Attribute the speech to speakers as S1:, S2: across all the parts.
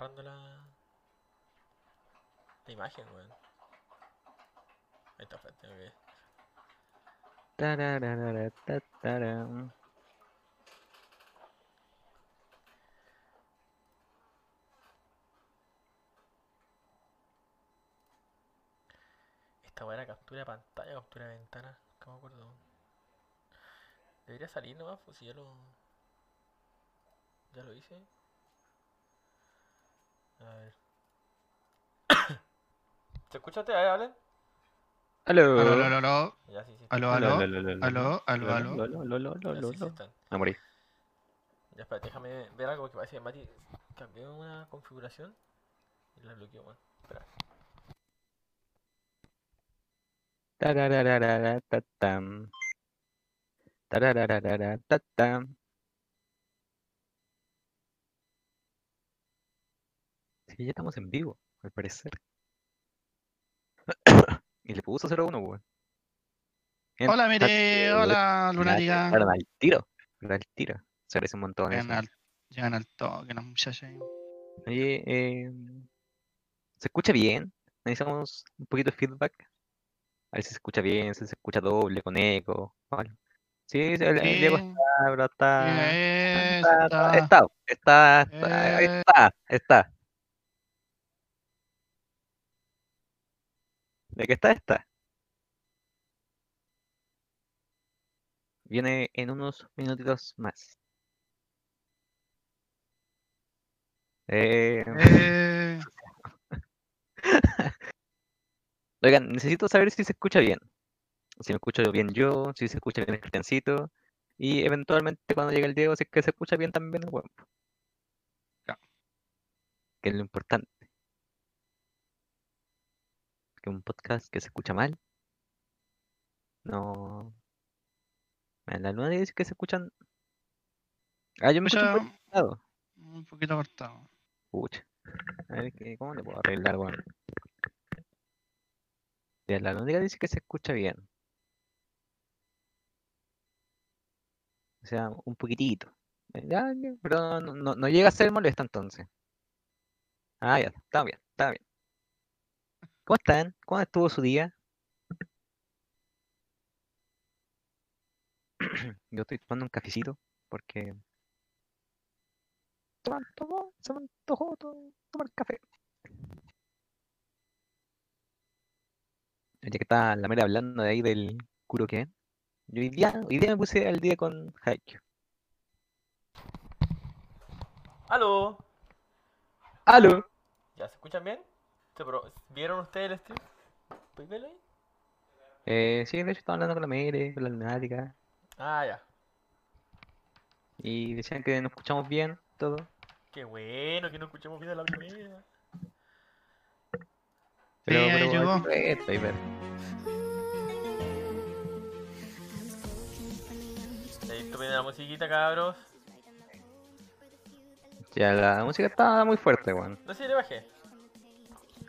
S1: mostrando la. La imagen, weón. Ahí está, espérate, tengo que.
S2: Tararararatatara.
S1: Esta weá era captura de pantalla, captura de ventana. Nunca me acuerdo. Debería salir nomás, pues si ya lo. Ya lo hice. A ver. ¿Se escucha usted? Ahí hablen.
S2: Aló.
S3: Aló, aló, aló,
S1: Ya sí, sí. están.
S3: aló,
S2: Aló,
S3: aló,
S2: aló, aló,
S3: aló,
S2: aló,
S3: aló,
S2: aló, aló,
S3: aló.
S2: aló,
S1: Ya
S2: aló,
S1: sí, sí
S2: aló.
S1: están.
S2: Me morí.
S1: Ya espera, déjame ver algo que parece que Mati cambió una configuración y la bloqueó, weón. Espera.
S2: Tarararararatatam. Tarararararatatam. Sí, ya estamos en vivo, al parecer. y le puso 0-1, weón. Bien,
S3: Hola,
S2: está-
S3: mire, hola, lunática.
S2: Llegaron al tiro, llegaron al tiro. Se parece un montón eso.
S3: Llegan al, llegan al toque, las muchachas. ahí.
S2: Oye, eh, ¿se escucha bien? Necesitamos un poquito de feedback. A ver si se escucha bien, si se escucha doble, con eco. o algo. Sí, el, el Diego
S3: Sí,
S2: está, bro, está,
S3: eso
S2: está, está,
S3: está.
S2: está, está, está, ahí
S3: Eh.
S2: está, está. ¿De qué está esta? Viene en unos minutitos más. Eh,
S3: Eh,
S2: Oigan, necesito saber si se escucha bien. Si me escucho bien yo, si se escucha bien el Cristiancito. Y eventualmente cuando llegue el Diego, si es que se escucha bien también el huevo.
S3: Ya.
S2: Que es lo importante. Que un podcast que se escucha mal. No. Mira, La luna dice que se escuchan. Ah, yo me escucho un
S3: escucha
S2: poquito cortado.
S3: un poquito cortado.
S2: Pucha. A ver, ¿qué- ¿cómo le puedo arreglar, weón? Ya, la única dice que se escucha bien. O sea, un poquitito. Eh, ya, ya, pero no, no- no llega a ser molesta entonces. Ah, ya, está bien, está bien. ¿Cómo están? ¿Cómo estuvo su día? Yo estoy tomando un cafecito porque se me antojó, se me antojó to- tomar café. Ya que está la mera hablando de ahí del curo que yo hoy día, hoy día me puse al día con Haikyuu.
S1: ¡Aló!
S2: ¡Aló!
S1: ¿Ya se escuchan bien? ¿Se pro- ¿Vieron ustedes el stream? ¿Pueden verlo ahí?
S2: Eh, sí, de hecho estaba hablando con la Mere, con la lunática,
S1: Ah, ya.
S2: y decían que nos escuchamos bien, todo.
S1: Qué bueno que no escuchamos bien a la primera.
S2: Pero,
S3: ahí
S2: pero,
S3: llegó.
S2: esto, ahí ver.
S1: Listo, viene la musiquita, cabros.
S2: Ya, la música estaba muy fuerte, weón.
S1: No sé si le bajé.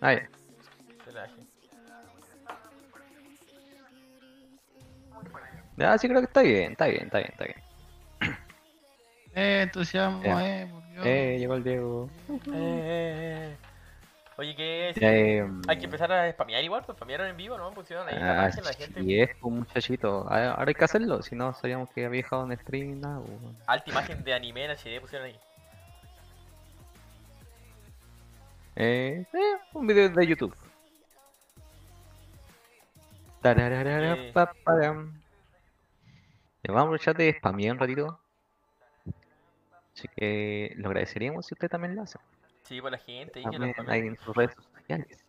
S2: Ah, ya.
S1: Se la bajé.
S2: Ah, sí creo que está bien, está bien, está bien, está bien.
S3: Eh, entusiasmo,
S2: Ya.
S3: eh, por Dios.
S2: Eh, llegó el Diego.
S1: Eh, eh, eh. Oye, ¿qué es?
S2: Eh,
S1: Hay que empezar a spamear igual, pues spamearon en vivo, ¿no? Pusieron ahí la
S2: Ah,
S1: página, la gente.
S2: Así es, pues, muchachito. A- Ahora hay que hacerlo, si no sabíamos que había dejado un stream. nada, weón.
S1: Alta imagen de anime en HD pusieron ahí.
S2: Eh, eh, un video de YouTube. Tararara,
S1: Sí.
S2: pa, param. Le vamos a aprovechar de spamear un ratito. Así que lo agradeceríamos si usted también lo hace.
S1: Sí, por la gente. ahí que los
S2: También
S1: spamean.
S2: hay en sus redes sociales.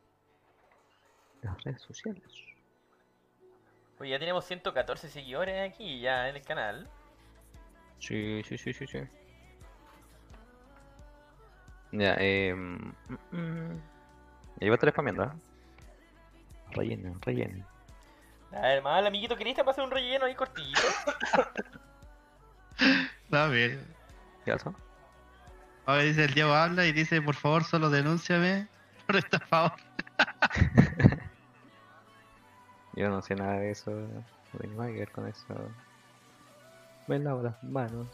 S2: Las redes sociales.
S1: Oye, ya tenemos 114 seguidores aquí ya en el canal.
S2: Sí, sí, sí, sí, sí. Ya, eh. mm, mm. Ahí va a estar spameando, ¿eh? Relleno, relleno.
S1: Además, el amiguito Cristian va a hacer un relleno ahí cortito.
S3: A ver.
S2: ¿Qué pasó?
S3: A ver, dice el Diego habla y dice, por favor, solo denúnciame por esta favor.
S2: Yo no sé nada de eso. No tengo nada que ver con eso. Me lavo las manos.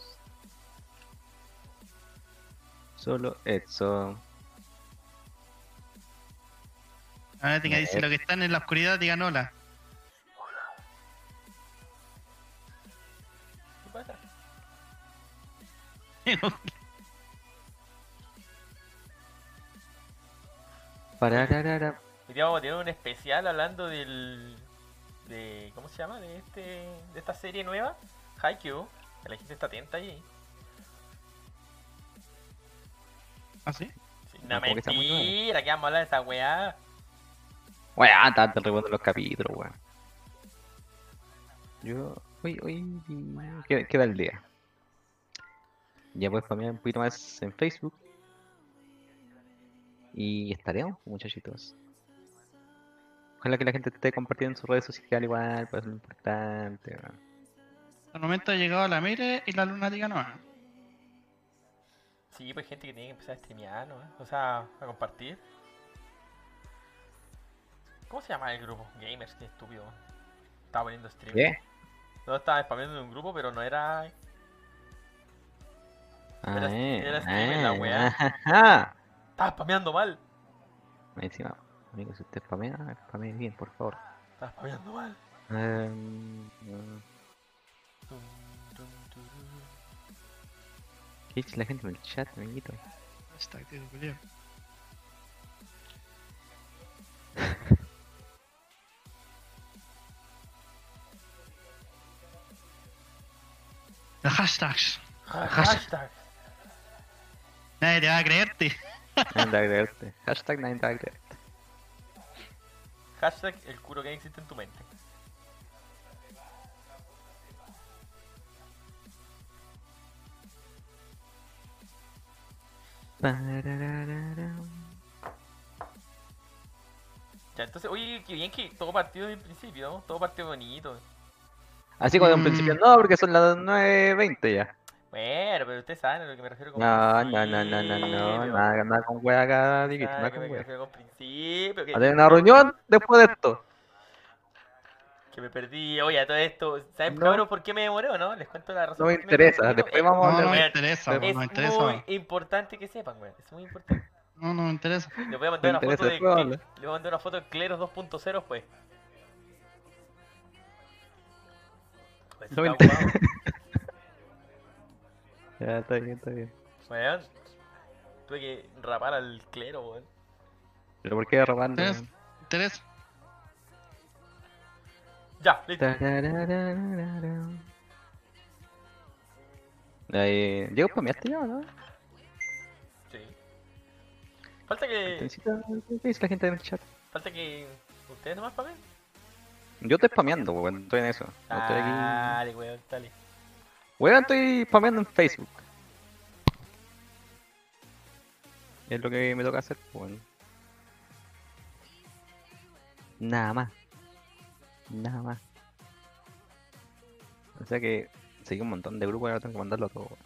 S2: Solo eso.
S3: Ahora tenga,
S2: Eh.
S3: dice, los que están en la oscuridad digan hola.
S1: ¿Qué pasa?
S2: Parararara.
S1: Hoy día vamos a tener un especial hablando del. de. ¿cómo se llama? de este. de esta serie nueva, Haikyuu. Que la gente está atenta ahí.
S3: ¿Ah, sí?
S1: Sí,
S2: No,
S1: una
S2: como que está muy nueva.
S1: mentira, que vamos a hablar de esa weá.
S2: Weá, ah, tanto rebote los capítulos, weón. Yo. Uy, uy. Queda, queda el día. Ya puedes cambiar un poquito más en Facebook. Y estaremos, muchachitos. Ojalá que la gente esté compartiendo en sus redes sociales igual, pues es lo importante, weón.
S3: Hasta el momento ha llegado la Mire y la Luna diga no.
S1: Sí, pues hay gente que tiene que empezar a streamear, ¿no? O sea, a compartir. ¿Cómo se llama el grupo? Gamers, qué estúpido. Estaba poniendo stream.
S2: ¿Qué?
S1: No estaba spameando en un grupo, pero no era.
S2: Ah,
S1: Era- era streamer la weá.
S2: ajá.
S1: Estaba spameando mal.
S2: ah, Encima, amigo, si usted spamea, spamee bien, por favor.
S1: Estaba spameando mal.
S2: Em, mm,
S1: Tum, tum, tururú.
S2: ¿Qué dice la gente en el chat, amiguito?
S3: Hashtag, tío, culiao. Los hashtags.
S1: Ah, Hashtag.
S3: Nadie te va a creerte.
S2: Nadie te va a creerte. Hashtag nadie te va a creer.
S1: Hashtag el curo que existe en tu mente.
S2: Pararararam.
S1: Ya, entonces, oye, qué bien que todo partido desde el principio, ¿no? todo partido bonito.
S2: Así como de un
S3: Mm.
S2: principio no, porque son las 9.20 ya.
S1: Bueno, pero ustedes saben a lo que me refiero con
S2: No, no, no, no, no, no,
S1: principio.
S2: nada, nada con wea acá, amiguito,
S1: Saben a
S2: nada
S1: lo que
S2: con
S1: me
S2: wea.
S1: refiero con principio, que,
S2: Va a tener una reunión después de esto.
S1: que me perdí. Oye, a todo esto, ¿saben
S2: No.
S1: cabrón por qué me demoré o no? Les cuento la razón.
S2: No me
S1: por qué demoré.
S2: interesa,
S1: Bueno,
S2: después
S1: es-
S2: vamos a
S3: No,
S2: hablar.
S3: no me
S1: weón,
S3: interesa,
S1: Es
S3: no me interesa.
S1: muy importante que sepan, weón. Es muy importante.
S3: No, no me interesa.
S1: Les voy a mandar una
S2: interesa,
S1: foto de.
S2: después
S1: Cle-
S2: habla.
S1: Les voy a mandar una foto de Cleros 2.0, pues. Pues
S2: No me
S1: está ocupado.
S2: Ya, está bien, está bien.
S1: Weón, tuve que rapar al clero, weón.
S2: Pero ¿por qué robando?
S3: Tres. Me interesa.
S1: Ya, listo.
S2: Tarararararam. Ahí, Diego, spameaste ya, o ¿no?
S1: Sí. Falta que.
S2: Entonces, ¿Qué dice la gente en el chat?
S1: Falta que. ¿Ustedes nomás para
S2: Yo estoy spameando, weón, estoy en eso. No Ah, estoy aquí.
S1: Dale, weón, dale.
S2: Weón, estoy spameando en Facebook. Es lo que me toca hacer, pues, weón. Nada más. Nada más. O sea que seguí un montón de grupos y ahora tengo que mandarlo todo. weón.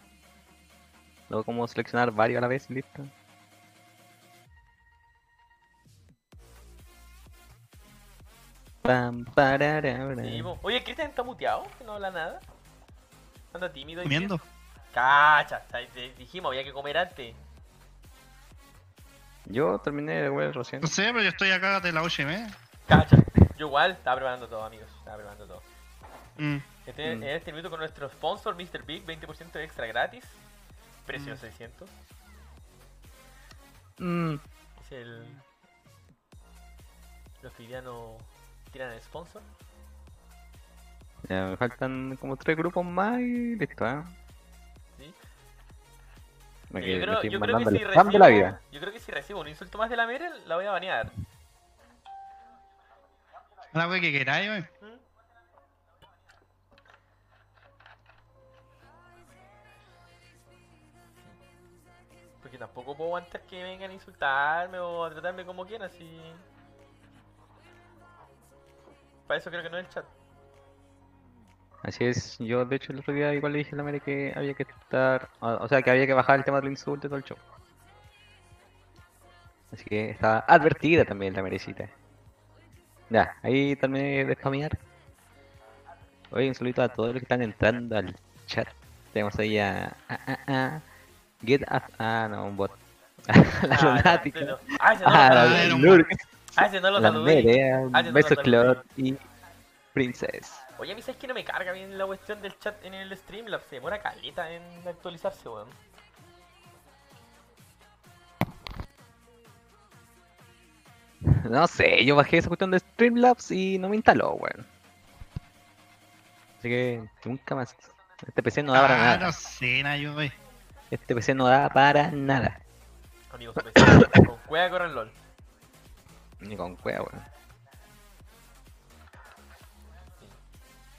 S2: Luego como seleccionar varios a la vez y listo. Pam, pararara.
S1: Sí, po. Oye, Cristian está muteado, que no habla nada. Anda tímido. hoy día.
S3: Comiendo.
S1: Cacha, o sea, te dijimos, había que comer antes.
S2: Yo terminé de web recién.
S3: No sé, pero yo estoy acá de la 8 y media.
S1: Cacha. Yo igual estaba preparando todo, amigos. Estaba preparando todo.
S3: Mm.
S1: Este, En
S2: Mm.
S1: este minuto con nuestro sponsor, Mr. Big, 20% de extra gratis. Precio
S3: Mm.
S1: 600.
S2: Mm,
S1: Es el. Los que hoy día no tiran el sponsor.
S2: Ya, me faltan como tres grupos más y listo, ¿eh?
S1: ¿sí?
S2: Me,
S1: yo,
S2: que- me
S1: creo,
S2: estoy
S1: yo creo
S2: mandando
S1: que
S2: el
S1: si
S2: spam
S1: recibo,
S2: de la vida.
S1: yo creo que si recibo un insulto más de la Mere, la voy a banear.
S3: La wea que queráis, wey.
S1: ¿Mm? Porque tampoco puedo aguantar que vengan a insultarme o a tratarme como quieran, si... Para eso creo que no es el chat.
S2: Así es, yo de hecho el otro día igual le dije a la Mary que había que estar, o, o sea, que había que bajar el tema del insulto y todo el show. Así que está advertida también la Marycita. Ya, ahí también de spamear. Oye, un saludo a todos los que están entrando al chat. Tenemos ahí a... a, a, a Get a... Ah, no, un bot. A la
S1: Ah,
S2: lunática.
S1: no, no, no. Ah, ese no,
S2: Ah,
S1: no,
S3: la
S1: no,
S2: el
S1: no.
S3: Iron
S2: Lurk.
S1: Ah, ese no lo
S2: La
S1: saludé.
S2: Mere,
S1: Ah, yo no
S2: versus
S1: lo
S2: Claude y Princess.
S1: Oye, a mí sabes que no me carga bien la cuestión del chat en el Streamlabs. Se demora caleta en actualizarse, weón.
S2: No sé, yo bajé esa cuestión de Streamlabs y no me instaló, weón. Así que nunca más. Este PC no da para
S3: Ah,
S2: nada.
S3: no sé, na, yo voy.
S2: Este PC no da para nada.
S1: Amigos, su PC, con cueva corren LOL.
S2: Ni con cueva, weón.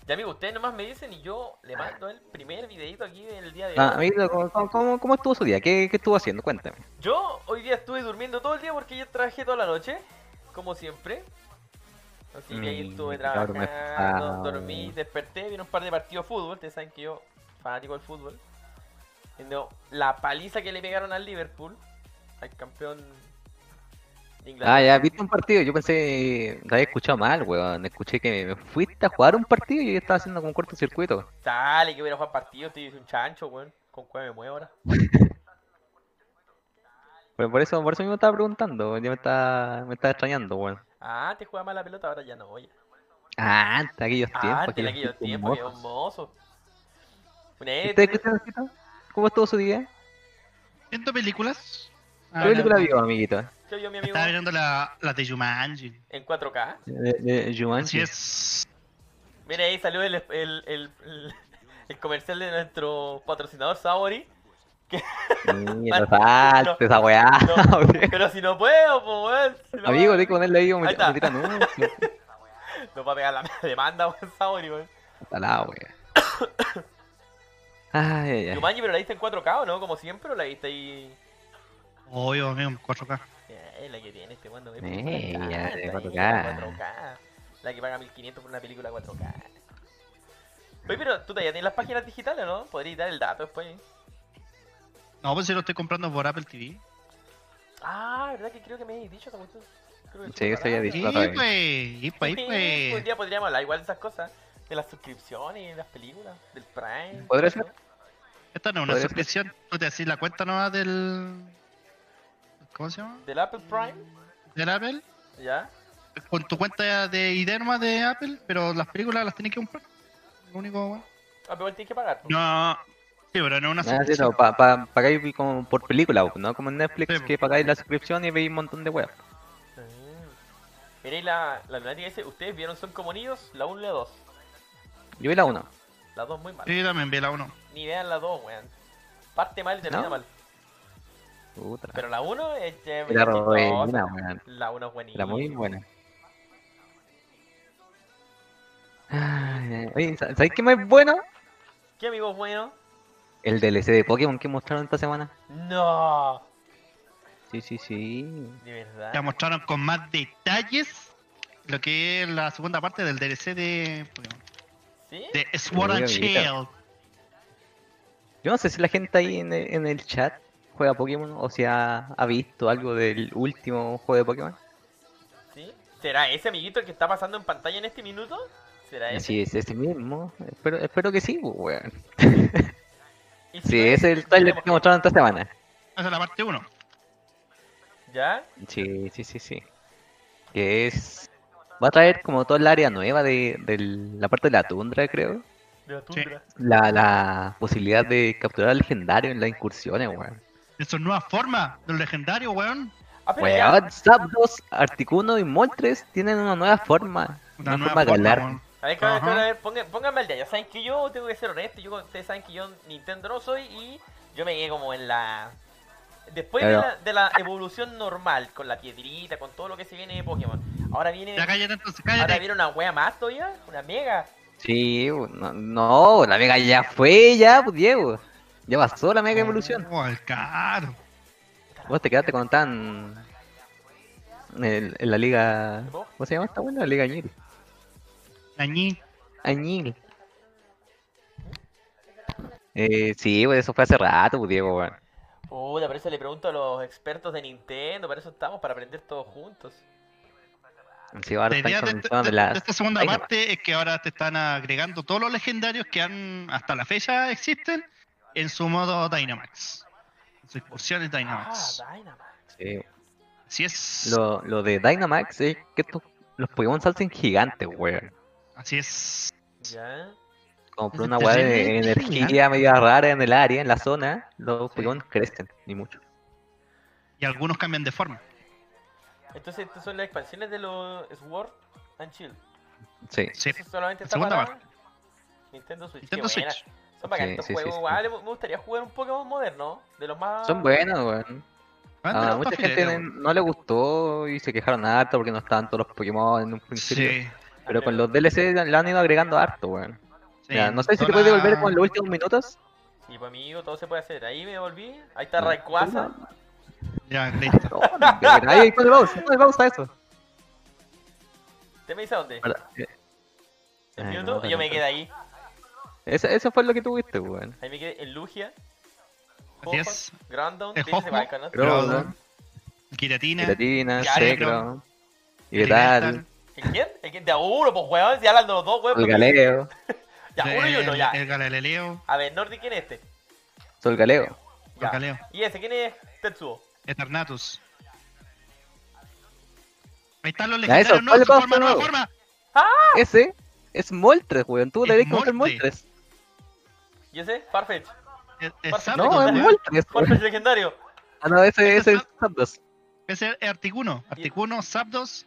S1: Y amigos, ustedes nomás me dicen y yo le mando el primer videito aquí del día de hoy.
S2: Ah, amiguito, ¿cómo- ¿cómo, cómo- cómo estuvo su día? ¿Qué, qué estuvo haciendo? Cuéntame.
S1: Yo hoy día estuve durmiendo todo el día porque yo trabajé toda la noche, como siempre. Así que ahí
S2: Mm,
S1: estuve
S2: cabrón, me-
S1: trabajando,
S2: ah.
S1: dormí, desperté, vi un par de partidos de fútbol. Ustedes saben que yo, fanático del fútbol. Viendo la paliza que le pegaron al Liverpool, al campeón de Inglaterra.
S2: Ah, ya viste un partido. Yo pensé, te había escuchado mal, weón. Escuché que me fuiste a jugar un partido y yo estaba haciendo como un cortocircuito.
S1: Dale, que hubiera jugado partido, estoy un chancho, weón. Con cuál me muevo ahora.
S2: Pero por eso, por eso mismo estaba preguntando. Yo me estaba, me estaba extrañando, weón.
S1: Ah, te jugaba mal la pelota, ahora ya no, oye.
S2: Ah, antes, aquellos tiempos.
S1: Ah, antes en aquellos tiempos, que
S2: mozos.
S1: hermoso. Una vez
S2: ¿Usted, Cristian Osito? ¿Cómo estuvo su día?
S3: ¿Viendo películas?
S2: ¿Qué
S3: Ah,
S2: película
S3: no.
S2: vio, amiguito?
S1: que vio mi amigo
S3: Estaba mirando la, la de Jumanji.
S1: en 4K.
S2: Eh, eh,
S3: Así
S2: Jumanji.
S3: es.
S1: Mira, ahí salió el, el, el, el- el comercial de nuestro patrocinador Saori.
S2: Mira, salte esa weá.
S1: No.
S2: weón.
S1: Pero si no puedo, pues, weón. si no
S2: Amigo,
S1: puedo.
S2: tengo que ponerle ahí un
S1: Ahí está.
S2: metita anuncio.
S1: Nos va a pegar la demanda, weón, Saori, weón.
S2: Hasta la wea. Ay, ay, ay.
S1: Yumanji, pero la viste en 4K, ¿o no? Como siempre, ¿o la viste ahí.
S3: Obvio, amigo, en 4K.
S1: Eh, la que tiene este weón. no ve
S2: Eh,
S1: por
S2: ya, de
S1: 4K,
S2: 4K.
S1: eh, 4K. La que paga 1500 por una película 4K. Oye, pero tú todavía tienes las páginas digitales, ¿o ¿no? Podrías dar el dato después.
S3: No, pues si lo estoy comprando por Apple TV.
S1: Ah, ¿verdad que creo que me habéis dicho esa cuestión? Creo que
S2: Sí, eso ya
S1: barato.
S2: dije.
S3: Sí,
S2: Disfruta bien.
S3: pues, y pues,
S1: Sí,
S3: y
S1: Un
S3: pues.
S1: día podríamos hablar igual de esas cosas, de las suscripciones, de las películas, del Prime.
S2: Podría
S1: ¿no?
S3: Esta no es una
S2: Podría ser.
S3: suscripción. Tú te haces la cuenta nomás del. ¿Cómo se llama?
S1: Del Apple Prime,
S3: Del Apple.
S1: ¿ya?
S3: Con tu cuenta de ID nomás de Apple, pero las películas las tienes que comprar. Lo único, bueno.
S1: Ah, pero igual tienes que pagar. ¿no?
S3: No. Sí, pero no es una
S2: Ah, sí,
S3: suscripción.
S2: no, pa- pa- pagáis como por película, ¿no? Como en Netflix,
S3: Sí,
S2: que pagáis la suscripción y veis un montón de web.
S1: Mm. Mira, y la, la lunática dice, ustedes vieron Son como niños, la 1 y la 2.
S2: Yo vi la 1.
S1: Las dos muy mal.
S3: Sí, yo también vi la 1.
S1: Ni vean la 2, weón. Parte mal y termina
S2: ¿No?
S1: mal.
S2: Puta.
S1: Pero la 1 es... es
S2: Era
S1: chistosa.
S2: buena, weón.
S1: La 1 es buenísima.
S2: Era muy buena. Ay, ay. Oye, ¿sab- ¿sabéis qué más es bueno?
S1: ¿Qué amigos bueno?
S2: El DLC de Pokémon que mostraron esta semana.
S1: No.
S2: Sí, sí, sí.
S1: De verdad.
S3: Ya mostraron con más detalles lo que es la segunda parte del DLC de, Pokémon,
S1: ¿Sí?
S3: de Sword and
S2: Sí,
S3: Shield.
S2: Yo no sé si la gente ahí en el, en el chat juega Pokémon o si ha, ha visto algo del último juego de Pokémon.
S1: ¿Sí? ¿Será ese amiguito el que está pasando en pantalla en este minuto? ¿Será ese?
S2: Así es, ese mismo. Espero, espero que sí, pues, weón.
S1: Y si
S2: Sí,
S1: no
S2: ese es el trailer que mostraron esta semana.
S3: Esa es la parte 1.
S1: ¿Ya?
S2: Sí, sí, sí, sí. Que es. Va a traer como toda el área nueva de, de la parte de la tundra, creo.
S1: De la tundra.
S2: La, la posibilidad de capturar al legendario en las incursiones, weón.
S3: Esa es nueva forma del legendario, weón.
S1: Ah, pero ya-
S2: Weón, Zapdos, Articuno y Moltres tienen una nueva forma. Una,
S3: nueva
S2: forma galar.
S3: weón.
S1: A ver, cabrón,
S3: Ajá.
S1: cabrón, a ver, ponga- pónganme al día. Ya saben que yo tengo que ser honesto. Yo, ustedes saben que yo Nintendo no soy y yo me quedé como en la. Después de, la,
S2: Claro.
S1: de la evolución normal, con la piedrita, con todo lo que se viene de Pokémon. Ahora viene.
S3: Ya cállate entonces,
S1: Ahora
S3: cállate.
S1: viene una wea más todavía, una mega.
S2: Sí, no, no, la mega ya fue, ya, pues, Diego. Ya pasó la mega evolución.
S3: Oh, el caro.
S2: Vos te quedaste con tan. En, en la liga. ¿Cómo se llama esta buena? La liga Añil.
S3: Dañí.
S2: Añil. Eh, sí, pues eso fue hace rato, pues, Diego, weón.
S1: Puta, por eso le pregunto a los expertos de Nintendo, para eso estamos, para aprender todos juntos.
S2: Sí, ahora
S3: La idea
S2: están
S3: de,
S2: con el tema de
S3: este- de- de
S2: las.
S3: esta segunda
S2: Ahí nomás.
S3: parte es que ahora te están agregando todos los legendarios que han hasta la fecha existen en su modo Dynamax. En sus incursiones
S1: Ah,
S3: Dynamax.
S1: Dynamax.
S2: Sí,
S3: Así es.
S2: Lo, lo de Dynamax es que estos- los Pokémon salten gigantes, weón.
S3: Así es.
S1: Ya.
S2: Compró una weá de
S3: Terriblemente
S2: energía
S3: gigante.
S2: media rara en el área, en la zona, los Pokémon crecen, ni mucho.
S3: Y algunos cambian de forma.
S1: Entonces, estas son las expansiones de los Sword and Shield.
S2: Sí.
S3: Sí.
S1: Eso solamente está
S3: Segunda
S1: para Nintendo Switch.
S3: Nintendo
S1: qué buena.
S3: Switch.
S1: Son bacanes
S2: Sí,
S1: estos
S2: sí, sí,
S1: juegos.
S2: sí.
S1: igual, me gustaría jugar un Pokémon moderno. De los más.
S2: Son buenos, weón.
S3: Ah,
S2: A
S3: pero
S2: mucha
S3: está
S2: gente
S3: filete,
S2: no, no le gustó y se quejaron harto porque no estaban todos los Pokémon en un
S3: weón.
S2: principio.
S3: Sí.
S2: Pero con los DLC le han ido agregando harto, weón.
S3: sí.
S2: Ya, no sé si te
S3: Toda-
S2: puedes devolver con los últimos minutos.
S1: Y pues, amigo, todo se puede hacer. Ahí me volví. Ahí está
S2: No.
S1: Rayquaza.
S3: Ya, listo.
S2: No, de verdad, ahí pon el mouse, pon el mouse a eso.
S1: ¿Te me dice dónde?
S2: Para- eh,
S1: ¿En
S2: Ay, no,
S1: Mewtwo?
S2: no,
S1: Yo
S2: no,
S1: me
S2: no.
S1: quedé ahí.
S2: Eso, eso fue lo que tuviste, weón.
S1: Ahí me quedé en Lugia.
S3: Así es.
S1: Groundon.
S3: El
S1: ¿Qué se
S3: Hojo.
S1: va con otro?
S2: Groudon,
S3: Giratina.
S2: Giratina,
S1: Ya,
S2: Secro,
S3: Giratina,
S2: Gretal,
S1: ¿El quién? ¿El quién? De a uno, pues, weón. Si hablan de los dos, weón.
S2: Sol Galeo,
S1: Ya, uno y uno,
S3: el-
S1: ya.
S3: El Galileo.
S1: A ver, Nordi, ¿quién es este?
S2: Sol Galeo,
S1: Ya.
S3: Galileo.
S1: ¿Y ese quién es Tetsuo?
S3: Eternatus. Ahí están los
S2: Ya, eso,
S3: legendarios. No,
S2: ponle
S3: su
S2: pausa
S3: forma,
S2: de
S3: nueva
S2: nuevo.
S3: forma.
S2: Ese es Moltres, weón. Tú
S3: Es
S2: debes conocer
S3: Moltres.
S2: Moltres.
S1: ¿Y ese? Farfetch.
S3: Es- es
S1: Parce-
S3: Zapdos,
S2: No, es
S3: ¿verdad?
S2: Moltres. weón.
S1: Farfetch legendario.
S2: Ah, no, ese
S3: Ese
S2: ese
S3: es
S2: es Zapdos.
S3: Ese es Articuno. Articuno, Zapdos.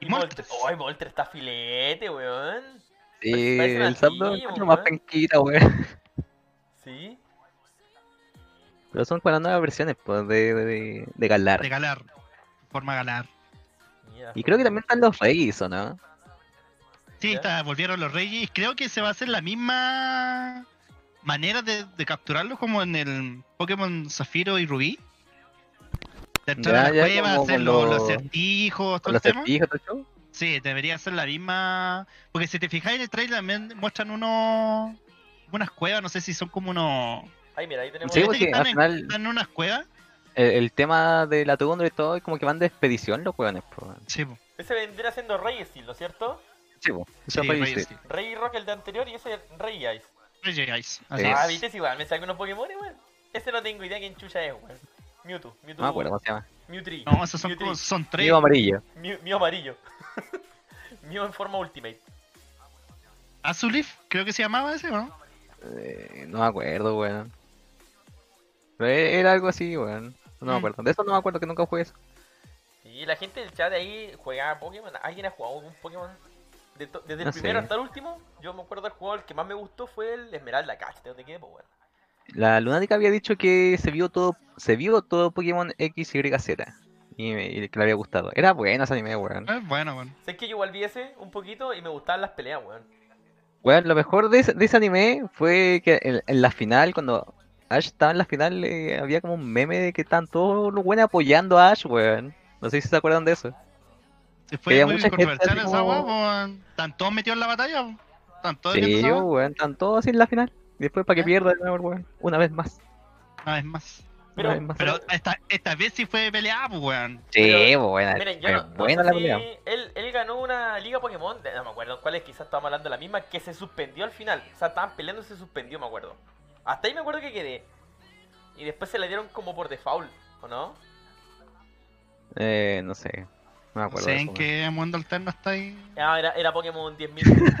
S3: Y
S1: Y Moltres.
S3: Moltres.
S1: Oh, el Moltres está filete, weón.
S2: Sí,
S1: Parece
S2: el
S1: un
S2: Zapdos
S1: antiguo,
S2: es lo más
S1: weón.
S2: penquita, weón.
S1: Sí.
S2: Pero son para nuevas versiones, pues, de, de, de Galar.
S3: De Galar. Forma Galar.
S1: Mira,
S2: Y creo que también están los Reyes, ¿o no?
S3: Sí,
S1: Ya.
S3: está, volvieron los reyes. Creo que se va a hacer la misma manera de, de capturarlos como en el Pokémon Zafiro y Rubí. De entrar
S2: Ya,
S3: a la
S2: ya,
S3: cueva,
S2: como
S3: hacer
S2: con
S3: los, los
S2: los-
S3: acertijos, todo
S2: Con
S3: el
S2: los
S3: tema.
S2: certijos, todo el show.
S3: Sí, debería ser la misma. Porque si te fijáis en el trailer también muestran unos. unas cuevas, no sé si son como unos.
S1: Ahí, mira, ahí tenemos.
S2: Sí,
S3: Parece
S2: porque
S3: que
S2: al
S3: están en-
S2: final
S3: ¿Están en unas cuevas?
S2: el, el tema de la tundra y todo es como que van de expedición los juegan
S3: Sí, po.
S1: Ese vendría siendo Rey Steel, ¿no es cierto?
S2: Sí, po,
S3: sí,
S2: eso fue-
S3: reyes,
S2: sí.
S3: sí.
S1: Rey Rock el de anterior y ese Rey Ice.
S3: Reyes, guys. Así
S1: Ah,
S3: es.
S1: viste, si igual me saco unos Pokémon, weón. Ese no tengo idea quién chucha es, weón. Mewtwo, Mewtwo.
S2: No me acuerdo cómo se llama.
S1: Mewtree.
S3: No, esos son,
S1: Mewtwo,
S3: como- son tres.
S2: Mío amarillo.
S1: Mew, Mew amarillo. Mew en forma Ultimate.
S3: Azulif, creo que se llamaba ese, ¿o ¿no?
S2: Eh, no me acuerdo, weón. Pero e- era algo así, weón. No
S3: Mm.
S2: me acuerdo. De eso no me acuerdo que nunca jugué eso.
S1: Y la gente del chat de ahí juega a Pokémon. ¿Alguien ha jugado un Pokémon? De to- desde el
S2: No sé.
S1: primero hasta el último, yo me acuerdo del juego, el que más me gustó fue el Esmeralda Cash, de donde quedé, pues bueno.
S2: La Lunática había dicho que se vio todo, se vio todo Pokémon X, Y, Z. Y, me- y que le había gustado. Era bueno ese anime, weón.
S3: Eh, bueno, bueno.
S1: Sé que yo igual vi ese un poquito y me gustaban las peleas, weón.
S2: Weón, lo mejor de ese, de ese anime fue que en, en la final, cuando Ash estaba en la final, eh, había como un meme de que estaban todos los buenos apoyando a Ash, weón. No sé si se acuerdan de eso.
S3: Se
S2: Que
S3: fue
S2: haya
S3: muy
S2: mucha gente
S3: controversial
S2: así
S3: esa
S2: como-
S3: weá, po, weón. Están todos metidos en la batalla, po. Están todos
S2: Sí,
S3: viendo esa weá.
S2: weón, están todos así en la final. Y después para que
S3: ¿Eh?
S2: pierda de nuevo, weón. Una vez más.
S3: Una vez más.
S1: Pero,
S2: Ay, más-
S1: pero,
S3: Pero esta, esta vez sí fue peleada, po, weón.
S2: Sí, buena. eh,
S1: miren, yo no, no
S2: Ah, buena
S1: sé
S2: la
S1: si
S2: pelea.
S1: él, él ganó una liga Pokémon, de- no me acuerdo cuál es, quizás estábamos hablando de la misma, que se suspendió al final. O sea, estaban peleando y se suspendió, me acuerdo. Hasta ahí me acuerdo que quedé. Y después se la dieron como por default, ¿o no?
S2: Eh, no sé. No me
S3: No
S2: acuerdo.
S3: sé
S2: de
S3: en
S2: eso,
S3: qué mundo alterno está ahí.
S1: Ah, era, era Pokémon 10.000.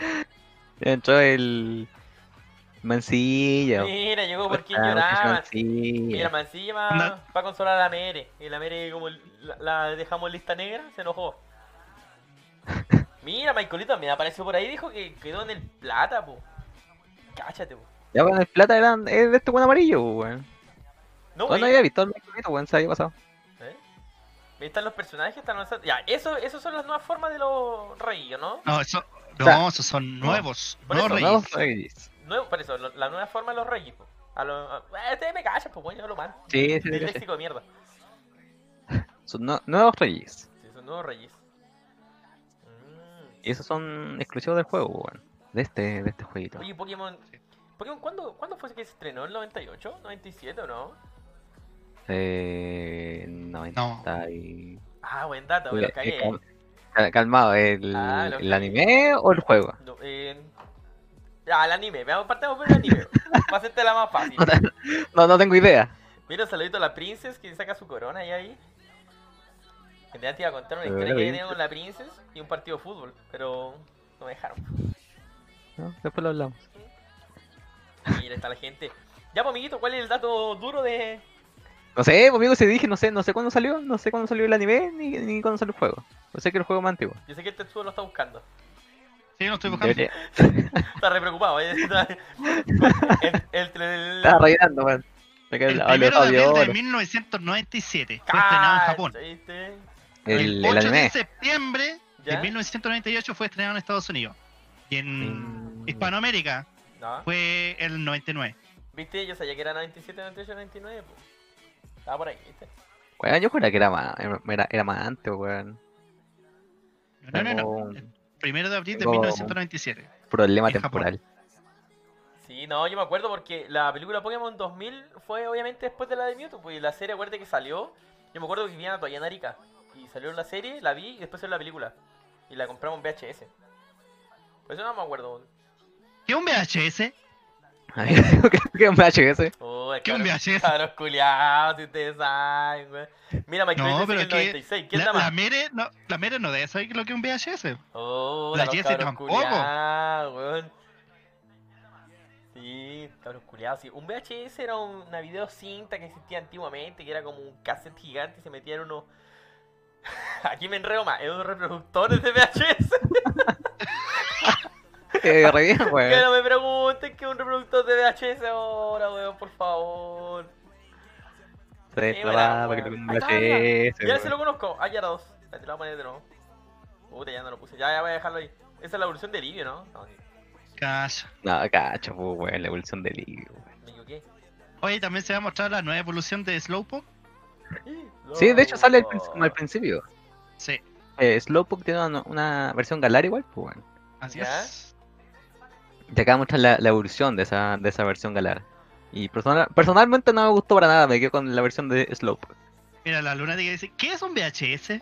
S2: weón. Entró el. Mancilla.
S1: Mira, llegó porque
S2: Ah,
S1: lloraba. Mira,
S2: Mancilla.
S1: más encima
S3: Anda.
S1: va a consolar a la Mere. Y la Mere, como la, la dejamos lista negra, se enojó. Mira, Michaelito me apareció por ahí dijo que quedó en el plata, po. Cáchate, po.
S2: Ya, bueno, el plata eran, es de este buen amarillo, weón.
S1: No,
S2: Yo no
S1: wey.
S2: había visto el mecanismo, weón, se había pasado.
S1: ¿Eh? Ahí están los personajes, están los... Ya, eso, eso son las nuevas formas de los reyes, ¿no?
S3: No, eso, no,
S2: sea,
S3: esos son nuevos.
S1: Por
S3: No
S1: eso,
S3: reyes.
S2: Nuevos reyes.
S1: Nuevo, por eso, lo- la nueva forma de los reyes, po. A los... a- Eh, ustedes me callan, pues, bueno, yo lo mal.
S2: Sí, sí,
S1: Del
S2: sí, sí.
S1: léxico de mierda.
S2: Son nue- nuevos reyes.
S1: Sí, son nuevos reyes. Mm.
S2: Y esos son exclusivos del juego, weón. De este, de este jueguito.
S1: Mm. Oye, Pokémon.
S3: Sí.
S1: Pokémon, ¿cuándo, ¿cuándo fue que se estrenó? ¿El 98? ¿97 o no?
S2: Eh. 90 y.
S1: Ah, buen dato, me
S2: Oye,
S1: lo
S2: eh,
S1: cagué.
S2: cal- cal- calmado, ¿el,
S1: Ah, lo
S2: el
S1: cagué.
S2: anime o el juego?
S1: No, Ah, eh, Ya, el anime. Veamos, partamos por el anime. Va a hacerte la más fácil.
S2: No, no tengo idea.
S1: Mira, un saludito a la princesa que saca su corona y ahí. En realidad te iba a contar una
S2: Eh,
S1: historia
S2: la
S1: que
S2: Princes.
S1: tenía con la princesa y un partido de fútbol, pero no me dejaron.
S2: ¿no? Después lo hablamos.
S1: Mira, está la gente. Ya, pues, amiguito, ¿cuál es el dato duro de...?
S2: No sé, pues, amigo, se dije, no sé, no sé cuándo salió, no sé cuándo salió el anime ni, ni cuándo salió el juego. No sé que el juego es más antiguo.
S1: Yo sé que el textudo lo está buscando.
S3: Sí, lo estoy buscando.
S2: Debería-
S1: Está re preocupado. ¿eh? Está- El, el, el-
S2: Estaba rellenando, weón. Me quedé
S3: El
S2: la-
S3: primero de
S2: audio-
S3: abril de
S2: audio-
S3: 1997
S1: Ah,
S3: fue estrenado en
S1: ¡Cacha!
S3: Japón.
S1: ¿Viste?
S2: El, el
S3: El 8 de
S2: anime.
S3: septiembre de
S1: ¿Ya?
S3: 1998 fue estrenado en Estados Unidos. Y en
S2: Mm.
S3: Hispanoamérica
S1: No.
S3: fue el 99.
S1: ¿Viste? Yo sabía que era 97, 98, 99, pues. Estaba por ahí, ¿viste?
S2: Weón, yo juraba que era más, era, era más antes, weón.
S3: No, no, no.
S2: Como-
S3: El primero de abril de
S2: Como-
S3: 1997.
S2: Problema
S3: En Japón.
S2: temporal.
S1: Sí, no, yo me acuerdo porque la película Pokémon 2000 fue obviamente después de la de Mewtwo, pues y la serie, acuérdate que salió. Yo me acuerdo que vivía todavía en Arica. Y salió la serie, la vi y después salió la película. Y la compramos en VHS. Por eso no me acuerdo.
S3: ¿Qué un VHS?
S2: Ay, creo que es un VHS.
S1: Oh,
S3: ¿Qué un VHS?
S1: Cabros culiados, si ustedes saben, güey. Mira, Michael
S3: No,
S1: Jackson
S3: pero
S1: en el
S3: que
S1: 96. ¿Quién
S3: La,
S1: da
S3: la
S1: más?
S3: Mere no, la Mere no debe saber lo que es un VHS.
S1: Oh,
S3: la
S1: los
S3: Jessie
S1: cabros
S3: tampoco.
S1: culiados, weón. Sí, cabros culiados. Sí. Un VHS era un- una videocinta que existía antiguamente, que era como un cassette gigante y se metían unos. Aquí me enredo más, eran unos reproductores de VHS.
S2: Eh, re bien,
S1: Que
S2: weón.
S1: no me pregunten que un reproductor de VHS ahora, weón, por favor.
S2: Se
S1: Sí,
S2: trababa,
S1: weón.
S2: que era un
S1: Ahí está,
S2: VHS.
S1: Ya se lo
S2: weón.
S1: conozco. Ah, ya era dos. Ya te lo voy a poner de nuevo. Puta, ya no lo puse. Ya, ya voy a dejarlo ahí. Esa es la evolución de Livio, ¿no? No,
S3: Cacha.
S2: No, cacho, pues, weón, la evolución del hilo, weón.
S1: me equivoqué.
S3: Oye, también se va a mostrar la nueva evolución de Slowpoke.
S2: Sí, de hecho sale al princ- como al principio.
S3: Oh. Sí,
S2: Eh, Slowpoke tiene una, una versión galar igual, pues, weón.
S3: así
S1: ¿Ya?
S3: es.
S2: Te acá muestra la, la evolución de esa, de esa versión galar. Y personal- personalmente no me gustó para nada, me quedo con la versión de Slowpoke.
S3: Mira, la lunática dice, ¿qué es un VHS?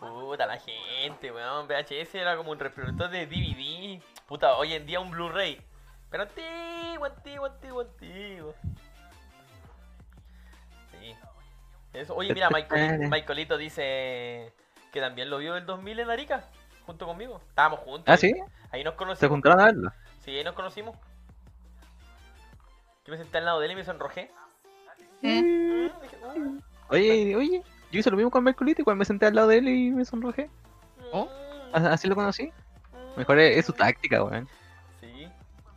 S1: Puta, la gente, weón. VHS era como un reproductor de DVD. Puta, hoy en día un Blu-ray. Pero antiguo, antiguo, antiguo, antiguo. Sí. Eso. Oye, mira, Michaelito, Michaelito dice que también lo vio el 2000 en Arica. Junto conmigo. Estábamos juntos.
S2: Ah,
S1: ahí.
S2: sí,
S1: Ahí nos
S2: se
S1: conocimos.
S2: juntaron a verlo.
S1: Sí, ahí nos conocimos. Yo me senté al lado de él y me sonrojé. Mm, dije, "Uh, mm,
S2: Oye, oye, yo hice lo mismo con Merculito, igual me senté al lado de él y me sonrojé.
S3: Oh.
S1: mm,
S2: A- Así lo conocí.
S1: mm".
S2: Ah, Mejor es, es su táctica, weón.
S1: Sí,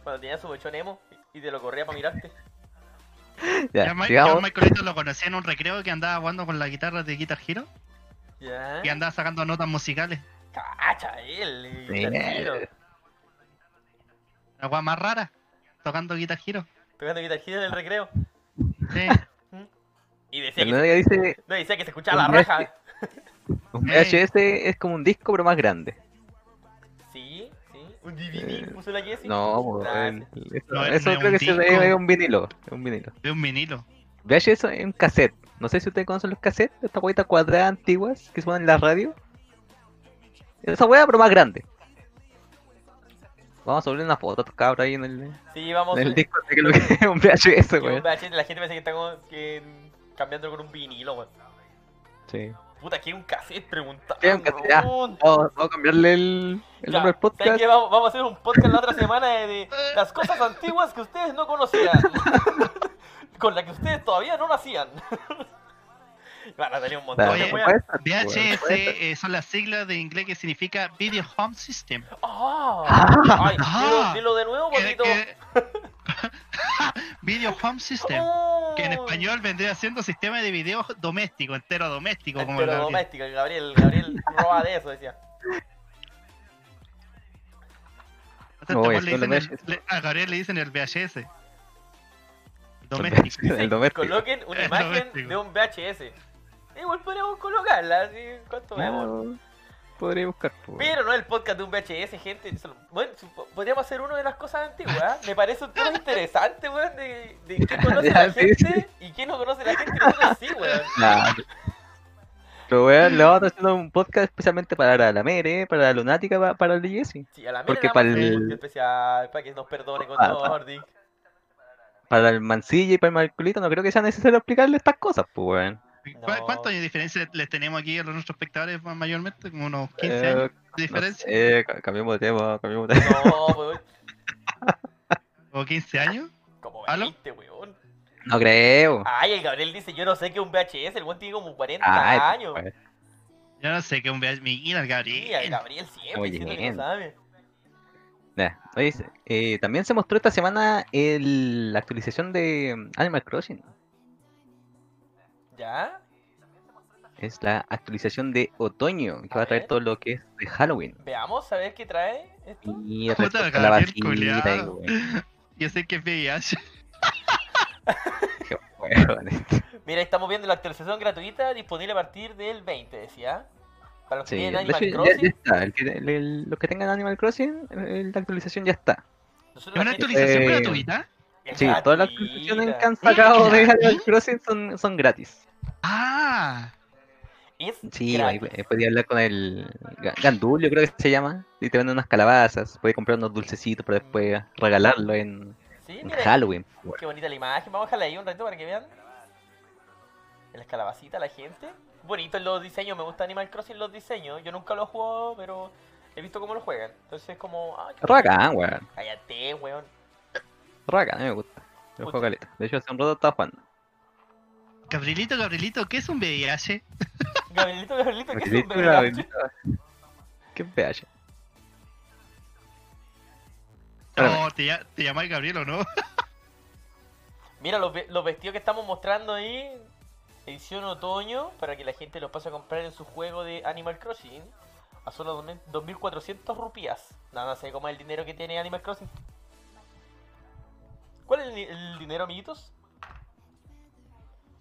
S1: cuando tenía su mechón emo y te lo corría para mirarte.
S2: Ya,
S3: Ya, Ma- yo a
S2: sigamos.
S3: Michaelito lo conocí en un recreo que andaba jugando con la guitarra de Guitar Hero
S1: Ya.
S3: y andaba sacando notas musicales.
S1: Cacha, él. y
S2: Sí.
S1: Tarantino.
S3: La guay más rara, tocando Guitar Hero.
S1: Tocando Guitar Hero en el recreo.
S3: Sí.
S1: Y decía
S2: Pero
S1: que,
S2: no, ella dice,
S1: no, decía que se escuchaba la
S2: Un viaje.
S1: raja.
S2: un
S3: Eh.
S2: VHS es como un disco, pero más grande.
S1: Sí, sí. Un DVD, puso la Jessie.
S2: Eh, No, pues,
S1: Ah,
S2: weón,
S1: sí.
S2: eso,
S3: No,
S2: eso
S3: no es
S2: creo
S3: un
S2: que se
S3: disco.
S2: ve es un vinilo. Es un vinilo.
S3: de un vinilo.
S2: VHS es un cassette. No sé si ustedes conocen los cassettes, estas huevitas cuadradas antiguas que suenan en la radio. Esa hueá, pero más grande. Vamos a subir una foto, cabra, ahí en el, en
S1: Sí, vamos. eh,
S2: el disco de que lo que es un VHS,
S1: que un
S2: weón.
S1: VHS, la gente parece que está como que, cambiando con un vinilo, weón.
S2: Sí.
S1: Puta, quiero un cassette, pregunta.
S2: Quiero un cassette, ya.
S1: weón.
S2: Vamos, vamos a cambiarle el,
S1: Ya,
S2: el nombre del
S1: ¿sabes
S2: podcast.
S1: qué? Vamos, vamos a hacer un podcast la otra semana de, de las cosas antiguas que ustedes no conocían. con las que ustedes todavía no nacían. Van a salir un montón
S2: Dale, pues,
S1: de
S3: Oye,
S1: weas.
S2: puede ser, weón,
S3: VHS
S2: puede ser.
S3: eh, son las siglas de inglés que significa Video Home System.
S1: ¡Ah!
S2: Ah,
S1: Ay,
S3: ah.
S1: dilo, dilo de nuevo,
S3: Que-
S1: bonito.
S3: que- video Home System.
S1: Oh.
S3: Que este, en español vendría siendo sistema de video doméstico, entero doméstico. Como
S1: Pero
S3: la-
S1: doméstica, Gabriel. Gabriel roba de eso, decía.
S3: Este
S2: No,
S3: weón
S2: es
S3: le
S2: con
S3: dicen el-
S2: VHS.
S3: le- a Gabriel le dicen el VHS. Doméstico.
S2: pues, El doméstico.
S1: Coloquen una
S3: El
S1: imagen
S3: doméstico.
S1: de un VHS. Igual podríamos colocarla, así, ¿cuánto vemos?
S2: No, podría buscar, pues. po, weón.
S1: Pero no el podcast de un VHS, gente. Solo- Bueno, supo- podríamos hacer uno de las cosas antiguas. ¿eh? Me parece un tema interesante, weón, de, de qué conoce
S2: Ya,
S1: la
S2: sí,
S1: gente y qué no conoce la gente. Nosotros sí, weón.
S2: Nah. Pero weón, le vamos a hacer un podcast especialmente para la Mere, para la Lunática, pa- para el Jesse.
S1: Sí, a la mera
S2: Porque
S1: le vamos a
S2: pa'l-
S1: hacer un especial, para que nos perdone con
S2: Ah,
S1: Nordic.
S2: Para el mancilla y para el marculito no creo que sea necesario explicarle estas cosas, pues, weón.
S3: ¿Cuál-
S1: No.
S3: ¿Cuántos años de diferencia les tenemos aquí a los nuestros espectadores ma- mayormente? Como unos 15
S2: Eh,
S3: años de
S2: no
S3: diferencia.
S2: sé, ca- cambiemos de tema, cambiemos de tema.
S1: No, weón.
S3: ¿O 15 años?
S1: Como
S3: ¿Aló?
S1: 20, weón.
S2: No creo.
S1: Ay, el Gabriel dice, yo no sé qué es un VHS, el weón tiene como 40
S2: Ay,
S1: años.
S2: pues,
S3: Yo no sé qué un VHS. Mira
S1: Sí, el
S3: el Gabriel.
S1: Gabriel siempre
S2: Muy
S1: diciendo que
S2: bien.
S1: no sabe.
S2: nah. Oye, se- eh, también se mostró esta semana el- la actualización de mm, Animal Crossing.
S1: ¿Ya?
S2: Es la actualización de otoño, que
S1: A
S2: va a traer
S1: ver.
S2: todo lo que es de Halloween.
S1: Veamos a ver qué trae esto.
S2: Y el
S3: Puta,
S2: resto de la
S3: Gabriel
S2: vacita y,
S3: culiao.
S2: weón,
S3: Yo sé que es VIH.
S2: qué weón.
S1: Mira, estamos viendo la actualización gratuita disponible a partir del 20, decía. Para los que
S2: Sí,
S1: tienen
S2: de
S1: Animal
S2: hecho, ya-
S1: Crossing.
S2: ya, está. el que- el- el- los que tengan Animal Crossing, eh, la actualización ya está.
S1: nosotros
S3: ¿Es una
S1: la gente-
S3: actualización
S2: Eh,
S3: gratuita?
S1: es
S2: Sí, todas las
S1: gratuita.
S2: actualizaciones que han sacado de Animal Crossing son, son gratis.
S3: Ah,
S1: Es
S2: Sí, ahí,
S1: gratis.
S2: eh, podía hablar con el Ga- Gandulio, creo que se llama. Y te venden unas calabazas, puedes comprar unos dulcecitos para después regalarlo en,
S1: Sí,
S2: en
S1: mira,
S2: Halloween.
S1: Qué bonita la imagen. Vamos a dejarla ahí un rato para que vean. En las calabacitas, la gente. Bonitos los diseños. Me gusta Animal Crossing los diseños. Yo nunca los he jugado, pero he visto cómo lo juegan. Entonces es como... Ay, qué bonito.
S2: Raga, weón.
S1: Cállate, weón.
S2: Raga, a mí me gusta. Yo
S1: Puta.
S2: juego caleta. De hecho, hace un rato estaba jugando.
S3: Gabrielito, Gabrielito, ¿qué es un VIH?
S1: Gabrielito, Gabrielito, ¿qué es un
S2: Bendito,
S1: bebé?
S2: bendito. Qué pedazo.
S3: No, Oh, te, ll- te llamas Gabriel o no.
S1: Mira los, ve- los vestidos que estamos mostrando ahí. Edición otoño. Para que la gente los pase a comprar en su juego de Animal Crossing. A solo 2.000 2.400 rupias. Nada, sé cómo es el dinero que tiene Animal Crossing. ¿Cuál es el, ni- el dinero, amiguitos?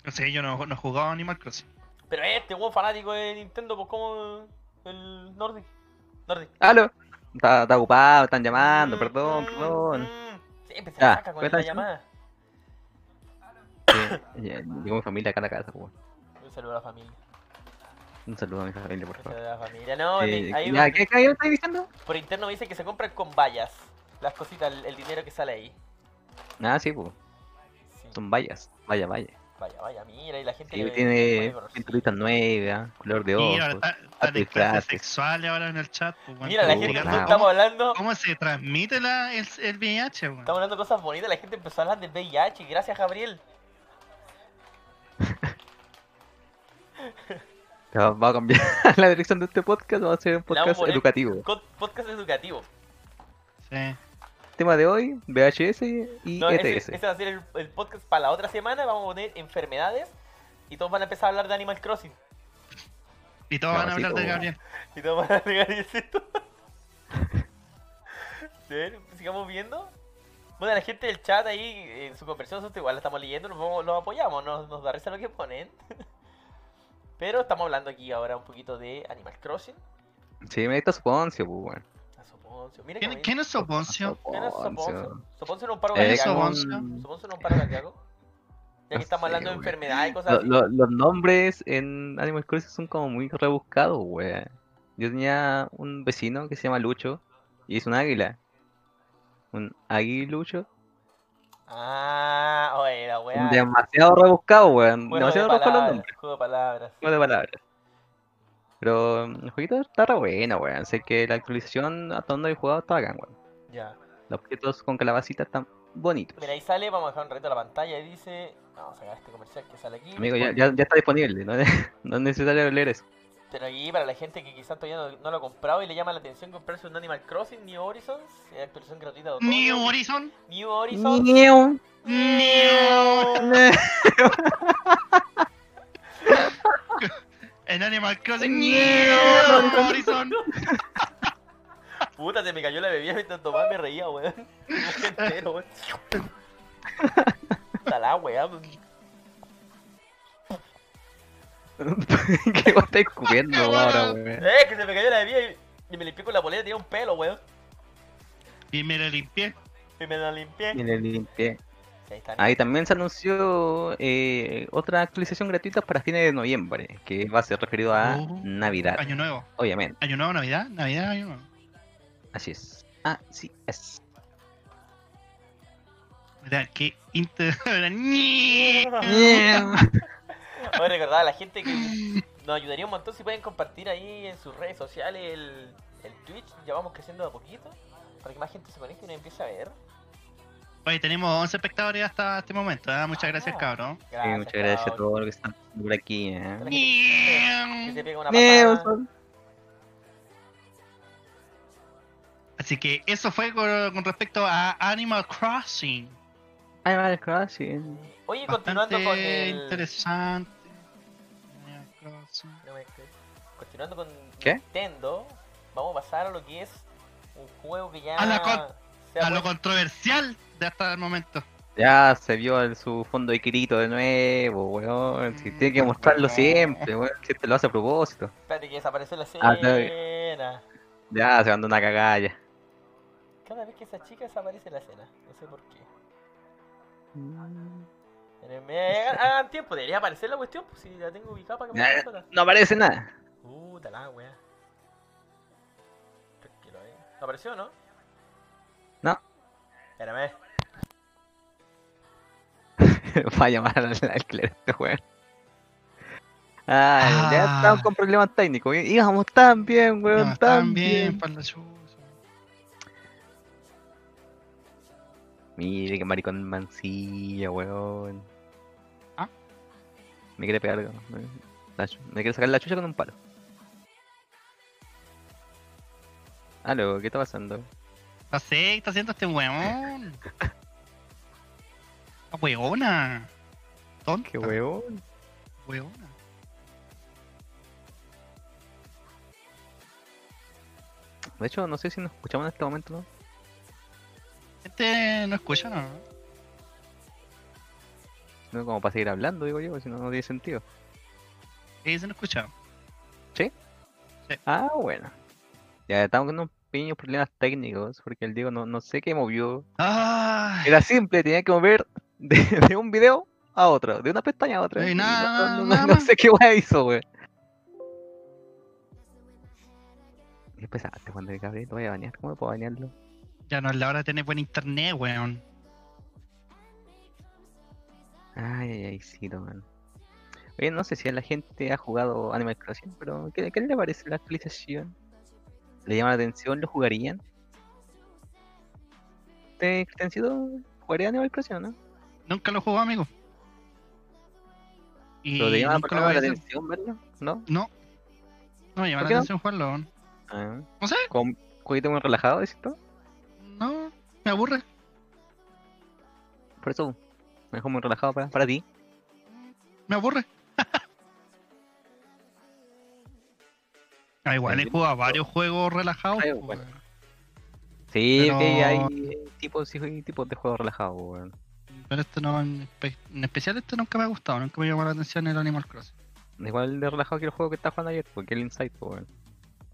S3: No sé, yo no, no jugaba a Animal Crossing.
S1: Pero este buen fanático de Nintendo, pues como el Nordic. Nordic.
S2: ¡Aló! Está, está ocupado, están llamando, perdón,
S1: Mm,
S2: perdón.
S1: mm, Siempre se
S2: Ya,
S1: saca con
S2: ¿qué
S1: esta
S2: tal,
S1: llamada.
S2: Sí, ya, Llegó mi familia acá a la casa, weón.
S1: Un saludo a la familia.
S2: Un saludo a mi familia, por
S1: Un
S2: favor.
S1: saludo a la familia. No,
S2: Eh,
S1: me- ahí
S2: ya,
S1: me-
S2: ¿Qué qué estáis diciendo?
S1: por interno me dice que se compran con vallas. Las cositas, el, el dinero que sale ahí.
S2: Ah, sí, pues.
S1: Sí,
S2: Son vallas. Vaya, vaya.
S1: vaya, vaya, mira, y la gente
S2: Sí,
S1: le- le
S2: tiene
S1: pone colorcito.
S2: pinturitas nuevas, color de
S3: Mira,
S1: pues,
S2: ojos.
S3: ahora está- están en clases
S2: disfraces.
S3: sexuales ahora en el chat. pues, bueno,
S1: Mira, la
S2: Uh,
S1: gente,
S2: claro.
S1: nosotros estamos
S3: ¿Cómo,
S1: hablando,
S3: cómo se transmite la, el, el VIH? weón?
S1: estamos hablando cosas bonitas, la gente empezó a hablar del VIH, gracias Gabriel.
S2: Va a cambiar la dirección de este podcast, va a ser un
S1: vamos a
S2: podcast
S1: poner-
S2: educativo.
S1: Con- Podcast educativo.
S3: Sí.
S2: Tema de hoy, VHS y E
S1: No, ese,
S2: ETS.
S1: ese va a ser el, el podcast para la otra semana. Vamos a poner enfermedades y todos van a empezar a hablar de Animal Crossing.
S3: Y todos
S2: No,
S3: van a
S2: así
S3: hablar
S1: pues,
S3: de
S2: como-
S3: Gabriel.
S1: Y todos van a negar y decir todo. A ver, Sigamos viendo. Bueno, la gente del chat ahí en su conversión, nosotros igual la estamos leyendo, nos, vamos- los apoyamos, nos, nos da risa lo que ponen. Pero estamos hablando aquí ahora un poquito de Animal Crossing.
S2: Sí, me necesito Soponcio, pues, weón.
S1: A Soponcio, mira
S3: ¿Quién,
S1: bonito.
S3: quién es Soponcio?
S1: ¿Quién es Soponcio? Soponcio era un paro
S2: Eh,
S3: ¿Quién es
S1: cardíaco.
S2: con-
S3: Soponcio?
S1: Soponcio era un paro cardíaco. Ya que
S2: No
S1: estamos
S2: sé,
S1: hablando de
S2: güey.
S1: enfermedades y cosas
S2: Lo-
S1: así.
S2: lo- los nombres en Animal Crossing son como muy rebuscados, weón. Yo tenía un vecino que se llama Lucho y es un águila. Un aguilucho.
S1: Ah, oye, la weá.
S2: Demasiado rebuscado, weón.
S1: Juego de
S2: Demasiado rebuscado los
S1: palabras,
S2: nombres.
S1: Juego de palabras.
S2: juego de palabras. Pero mm, el jueguito está re bueno, weón. Sé que la actualización hasta donde he jugado está bacán, weón.
S1: Ya.
S2: Los objetos con calabacita están bonitos.
S1: Mira, ahí sale, vamos a dejar un reto a la pantalla y dice. Vamos a sacar este comercial que sale aquí.
S2: Amigo, ya, ya, ya está disponible, no, no es necesario leer eso.
S1: Pero aquí para la gente que quizás todavía no, no lo ha comprado y le llama la atención comprarse un Animal Crossing New Horizons, eh, actualización gratuita de otoño.
S3: New Horizon.
S1: New Horizons.
S2: Ñeu.
S3: New. En Animal Crossing. New Horizon.
S1: Puta, se me cayó la bebida mientras tomaba me reía, weón. Me entero, weón. Puta la weón.
S2: ¿Qué vos estáis cubriendo ahora, weón?
S1: Eh, que se me cayó la bebida y, y me limpié con la polera, tenía un pelo, weón.
S3: Y me lo limpié.
S1: Y me la limpié.
S2: Y le limpié.
S1: Ahí está.
S2: Ahí también se anunció eh, otra actualización gratuita para fines de noviembre, que va a ser referido a
S3: Oh.
S2: Navidad,
S3: Año nuevo.
S2: obviamente.
S3: Año nuevo, Navidad. Navidad, año nuevo.
S2: Ah, Así es. Así es.
S3: Mira, qué inter...
S1: Ah, Voy a recordar a la gente que nos ayudaría un montón si pueden compartir ahí en sus redes sociales el, el Twitch. Ya vamos creciendo de a poquito para que más gente se conecte y nos empiece a ver.
S3: Oye, tenemos 11 espectadores hasta este momento. ¿eh? Muchas gracias,
S1: Ah.
S3: cabrón.
S2: Sí, Eh, muchas gracias a
S1: cabrón.
S2: todos los que están por aquí. ¿eh?
S1: Hola, Que se
S3: Ñe.
S1: pega una
S2: Ñe,
S1: patada.
S2: Sol.
S3: Así que eso fue con, con respecto a Animal Crossing.
S2: Animal Crossing.
S1: Oye,
S3: Bastante
S1: continuando con el...
S3: interesante. Animal Crossing.
S1: No me escucho. Continuando con
S2: ¿Qué?
S1: Nintendo, vamos a pasar a lo que es un juego que ya
S3: A la con-
S1: se ha
S3: A lo
S1: vuelto-
S3: controversial de hasta el momento.
S2: Ya se vio en su fondo de Kirito de nuevo, weón. Si
S3: Mm,
S2: tiene que mostrarlo
S3: weón.
S2: siempre, weón. Si te lo hace a propósito.
S1: Espérate que desapareció la
S2: Ah,
S1: escena.
S2: está bien. Ya se mandó una cagada ya.
S1: Cada vez que esa chica desaparece la escena, no sé por qué.
S3: Mm.
S1: En el medio- hagan tiempo, debería aparecer la cuestión, pues si la tengo ubicada para que me
S2: Ya.
S1: aparezca.
S2: No aparece nada.
S1: Puta Uh, la wea. Tranquilo ahí. ¿Apareció no?
S2: No.
S1: Espérame.
S2: Va a llamar al, al clero este weón. Ay, ya
S3: Ah.
S2: estamos con problemas técnicos. y- Íbamos tan bien, weón.
S3: No,
S2: tan
S3: están bien,
S2: bien.
S3: para la chucha.
S2: Mire que maricón mancilla, weón.
S3: ¿Ah?
S2: Me quiere pegar. weón. La chu- me quiere sacar la chucha con un palo. Aló, ¿qué está pasando?
S3: No sé, ¿qué está haciendo este huevón? La huevona. Tonta.
S2: ¿Qué weón?
S3: Huevona.
S2: De hecho, no sé si nos escuchamos en este momento, ¿no?
S3: Este no escucha, ¿no?
S2: No como para seguir hablando, digo yo, si no, no tiene sentido.
S3: Sí, se no escucha.
S2: Ah, bueno. Ya estamos con unos pequeños problemas técnicos, porque el Diego no, no sé qué movió.
S3: Ah,
S2: Era simple, tenía que mover de, de un video a otro, de una pestaña a otra.
S3: Ey,
S2: y
S3: nada,
S2: no-
S3: nada,
S2: no, no-
S3: nada
S2: no
S3: más.
S2: sé qué guay hizo, güey. Es pesante, Juan de Gabriel, lo voy a bañar. ¿Cómo puedo bañarlo?
S3: ya no es la hora de tener buen internet, weón.
S2: Ay, ay, ay, sí, weón. Oye, no sé si la gente ha jugado Animal Crossing, pero ¿qué, qué le parece la actualización? ¿Le llama la atención? ¿Lo jugarían? ¿Te, te han sido jugaría Animal Crossing, o no?
S3: Nunca lo jugó, amigo. Y
S2: ¿Pero te llama ¿eh?
S3: nunca lo
S2: la,
S3: voy a
S2: la
S3: hacer.
S2: atención, verdad? ¿No?
S3: No. No me
S2: ¿Por
S3: llama la
S2: qué no?
S3: atención jugarlo, weón.
S2: Ah.
S3: No sé.
S2: ¿Con jueguito muy relajado, dices tú?
S3: No, me aburre.
S2: Por eso me dejó muy relajado para, para ti.
S3: Me aburre. Ah, igual he jugado a varios juegos relajados.
S2: Ay,
S3: pues,
S2: bueno.
S3: weón.
S2: Sí,
S3: Pero-
S2: que hay tipos, sí, hay tipos de juegos relajados, weón.
S3: Pero este no, en, espe- en especial este nunca me ha gustado, nunca me llamó la atención el Animal Crossing.
S2: Igual de relajado que el juego que estaba jugando ayer, porque el Insight, po, weón.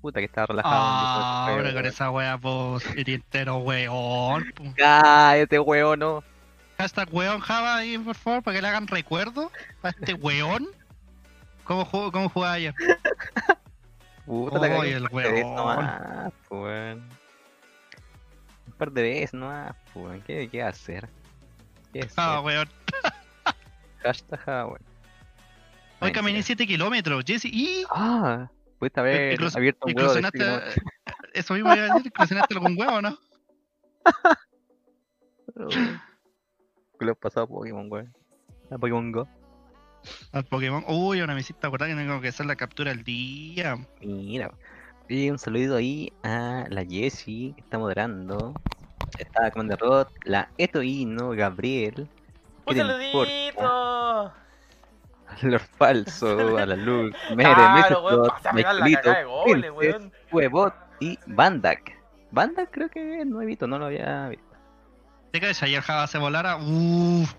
S2: Puta que estaba relajado.
S3: Ah,
S2: en el
S3: ahora
S2: juego,
S3: con
S2: weón.
S3: esa wea, pues, iría entero weón. po.
S2: Cállate, weón, no.
S3: Hashtag weón Java ahí, por favor, para que le hagan recuerdo a este weón. ¿Cómo, jugó, cómo jugaba ayer?
S2: Puta
S3: Oy,
S2: la cagué
S3: el
S2: un par de veces
S3: weón.
S2: nomás, po, weón. Un par de veces nomás, po, weón. ¿Qué, qué hacer? ¿Qué hacer?
S3: Ah, weón.
S2: Hashtag, ah, weón.
S3: Hoy caminé
S2: Mentira.
S3: 7 kilómetros, Jesse. Y
S2: Ah, pudiste haber
S3: E-, Incluso-
S2: abierto un huevo de este
S3: inclusionaste.
S2: chicle,
S3: Eso mismo iba a decir, inclusionaste algún huevo, ¿no?
S2: ¿no? Que lo he pasado a Pokémon, weón. A Pokémon Go.
S3: Al Pokémon. Uy, ahora me hiciste acordar que tengo que hacer la captura al día.
S2: Mira, y un saludo ahí a la Jessie, que está moderando. Está Commander Rod, la Etoino, Gabriel,
S1: ¡Un
S2: Miren,
S1: saludito!
S2: Lord Falso, a la Luz, Mere,
S1: Claro, weón,
S2: Metrot,
S1: se pegar la
S2: Mecholito,
S1: cagada de goles,
S2: Princess,
S1: weón.
S2: Huevot y Bandak. Bandak creo que es nuevito, no lo había visto.
S3: ¿Te caes? Ayer Java se volara. Uff.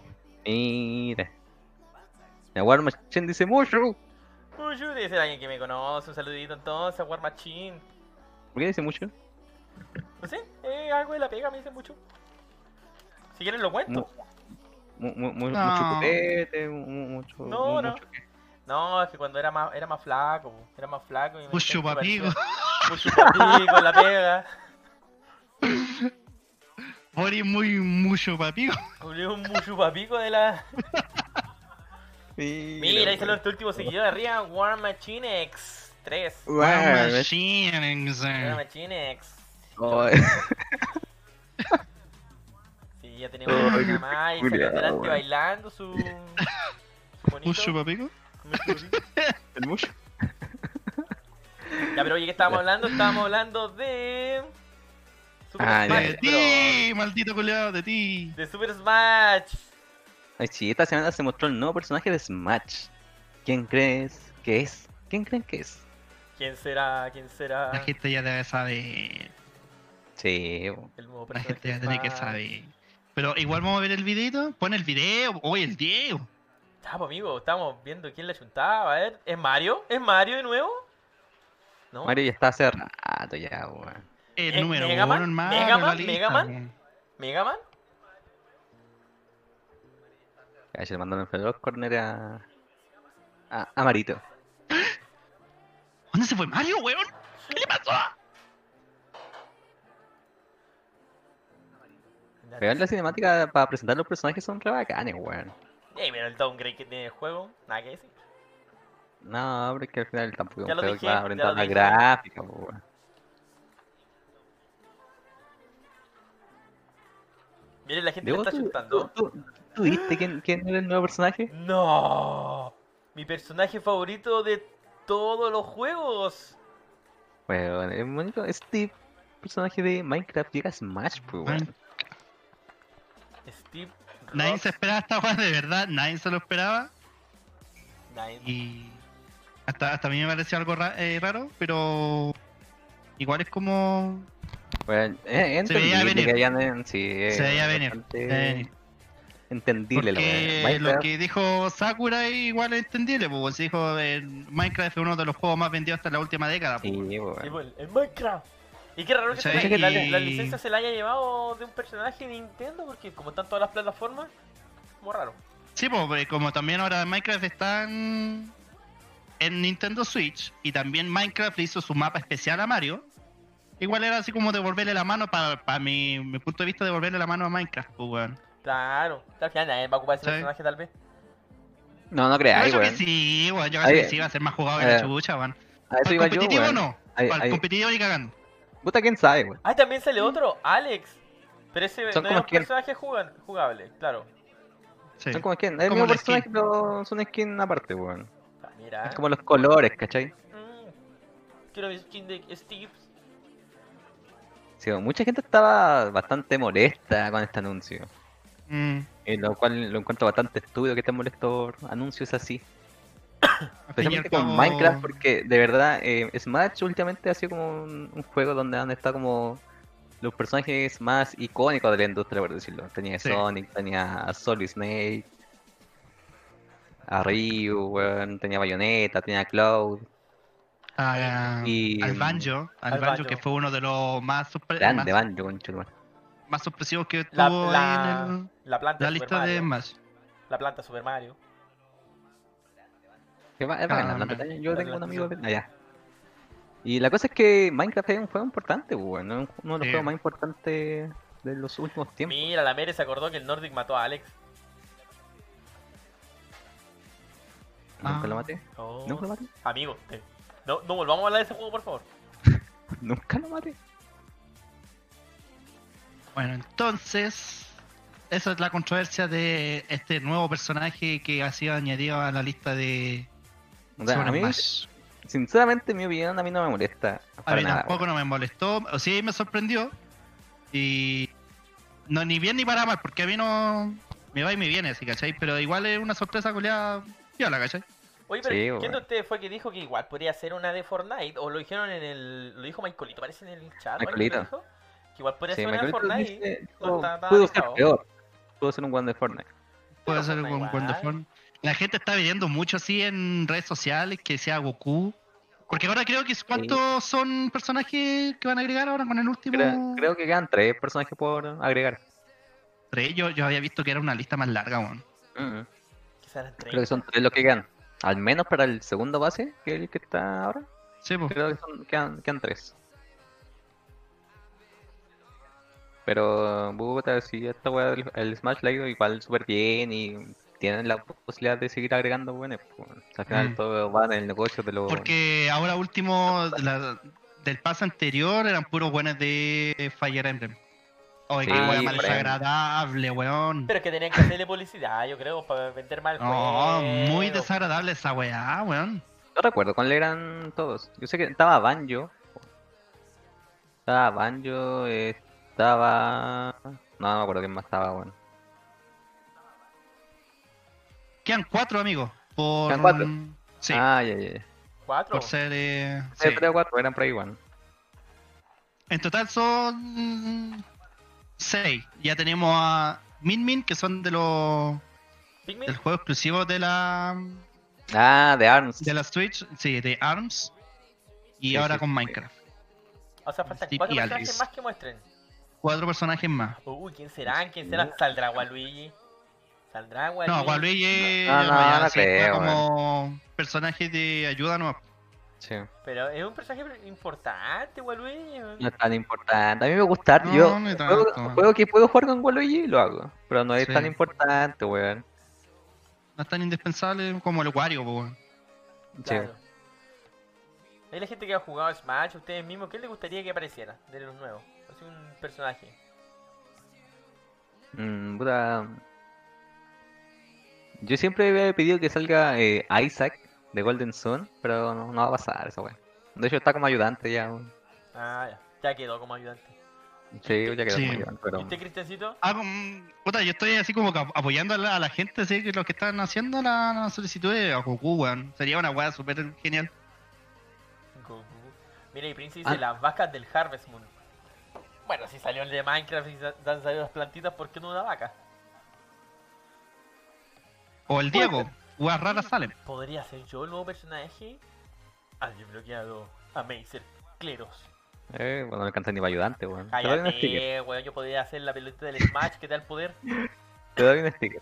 S2: Mira. La War Machine dice mucho.
S1: Uy, uy, debe ser alguien que me conoce, un saludito entonces, War Machine.
S2: ¿Por qué dice mucho?
S1: No sé, eh, algo de la pega me dicen mucho. Si quieren lo cuento.
S2: Mu- mu- mu- mu-
S3: No.
S2: Mucho copete, mu- mu- mucho.
S1: No,
S2: mu-
S1: no.
S2: mucho que-
S1: No, es que cuando era más, era más flaco, po. era más flaco y me
S3: Un
S1: decían que
S3: chupapico.
S1: parecía- Un chupapico en la pega.
S3: Bori muy mucho, papi.
S1: Julio un muchupapico de la. Mira, ahí salió este último seguidor arriba, War Machine X 3.
S3: War
S2: Wow,
S3: Machine, o
S1: War
S3: sea.
S1: Machine X.
S2: oh,
S1: Sí, ya tenemos
S2: Ay,
S1: una
S2: qué
S1: más y salió
S2: peculiar,
S1: adelante
S2: weón.
S1: bailando su. su bonito.
S3: Mucho, papico.
S1: muchupapito.
S2: el mucho.
S1: Ya, pero oye, ¿qué estábamos hablando? Estábamos hablando de. Super
S2: Ah,
S1: Smash
S3: De
S1: Bros.
S3: ti, maldito culeado, de ti.
S1: De Super Smash.
S2: Ay, sí, esta semana se mostró el nuevo personaje de Smash. ¿Quién crees que es? ¿Quién creen que es?
S1: ¿Quién será? ¿Quién será?
S3: La gente ya debe saber.
S2: Sí, bo.
S1: El nuevo
S3: La
S1: personaje.
S3: gente ya
S1: de
S3: tiene que
S1: Smash.
S3: saber. Pero igual vamos a ver el videito. Pon el video. Oye, el Diego.
S1: Ya, pues, amigo, estamos viendo quién la chuntaba. A ver, ¿es Mario? ¿Es Mario de nuevo? ¿No?
S2: Mario ya está hace rato ya, weón.
S3: El
S1: Eh,
S3: número
S1: Mega
S3: uno,
S1: Man,
S3: hermano,
S1: Mega
S3: la
S1: Man,
S3: lista,
S1: Mega Man.
S3: weón.
S1: ¿Mega Man?
S2: Ya se le mandaron el Fedor Corner a... a. a Marito.
S3: ¿Dónde se fue Mario, weón? ¿Qué le pasó?
S2: Vean la cinemática para presentar los personajes son re bacanes, weón.
S1: Ey, pero el downgrade que tiene el juego, nada que decir.
S2: No, pero es que al final tampoco es
S1: Ya
S2: un
S1: lo
S2: juego
S1: dije,
S2: que va
S1: ya
S2: orientado a
S1: lo
S2: la
S1: dije.
S2: gráfica, po, weón.
S1: Miren, la gente le
S2: Diego,
S1: está
S2: ¿tú,
S1: chuntando.
S2: tú- tú- tú viste quién, quién era el nuevo personaje?
S1: ¡No! Mi personaje favorito de todos los juegos.
S2: Weón, es bonito. Este personaje de Minecraft llega a Smash, pues, weón.
S1: Steve.
S3: Nadie
S1: Rocks,
S3: se esperaba esta weón, de verdad. Nadie se lo esperaba.
S1: Nine.
S3: Y hasta, hasta a mí me pareció algo ra- eh, raro, pero igual es como.
S2: Bueno, eh,
S3: Se veía
S2: entendible que
S3: venir.
S2: hayan- eh, sí,
S3: Se veía venir,
S2: bastante
S3: se veía venir.
S2: Entendible lo que-
S3: Porque lo
S2: Minecraft,
S3: que dijo Sakura igual es entendible, pues si dijo eh, Minecraft es uno de los juegos más vendidos hasta la última década. po.
S2: sí, po,
S1: Sí,
S2: weón.
S1: pues, el, el Minecraft. Y qué raro que
S3: ¿Cachai?
S1: esta- la, la
S3: Y-
S1: licencia se la haya llevado de un personaje de Nintendo, porque como están todas las plataformas, como raro.
S3: Sí, pues porque como también ahora Minecraft está en, en Nintendo Switch y también Minecraft le hizo su mapa especial a Mario. Igual era así como devolverle la mano para mi, mi punto de vista devolverle la mano a Minecraft, pues weón.
S1: Claro, al final nadie va a ocupar ese
S3: Sí.
S1: personaje tal vez.
S2: No, no creáis,
S3: yo creo
S2: weón.
S3: que sí, weón, yo
S2: Ahí-
S3: creo que sí va a ser más jugado que la
S2: eh,
S3: chucha, weón.
S2: A eso
S3: ¿Para el
S2: iba yo,
S3: competitivo
S2: weón.
S3: no?
S2: Ahí-
S3: Para el
S2: ahí-
S3: competitivo ni cagando.
S2: Puta, quién sabe, weón.
S1: Ah, y también sale
S3: Mm.
S1: otro, Alex. Pero ese
S2: Son
S1: no es
S2: como
S1: un
S2: quien-
S1: personaje jugan- jugable, claro.
S3: Sí.
S2: Son como skin. Es el
S3: Como
S2: mismo
S3: la
S2: personaje,
S3: skin.
S2: pero son skin aparte, weón.
S1: Ah, Mira.
S2: Es como los colores, ¿cachai?
S1: Mm. Quiero mi skin de Steve.
S2: Sí, weón, mucha gente estaba bastante molesta con este anuncio.
S3: Mm.
S2: eh, lo cual lo encuentro bastante estúpido que estén molestos por anuncios así.
S3: Al fin y al
S2: Especialmente con
S3: cabo-
S2: Minecraft, porque de verdad, eh, Smash últimamente ha sido como un, un juego donde han estado como los personajes más icónicos de la industria, por decirlo. Tenía a
S3: Sí.
S2: Sonic, tenía a Solid Snake, a Ryu, weón, tenía a Bayonetta, tenía a Cloud.
S3: a-
S2: Y- mm,
S3: al Banjo, al,
S1: Al
S3: Banjo,
S1: Banjo.
S3: que fue uno de los más, supre-
S2: Grande,
S3: más,
S2: banjo, conchetumare.
S3: más sorpresivos que tuvo
S1: La,
S3: ahí
S1: la,
S3: en el-
S1: la planta
S3: la
S1: de Super
S3: lista
S1: Mario.
S3: de Smash.
S1: La planta Super Mario.
S2: Que va- es bacana, la
S3: Caramba.
S2: verdad, yo
S1: La
S2: tengo un amigo
S1: relación.
S2: de- allá. Y la cosa es que Minecraft es un juego importante, pues, weón, es un- uno de los
S3: Sí.
S2: juegos más importantes de los últimos tiempos.
S1: Mira, la Mere se acordó que el Nordic mató a Alex.
S2: Nunca
S3: Ah.
S2: lo maté,
S1: Oh,
S2: nunca lo maté,
S1: Amigo, te- no, no volvamos a hablar de ese juego, por favor.
S2: nunca lo maté.
S3: Bueno, entonces, esa es la controversia de este nuevo personaje que ha sido añadido a la lista de
S2: O sea,
S3: Super
S2: a mí,
S3: Smash.
S2: sinceramente, mi opinión a mí no me molesta.
S3: A
S2: para
S3: mí
S2: nada,
S3: tampoco no me molestó, o sí me sorprendió. Y no ni bien ni para mal, porque a mí no me va y me viene, así, ¿cachai? Pero igual es una sorpresa culiada piola, ¿cachai?
S1: Oye, pero
S2: Sí,
S1: ¿quién
S2: bueno.
S1: de ustedes fue que dijo que igual podría ser una de Fortnite? O lo dijeron en el. Lo dijo Michaelito, parece en el chat. ¿o alguien lo
S2: Michaelito.
S1: dijo? Que igual podría
S2: Sí,
S1: ser una de
S2: Michael Jordan
S1: Fortnite.
S2: dice,
S1: no
S2: "Oh,
S1: está- está
S2: pudo ser
S1: aplicado".
S2: peor, pudo ser un one de Fortnite.
S3: Puede
S1: Pero
S3: ser
S1: Fortnite
S3: un
S1: igual.
S3: Wonderful. La gente está pidiendo mucho así en redes sociales que sea Goku. Porque ahora creo que es- cuántos son personajes que van a agregar ahora con el último.
S2: Creo, creo que quedan tres personajes por agregar.
S3: Tres, yo, yo había visto que era una lista más larga, weón.
S2: Mm,
S1: Quizás eran
S2: Creo que
S1: 30.
S2: son tres los que quedan. Al menos para el segundo base, que es el que está ahora.
S3: Sí, pues.
S2: Creo que son, quedan, quedan tres. Pero, puta, si esta weá, el, el Smash le ha ido igual súper bien y tienen la posibilidad de seguir agregando weones. po. O sea, al final
S3: Mm.
S2: todo va en el negocio de los.
S3: Porque ahora último, la- del pase anterior eran puros buenos de Fire Emblem. Oye, qué
S2: Sí,
S3: weón más
S2: Fire Emblem.
S3: desagradable, weón.
S1: Pero es que tenían que hacerle publicidad, yo creo, para vender mal el
S3: No,
S1: juego.
S3: Ah, muy desagradable esa weá, weón.
S2: No recuerdo cuáles eran todos. Yo sé que estaba Banjo. Estaba Banjo, eh, estaba. No, no me acuerdo quién más estaba, weón.
S3: Quedan cuatro, amigos. Por...
S2: Quedan cuatro.
S3: Sí,
S2: Ah, ya, ya, ya.
S1: Cuatro.
S3: por ser... eh,
S2: Sí,
S3: sí.
S2: tres o cuatro eran por ahí, weón.
S3: En total son... mm, seis. Ya tenemos a Min Min, que son de los...
S1: Pikmin.
S3: del juego exclusivo de la...
S2: Ah, de ARMS.
S3: de la Switch. Sí, de ARMS. Y
S2: Sí,
S3: ahora
S2: sí,
S3: con
S2: sí.
S3: Minecraft.
S1: O sea, faltan
S3: Steve
S1: cuatro
S3: y
S1: personajes
S3: Alice.
S1: más que muestren.
S3: Cuatro personajes más.
S1: Uy, ¿quién serán? ¿Quién serán? ¿Saldrá Waluigi? ¿Saldrá Waluigi?
S3: No, Waluigi es
S2: No, no,
S3: ya
S2: no
S3: sí, está
S2: creo,
S3: como personaje de ayuda, no.
S2: Sí.
S1: Pero es un personaje importante, Waluigi.
S2: No es tan importante. A mí me gusta. harto. Yo,
S3: No, no es
S2: juego,
S3: tanto.
S2: juego que puedo jugar con Waluigi, lo hago. Pero no es
S3: Sí.
S2: tan importante, weón.
S3: No es tan indispensable como el Wario, po, weón.
S2: Sí.
S1: Claro. Hay la gente que ha jugado a Smash, ustedes mismos, ¿qué les gustaría que apareciera de los nuevos? Así un personaje.
S2: Mm, puta. Yo siempre había pedido que salga eh, Isaac de Golden Sun, pero no, no va a pasar esa weá. De hecho, está como ayudante ya. weón.
S1: Ah, ya. Ya quedó como ayudante.
S2: Sí, ya quedó como
S3: Sí.
S2: ayudante,
S1: ¿Y
S2: pero.
S1: usted, Cristiancito?
S3: Ah, mm, puta, yo estoy así como que ap- apoyando a la, a la gente, así que los que están haciendo la, la solicitud de Goku, weón. Sería una weá súper genial.
S1: Goku. Mira, y Prince dice
S2: Ah.
S1: las vacas del Harvest Moon. Bueno, si salió el de Minecraft y sa- han salido las plantitas, ¿por qué no una vaca?
S3: O el Diego, weas raras salen.
S1: ¿Podría ser yo el nuevo personaje? Al desbloqueado Amazer Cleros.
S2: Eh, bueno, no alcanza ni para ayudante, weón. Te doy un sticker.
S1: Cállate, weón. Yo podría hacer la pelota del Smash que te da el poder.
S2: Te doy un sticker.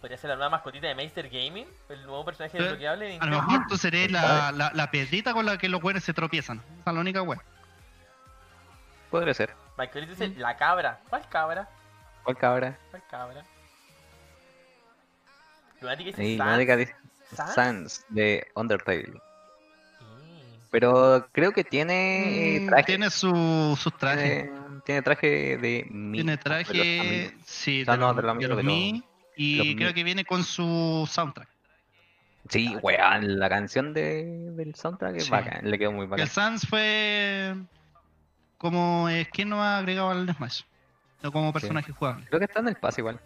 S1: Podría ser la nueva mascotita de Master Gaming, el nuevo personaje
S3: Sí. Ah,
S1: desbloqueable de
S3: A
S1: Nintendo.
S3: lo mejor tú seré la, la, la piedrita con la que los weones se tropiezan. Esa es la única wea.
S2: Podría ser.
S1: Michael dice la cabra. ¿Cuál cabra?
S2: ¿Cuál cabra?
S1: ¿Cuál cabra? Lunática dice
S2: Y
S1: Sans.
S2: Lunática dice
S1: Sans.
S2: Sans de Undertale.
S1: Mm.
S2: Pero creo que tiene eh,
S3: Mm,
S2: traje.
S3: Tiene su, sus trajes.
S2: Tiene, tiene traje de Mi.
S3: Tiene
S2: de los
S3: traje,
S2: amigos.
S3: sí,
S2: O sea,
S3: de,
S2: no,
S3: los,
S2: de los
S3: de
S2: amigos,
S3: los
S2: de los-
S3: Mi, y
S2: de los
S3: creo
S2: Mi.
S3: que viene con su soundtrack.
S2: Sí, weón, la canción de, del soundtrack es
S3: Sí.
S2: bacán, le quedó muy
S3: El
S2: bacán.
S3: Sans fue como skin no ha agregado al Smash, no como personaje jugable.
S2: Creo que está en el pase igual,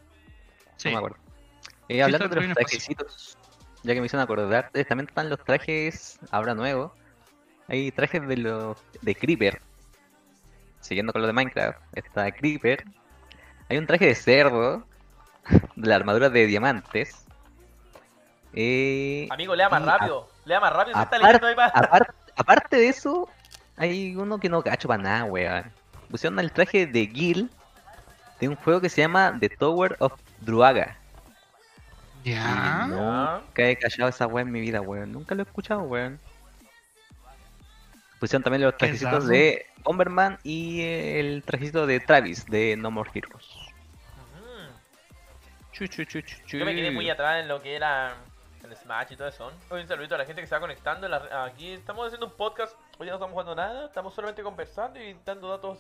S3: Sí.
S2: no me acuerdo. Eh, hablando
S3: está
S2: de los
S3: en el pase.
S2: trajecitos, ya que me hicieron acordar, eh, también están los trajes ahora nuevos. Hay trajes de los de Creeper. Siguiendo con lo de Minecraft, está Creeper. Hay un traje de cerdo, de la armadura de diamantes. Eh,
S1: Amigo, lea más
S2: y
S1: rápido. Lea más rápido, se está
S2: aparte-
S1: leyendo ahí para.
S2: Apar- aparte de eso, hay uno que no cacho para nada, weón. Pusieron el traje de Gil de un juego que se llama The Tower of Druaga.
S3: Ya.
S2: Y Nunca he cachado esa weón en mi vida, weón. Nunca lo he escuchado, weón. Pusieron también los
S3: Qué
S2: trajecitos
S3: zarra.
S2: de Bomberman y el trajecito de Travis de No More Heroes.
S1: Ujú.
S2: Chu, chu, chu, chu, chu.
S1: Yo me quedé muy atrás en lo que era el Smash y todo eso. Hoy un saludito a la gente que se va conectando. en la- aquí estamos haciendo un podcast. Hoy ya no estamos jugando nada. Estamos solamente conversando y dando datos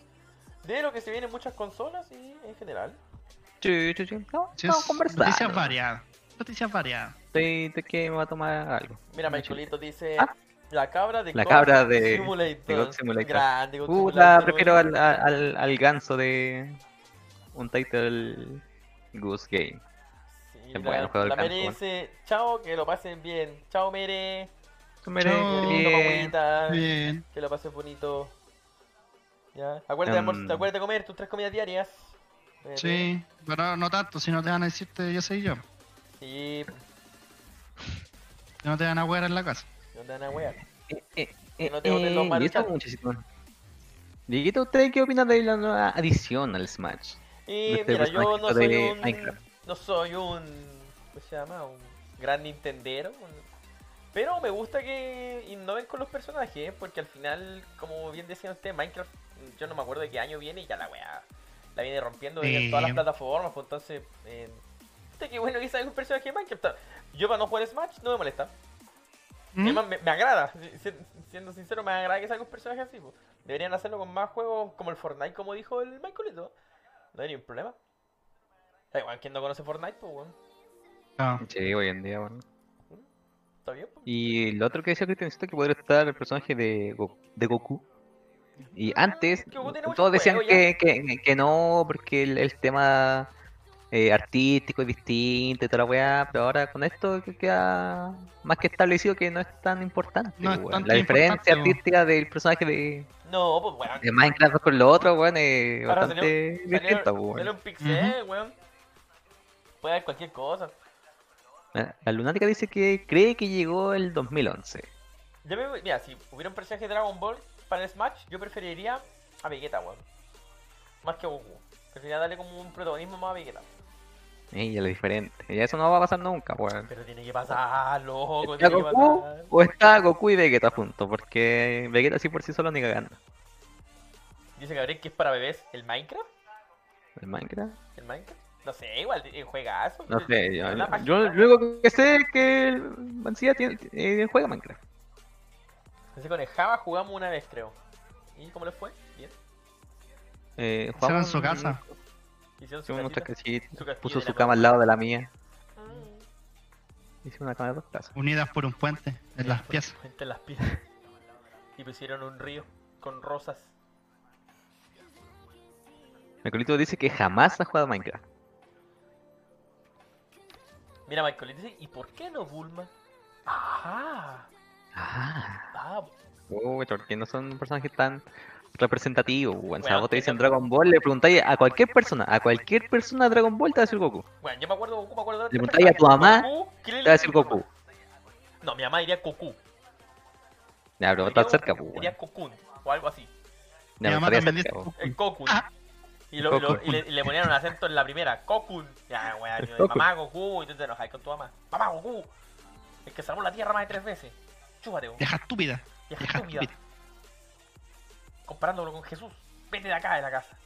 S1: de lo que se viene en muchas consolas y en general.
S2: Chu, chu, chu. No,
S3: Sí,
S2: estamos
S3: noticias
S2: conversando.
S3: variadas. Noticias variadas.
S2: Estoy, estoy que me va a tomar algo.
S1: Mira,
S2: Una
S1: Michaelito dice...
S2: Ah.
S1: La cabra de
S2: La
S1: God
S2: cabra de-
S1: Simulator.
S2: de God Simulator.
S1: Grande, God
S2: Puta,
S1: Simulator,
S2: prefiero
S1: weón.
S2: al, al, al ganso de un title Goose Game.
S1: Sí,
S2: Qué
S1: mira,
S2: bueno el juego del
S1: la
S2: campo,
S1: Mere
S2: weón.
S1: dice... Chao, que lo pasen bien. Chao, Mere.
S2: Tú me eres
S3: Chao.
S1: Lindo,
S2: bien.
S1: mamita.
S3: Bien.
S1: Que lo pases bonito. Ya. Acuérdate, de almorzar-
S2: Mm.
S1: acuérdate de comer tus tres comidas diarias. Eh,
S3: Sí, pero no tanto, si no te van a decirte yo soy yo.
S1: Sí, pues,
S3: Si no te van a huear en la casa.
S1: no te van a wear.
S2: Eh, eh,
S1: Que no
S2: eh,
S1: te boten los
S2: eh,
S1: malos
S2: y eso
S1: chantos.
S2: muchísimo. Dieguito, ¿usted qué opina de la nueva adición al Smash?
S1: Y
S2: Este
S1: mira, yo no
S2: personajito
S1: soy
S2: de
S1: un.
S2: Minecraft.
S1: No soy un. ¿Cómo se llama? Un gran Nintendero. un- Pero me gusta que innoven con los personajes, porque al final, como bien decía usted, Minecraft yo no me acuerdo de qué año viene y ya la weá la viene rompiendo en todas las
S3: Sí.
S1: plataformas, pues entonces, eh, puta, qué bueno que salga un personaje de Minecraft. Yo para no jugar Smash no me molesta.
S3: ¿Mm?
S1: Además, me, me agrada, si- si- siendo sincero, me agrada que salga un personaje así. pues. Deberían hacerlo con más juegos como el Fortnite, como dijo el Michaelito. No hay ningún problema. Da igual, ¿quién no conoce Fortnite? Pues, weón.
S3: No.
S2: Sí, hoy en día, bueno.
S1: Está bien, pues.
S2: Y lo otro que decía Cristian Cito, que podría estar el personaje de, Go- de Goku. Y antes,
S1: Ah, Que Goku tiene mucho
S2: todos decían
S1: juego
S2: que, que- que no, porque el, el tema eh, artístico es distinto y toda la weá, pero ahora con esto que queda más que establecido que no es tan importante.
S3: No es
S2: weón.
S3: tan
S2: la diferencia
S3: importante, weón.
S2: artística del personaje de,
S1: No, pues, weón.
S2: de Minecraft con lo otro, weón, es
S1: Ahora
S2: bastante
S1: Salió,
S2: distinta, weón.
S1: salió un pixel, weón. Puede haber cualquier cosa.
S2: La la Lunática dice que cree que llegó el 2011.
S1: Yo me- mira, si hubiera un personaje de Dragon Ball para el Smash, yo preferiría a Vegeta, weón. Más que a Goku. Preferiría darle como un protagonismo más a Vegeta.
S2: Ella eh, es diferente. Ya eso no va a pasar nunca, weón.
S1: Pero tiene que pasar, loco,
S2: ¿Está
S1: tiene que
S2: Goku
S1: pasar.
S2: o está Goku y Vegeta juntos? Porque Vegeta sí por sí solo ni cagando.
S1: Dice Gabriel que es para bebés el Minecraft.
S2: ¿El Minecraft?
S1: El Minecraft. No sé, igual, eh, juegazo.
S2: No sé, yo,
S1: Una
S2: yo
S1: página.
S2: lo único que sé es que el Mancilla tiene- eh, juega Minecraft.
S1: Entonces con el Java jugamos una vez, creo. ¿Y cómo les fue? Bien.
S2: Eh,
S3: Se va en
S2: jugamos-
S3: su casa.
S1: Hicieron su
S2: Hicimos nuestra
S1: casita.
S2: casita,
S1: Su castillo
S2: puso
S1: de la
S2: su cama al lado de la mía.
S1: Mm.
S2: Hicimos una cama de dos casas.
S3: Unidas por un puente en las
S1: Por
S3: piezas.
S1: supuesto, en las piezas. Y pusieron un río con rosas.
S2: Mercolito dice que jamás ha jugado Minecraft.
S1: Mira, Michael, y dice, ¿y por qué no Bulma? Ah,
S2: Ah,
S1: ah,
S2: uy, porque no son personajes tan representativos. weón. O sea,
S1: Weón,
S2: vos te dicen
S1: tiene-
S2: Dragon Ball, le preguntáis a cualquier persona, a cualquier persona de Dragon Ball te va a decir Goku.
S1: bueno, yo me acuerdo de Goku, me acuerdo de
S2: Le
S1: otro
S2: preguntáis a tu
S1: personaje.
S2: mamá,
S1: Goku, ¿qué le
S2: Te va a decir Goku.
S1: No, mi mamá diría Goku.
S2: Ya, pero
S1: Diría-
S2: tan cerca, pues. weón.
S1: Diría Cocoon, o algo así.
S2: Ya,
S3: Mi mamá
S2: estaría
S3: también
S2: cerca,
S3: dice
S2: po.
S1: El
S3: Goku.
S1: Cocoon.
S3: Ah.
S1: Y, lo- y lo-
S2: Cocoon.
S1: y le, y le ponían un acento en la primera, Cocoon. Ya, weón, yo,
S2: Cocoon.
S1: mamá Goku, y tú te enojas con tu mamá. Mamá Goku, el que salvó la tierra más de tres veces. Chúpate, Goku.
S3: Vieja estúpida.
S1: Vieja
S3: Vieja
S1: estúpida.
S3: estúpida.
S1: Comparándolo con Jesús. Vete de acá de la casa.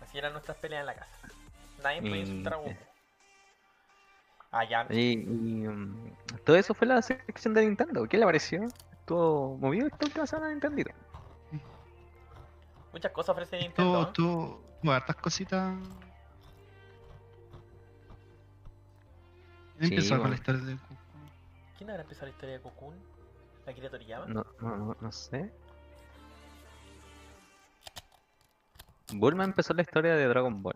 S1: Así eran nuestras peleas en la casa. Nadie podía
S2: Mm.
S1: insultar a Goku. Ah, Allá.
S2: Y, y, mm, todo eso fue la sección de Nintendo. ¿Qué le pareció? Estuvo movido esta última semana de Nintendo.
S1: Muchas cosas ofrece Nintendo. ¿eh?
S3: Tú,
S1: ¿no?
S3: tú, tú, hartas cositas.
S2: Sí,
S3: Empezó con
S2: bueno.
S3: la historia de Goku.
S1: ¿Quién habrá empezado la historia de Cocoon? ¿La Kira Toriyama?
S2: No, no, no, no sé. Bulma empezó la historia de Dragon Ball.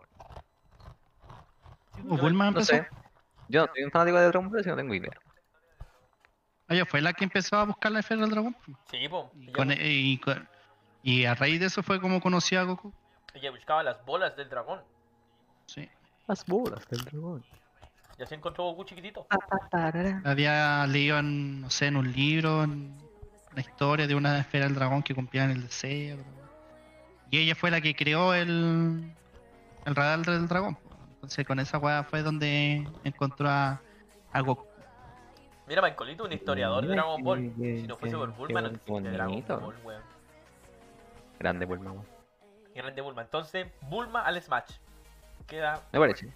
S3: ¿O
S2: No
S3: Bulma Ah, empezó?
S2: sé. Yo no soy un fanático de Dragon Ball, así que no tengo idea.
S3: Ella fue la que empezó a buscar la esfera del dragón. po.
S1: Sí, po.
S3: Y,
S1: Ella,
S3: con- e- y con- y a raíz de eso fue como conocí a Goku.
S1: ella buscaba las bolas del dragón.
S3: Sí.
S2: Las bolas del dragón.
S1: Y así encontró Goku chiquitito.
S3: Había leído, en, no sé, en un libro, en la historia de una esfera del dragón que cumplían el deseo. Y ella fue la que creó el, el radar del dragón. po. Entonces con esa weá fue donde encontró a, a Goku.
S1: Mira, Mancolito, un historiador de
S2: Mira
S1: Dragon Ball.
S2: qué-
S1: Si no fuese
S2: qué-
S1: por Bulma, no
S2: qué
S1: existe Dragon
S2: bonito.
S1: Ball, weón.
S2: Grande Bulma. weón.
S1: Grande Bulma. Entonces, Bulma al Smash. Queda
S2: Me parece.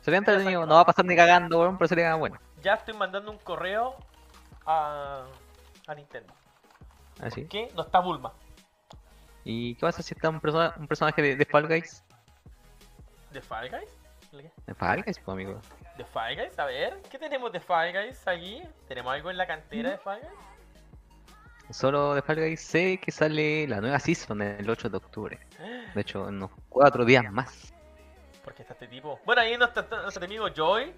S2: Sería entretenido, no va a pasar ni cagando, weón, pero sería bueno.
S1: ya estoy mandando un correo a, a Nintendo.
S2: Así.
S1: Que no está Bulma.
S2: ¿Y qué pasa si está un, persona- un personaje de, de Fall Guys?
S1: ¿De Fall Guys? ¿De qué?
S2: De Fall Guys, pues, amigo.
S1: ¿De Fall Guys? A ver, ¿qué tenemos de Fall Guys aquí? ¿Tenemos algo en la cantera de Fall Guys?
S2: Solo de Fall Guys sé que sale la nueva season el 8 de octubre. De hecho, en unos cuatro días más.
S1: Porque está este tipo. Bueno, ahí nuestro, nuestro amigo Joy.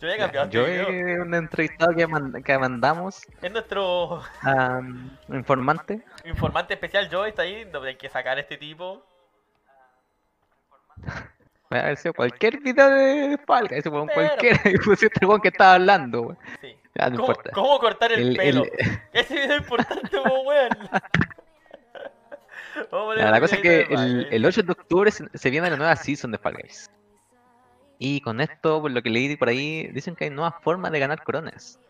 S1: Joy ha cambiado este
S2: Yo
S1: video.
S2: he un entrevistado que, mand- que mandamos
S1: Es nuestro
S2: a un informante.
S1: informante especial Joy, está ahí. donde Hay que sacar a este tipo.
S2: Puede haber sido cualquier video de Fall Guys, weón,
S1: Pero-
S2: cualquiera. Y pusiste el weón que estaba hablando, weón.
S1: Sí.
S2: Ya, no
S1: ¿Cómo,
S2: importa.
S1: cómo cortar el,
S2: El-
S1: pelo?
S2: el-
S1: Ese video es importante, po, weón. Vamos a poner
S2: Ya,
S1: un
S2: la cosa es que
S1: videito de
S2: el,
S1: baile.
S2: el 8 de octubre se, se viene la nueva season de Fall Guys. Y con esto, por lo que leí por ahí, dicen que hay nuevas formas de ganar coronas.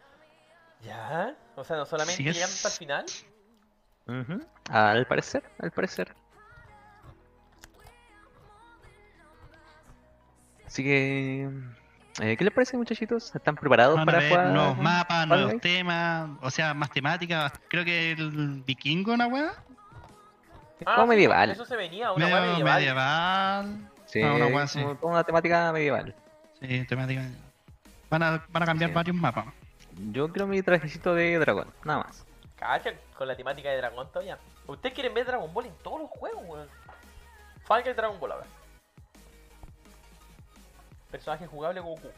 S1: Ya, o sea, no solamente
S3: Sí
S1: llegan
S3: es.
S1: hasta el final.
S2: Ujú, Al parecer, al parecer. Así que, eh, ¿qué les parece, muchachitos? ¿Están preparados
S3: Van a
S2: para
S3: ver
S2: jugar?
S3: nuevos mapas,
S2: Fall
S3: nuevos
S2: Guys?
S3: temas, o sea, más temática. Creo que el vikingo, una weá.
S2: Es
S1: Ah,
S2: como
S1: sí,
S2: medieval.
S1: Eso se venía, una
S3: Medio
S1: weá medieval.
S3: medieval.
S2: Sí,
S3: Ah, una wea así.
S2: como toda una temática medieval.
S3: Sí, temática. Van a, van a cambiar
S2: Sí.
S3: varios mapas.
S2: Yo quiero mi trajecito de dragón, nada más.
S1: Cacha, con la temática de Dragon todavía. Ustedes quieren ver Dragon Ball en todos los juegos, weón. Fall Guys Dragon Ball ahora. Personaje jugable Goku.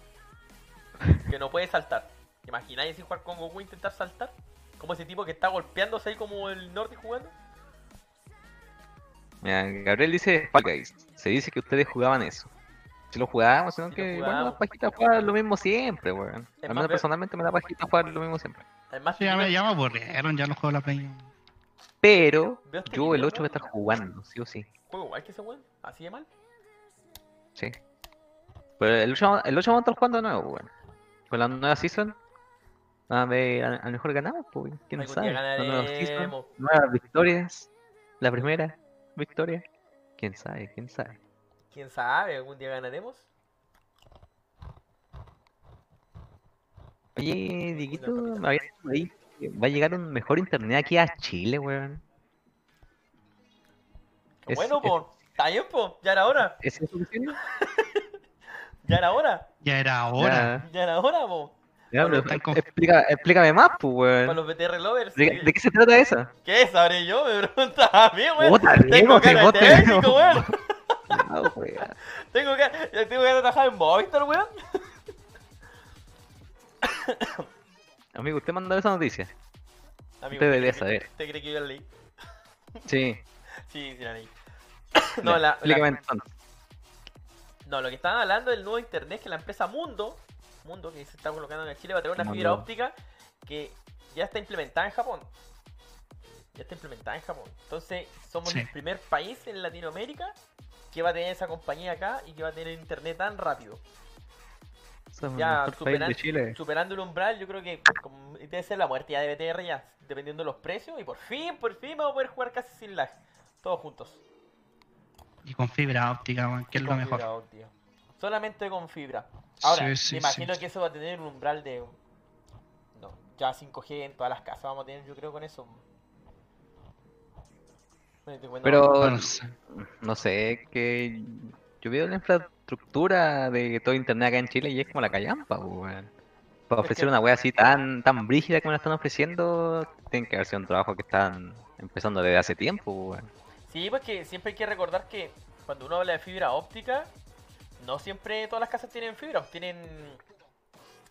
S1: Que no puede saltar. ¿Te imagináis así jugar con Goku e intentar saltar? Como ese tipo que está golpeándose ahí como el norte jugando.
S2: Mira, Gabriel dice Fall Guys. Se dice que ustedes jugaban eso. Si lo jugábamos, sino
S1: Sí lo
S2: que igual me
S1: jugábamos.
S2: da pajita jugar lo mismo siempre, weón.
S1: Es
S2: Al
S1: más,
S2: menos
S1: ve-
S2: personalmente me da pajita jugar lo mismo siempre.
S1: Además,
S3: Sí, ya,
S1: tenía-
S3: me, ya me aburrieron ya los juegos de la Play.
S2: Pero
S1: Veo este
S2: yo
S1: video,
S2: el 8 voy a
S1: ¿no?
S2: estar jugando, sí o sí.
S1: juego igual que ese weón. Así de mal.
S2: Sí. Pero el 8, va- el 8 vamos a estar jugando de nuevo, weón. Con la nueva season. A ver, a a lo mejor ganamos, pues, weón. quién
S1: Algún
S2: sabe.
S1: día
S2: La nueva season,
S1: ganaremos.
S2: nuevas victorias. La primera victoria. Quién sabe, quién sabe.
S1: Quién sabe, algún día ganaremos.
S2: Oye, Dieguito,
S1: papita.
S2: me habías dicho ahí que va a llegar un mejor internet aquí a Chile, weón.
S1: Qué
S2: Es-
S1: bueno,
S2: es-
S1: po. Está bien, po. Ya era hora.
S2: ¿Es eso posible?
S1: Ya era hora.
S3: Ya era hora.
S1: Ya era hora, po.
S2: Ya, pero
S3: Bueno, están con-
S2: explica- explícame más, pues,
S1: Para
S2: weón.
S1: los BTR lovers.
S2: ¿De, de qué se trata eso?
S1: ¿Qué sabré yo? Me preguntas a mí, weón.
S2: Puta,
S1: Tengo
S2: Diego, te
S1: cara de
S2: bote,
S1: técnico,
S2: Diego.
S1: weón.
S2: No, weón.
S1: Tengo cara, ya tengo cara de trabajar en Movistar, weón.
S2: Amigo, usted mandó esa noticia.
S1: Amigo,
S2: Usted debería
S1: cree
S2: saber.
S1: que- ¿Usted cree que yo la leí?
S2: Sí.
S1: Sí, sí la leí.
S2: ya,
S1: No, la, la-
S2: explícame entonces.
S1: no, lo que estaban hablando del nuevo internet que la empresa Mundo, Mundo que se está colocando en el Chile, va a traer una
S2: Mundo.
S1: fibra óptica que ya está implementada en Japón. Ya está implementada en Japón. Entonces, somos
S3: Sí.
S1: el primer país en Latinoamérica que va a tener esa compañía acá y que va a tener internet tan rápido.
S2: Somos el
S1: Ya
S2: mejor país
S1: superan-
S2: de Chile.
S1: superando el umbral, yo creo que como- debe ser la muerte ya de BTR ya, dependiendo de los precios. Y por fin, por fin vamos a poder jugar casi sin lag. Todos juntos.
S3: Y con fibra óptica, weón, que es lo
S1: Con
S3: mejor.
S1: fibra óptica. Solamente con fibra. Ahora,
S3: Sí, sí,
S1: me imagino
S3: sí.
S1: que eso va a tener un umbral de... No, ya 5G en todas las casas vamos a tener, yo creo, con eso. Bueno, te cuento-
S2: Pero-
S3: No, no sé.
S2: No sé, es que yo veo la infraestructura de todo internet acá en Chile y es como la callampa, pues, weón. Para
S1: Es
S2: ofrecer
S1: que-
S2: una wea así tan, tan brígida como la están ofreciendo, tiene que haber sido un trabajo que están empezando desde hace tiempo, pues, weón.
S1: Sí, porque siempre hay que recordar que cuando uno habla de fibra óptica, no siempre todas las casas tienen fibra, pues, tienen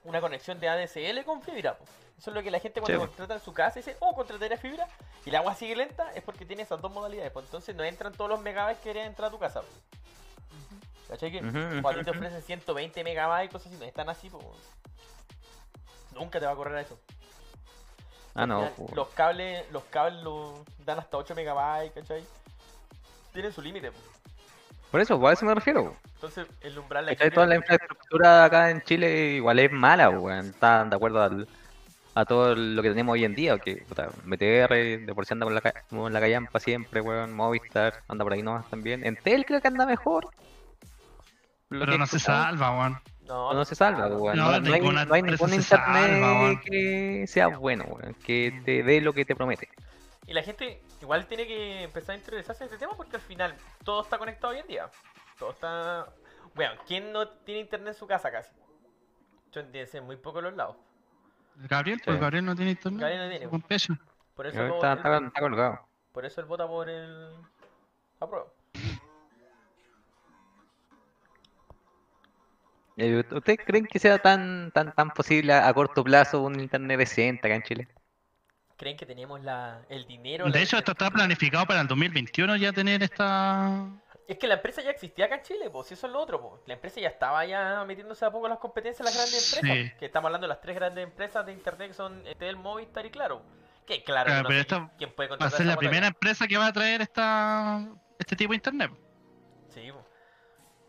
S1: una conexión de ADSL con fibra. po. Eso es lo que la gente cuando
S2: Sí, pues. po.
S1: contrata en su casa dice, oh, contrataré fibra, y el agua sigue lenta, es porque tiene esas dos modalidades, pues entonces no entran todos los megabytes que querían entrar a tu casa. po. ¿Cachai? Que
S2: Ujú,
S1: cuando a ti te
S3: ujú.
S1: ofrecen 120 megabytes y cosas así, no están así, pues. Nunca te va a correr a eso.
S2: Ah, no,
S1: Ya,
S2: po.
S1: Los cables, los cables lo dan hasta 8 megabytes, ¿cachai? Tienen su límite. po.
S2: Por eso, pues, a eso me refiero. po.
S1: Entonces, el umbral de
S2: ¿Cachai?
S1: equilibrio-
S2: Toda la infraestructura acá en Chile igual es mala, pues, weón. Están de acuerdo al- a todo lo que tenemos hoy en día, que puta, BTR, de por sí anda con la, ca- con la callampa siempre, weón. Movistar anda por ahí nomás también. Entel creo que anda mejor. Lo que
S3: Pero
S2: he
S3: no se
S2: escuchado,
S3: salva, weón.
S1: No,
S2: pero No se salva,
S1: no.
S2: weón.
S3: No,
S2: No, no hay,
S3: ninguna
S2: no hay
S3: empresa
S2: ningún
S3: se salva,
S2: internet
S3: weón.
S2: que sea bueno, weón. Que te dé lo que te promete.
S1: Y la gente igual tiene que empezar a interesarse en este tema porque al final todo está conectado hoy en día. Todo está. Bueno, ¿quién no tiene internet en su casa casi? Yo entiendo, en muy pocos los lados.
S3: Gabriel, pues
S2: Sí.
S3: Gabriel no tiene internet.
S1: Gabriel no tiene, pues.
S3: Con pecho.
S1: Por eso,
S2: Weón,
S1: lo-
S2: Está,
S1: él-
S2: está- está colgado.
S1: por eso él vota por el. Apruebo.
S2: Eh, ¿Ustedes creen que sea tan, tan, tan posible a a corto plazo un internet decente acá en Chile?
S1: Creen que tenemos la, el dinero. la
S3: De hecho, esto
S1: infra-
S3: está planificado para el 2021 ya tener esta.
S1: Es que la empresa ya existía acá en Chile, pues, si eso es lo otro, pues. La empresa ya estaba ya metiéndose a poco en las competencias de las grandes
S3: Sí.
S1: empresas. Que estamos hablando de las tres grandes empresas de internet que son Tel, Movistar y Claro. Que claro,
S3: Claro,
S1: yo no
S3: pero
S1: sé
S3: esta
S1: quién puede
S3: Va a
S1: contratar
S3: ser
S1: esa
S3: la
S1: batalla.
S3: primera empresa que va a traer esta este tipo de internet.
S1: Sí, po.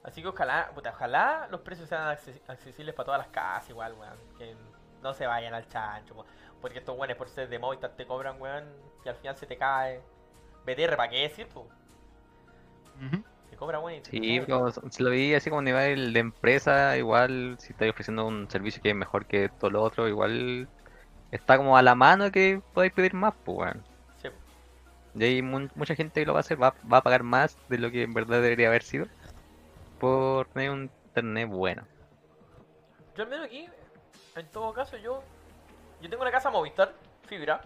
S1: Así que ojalá, puta, ojalá los precios sean acces- accesibles para todas las casas igual, weón. Que No se vayan al chancho, po. porque estos weones por ser de Movistar te cobran, weón, y al final se te cae. BTR, ¿para qué decir, po?
S3: Ujú.
S1: Te cobra, weón. y te
S2: Sí,
S1: cobra.
S2: pero si lo vi así como a nivel de empresa, igual si estáis ofreciendo un servicio que es mejor que todo lo otro, igual está como a la mano que podéis pedir más, pues weón.
S1: Sí.
S2: Y hay mu- mucha gente que lo va a hacer, va, va a pagar más de lo que en verdad debería haber sido por tener un internet bueno.
S1: Yo al menos aquí, en todo caso, yo. Yo tengo una casa Movistar, fibra,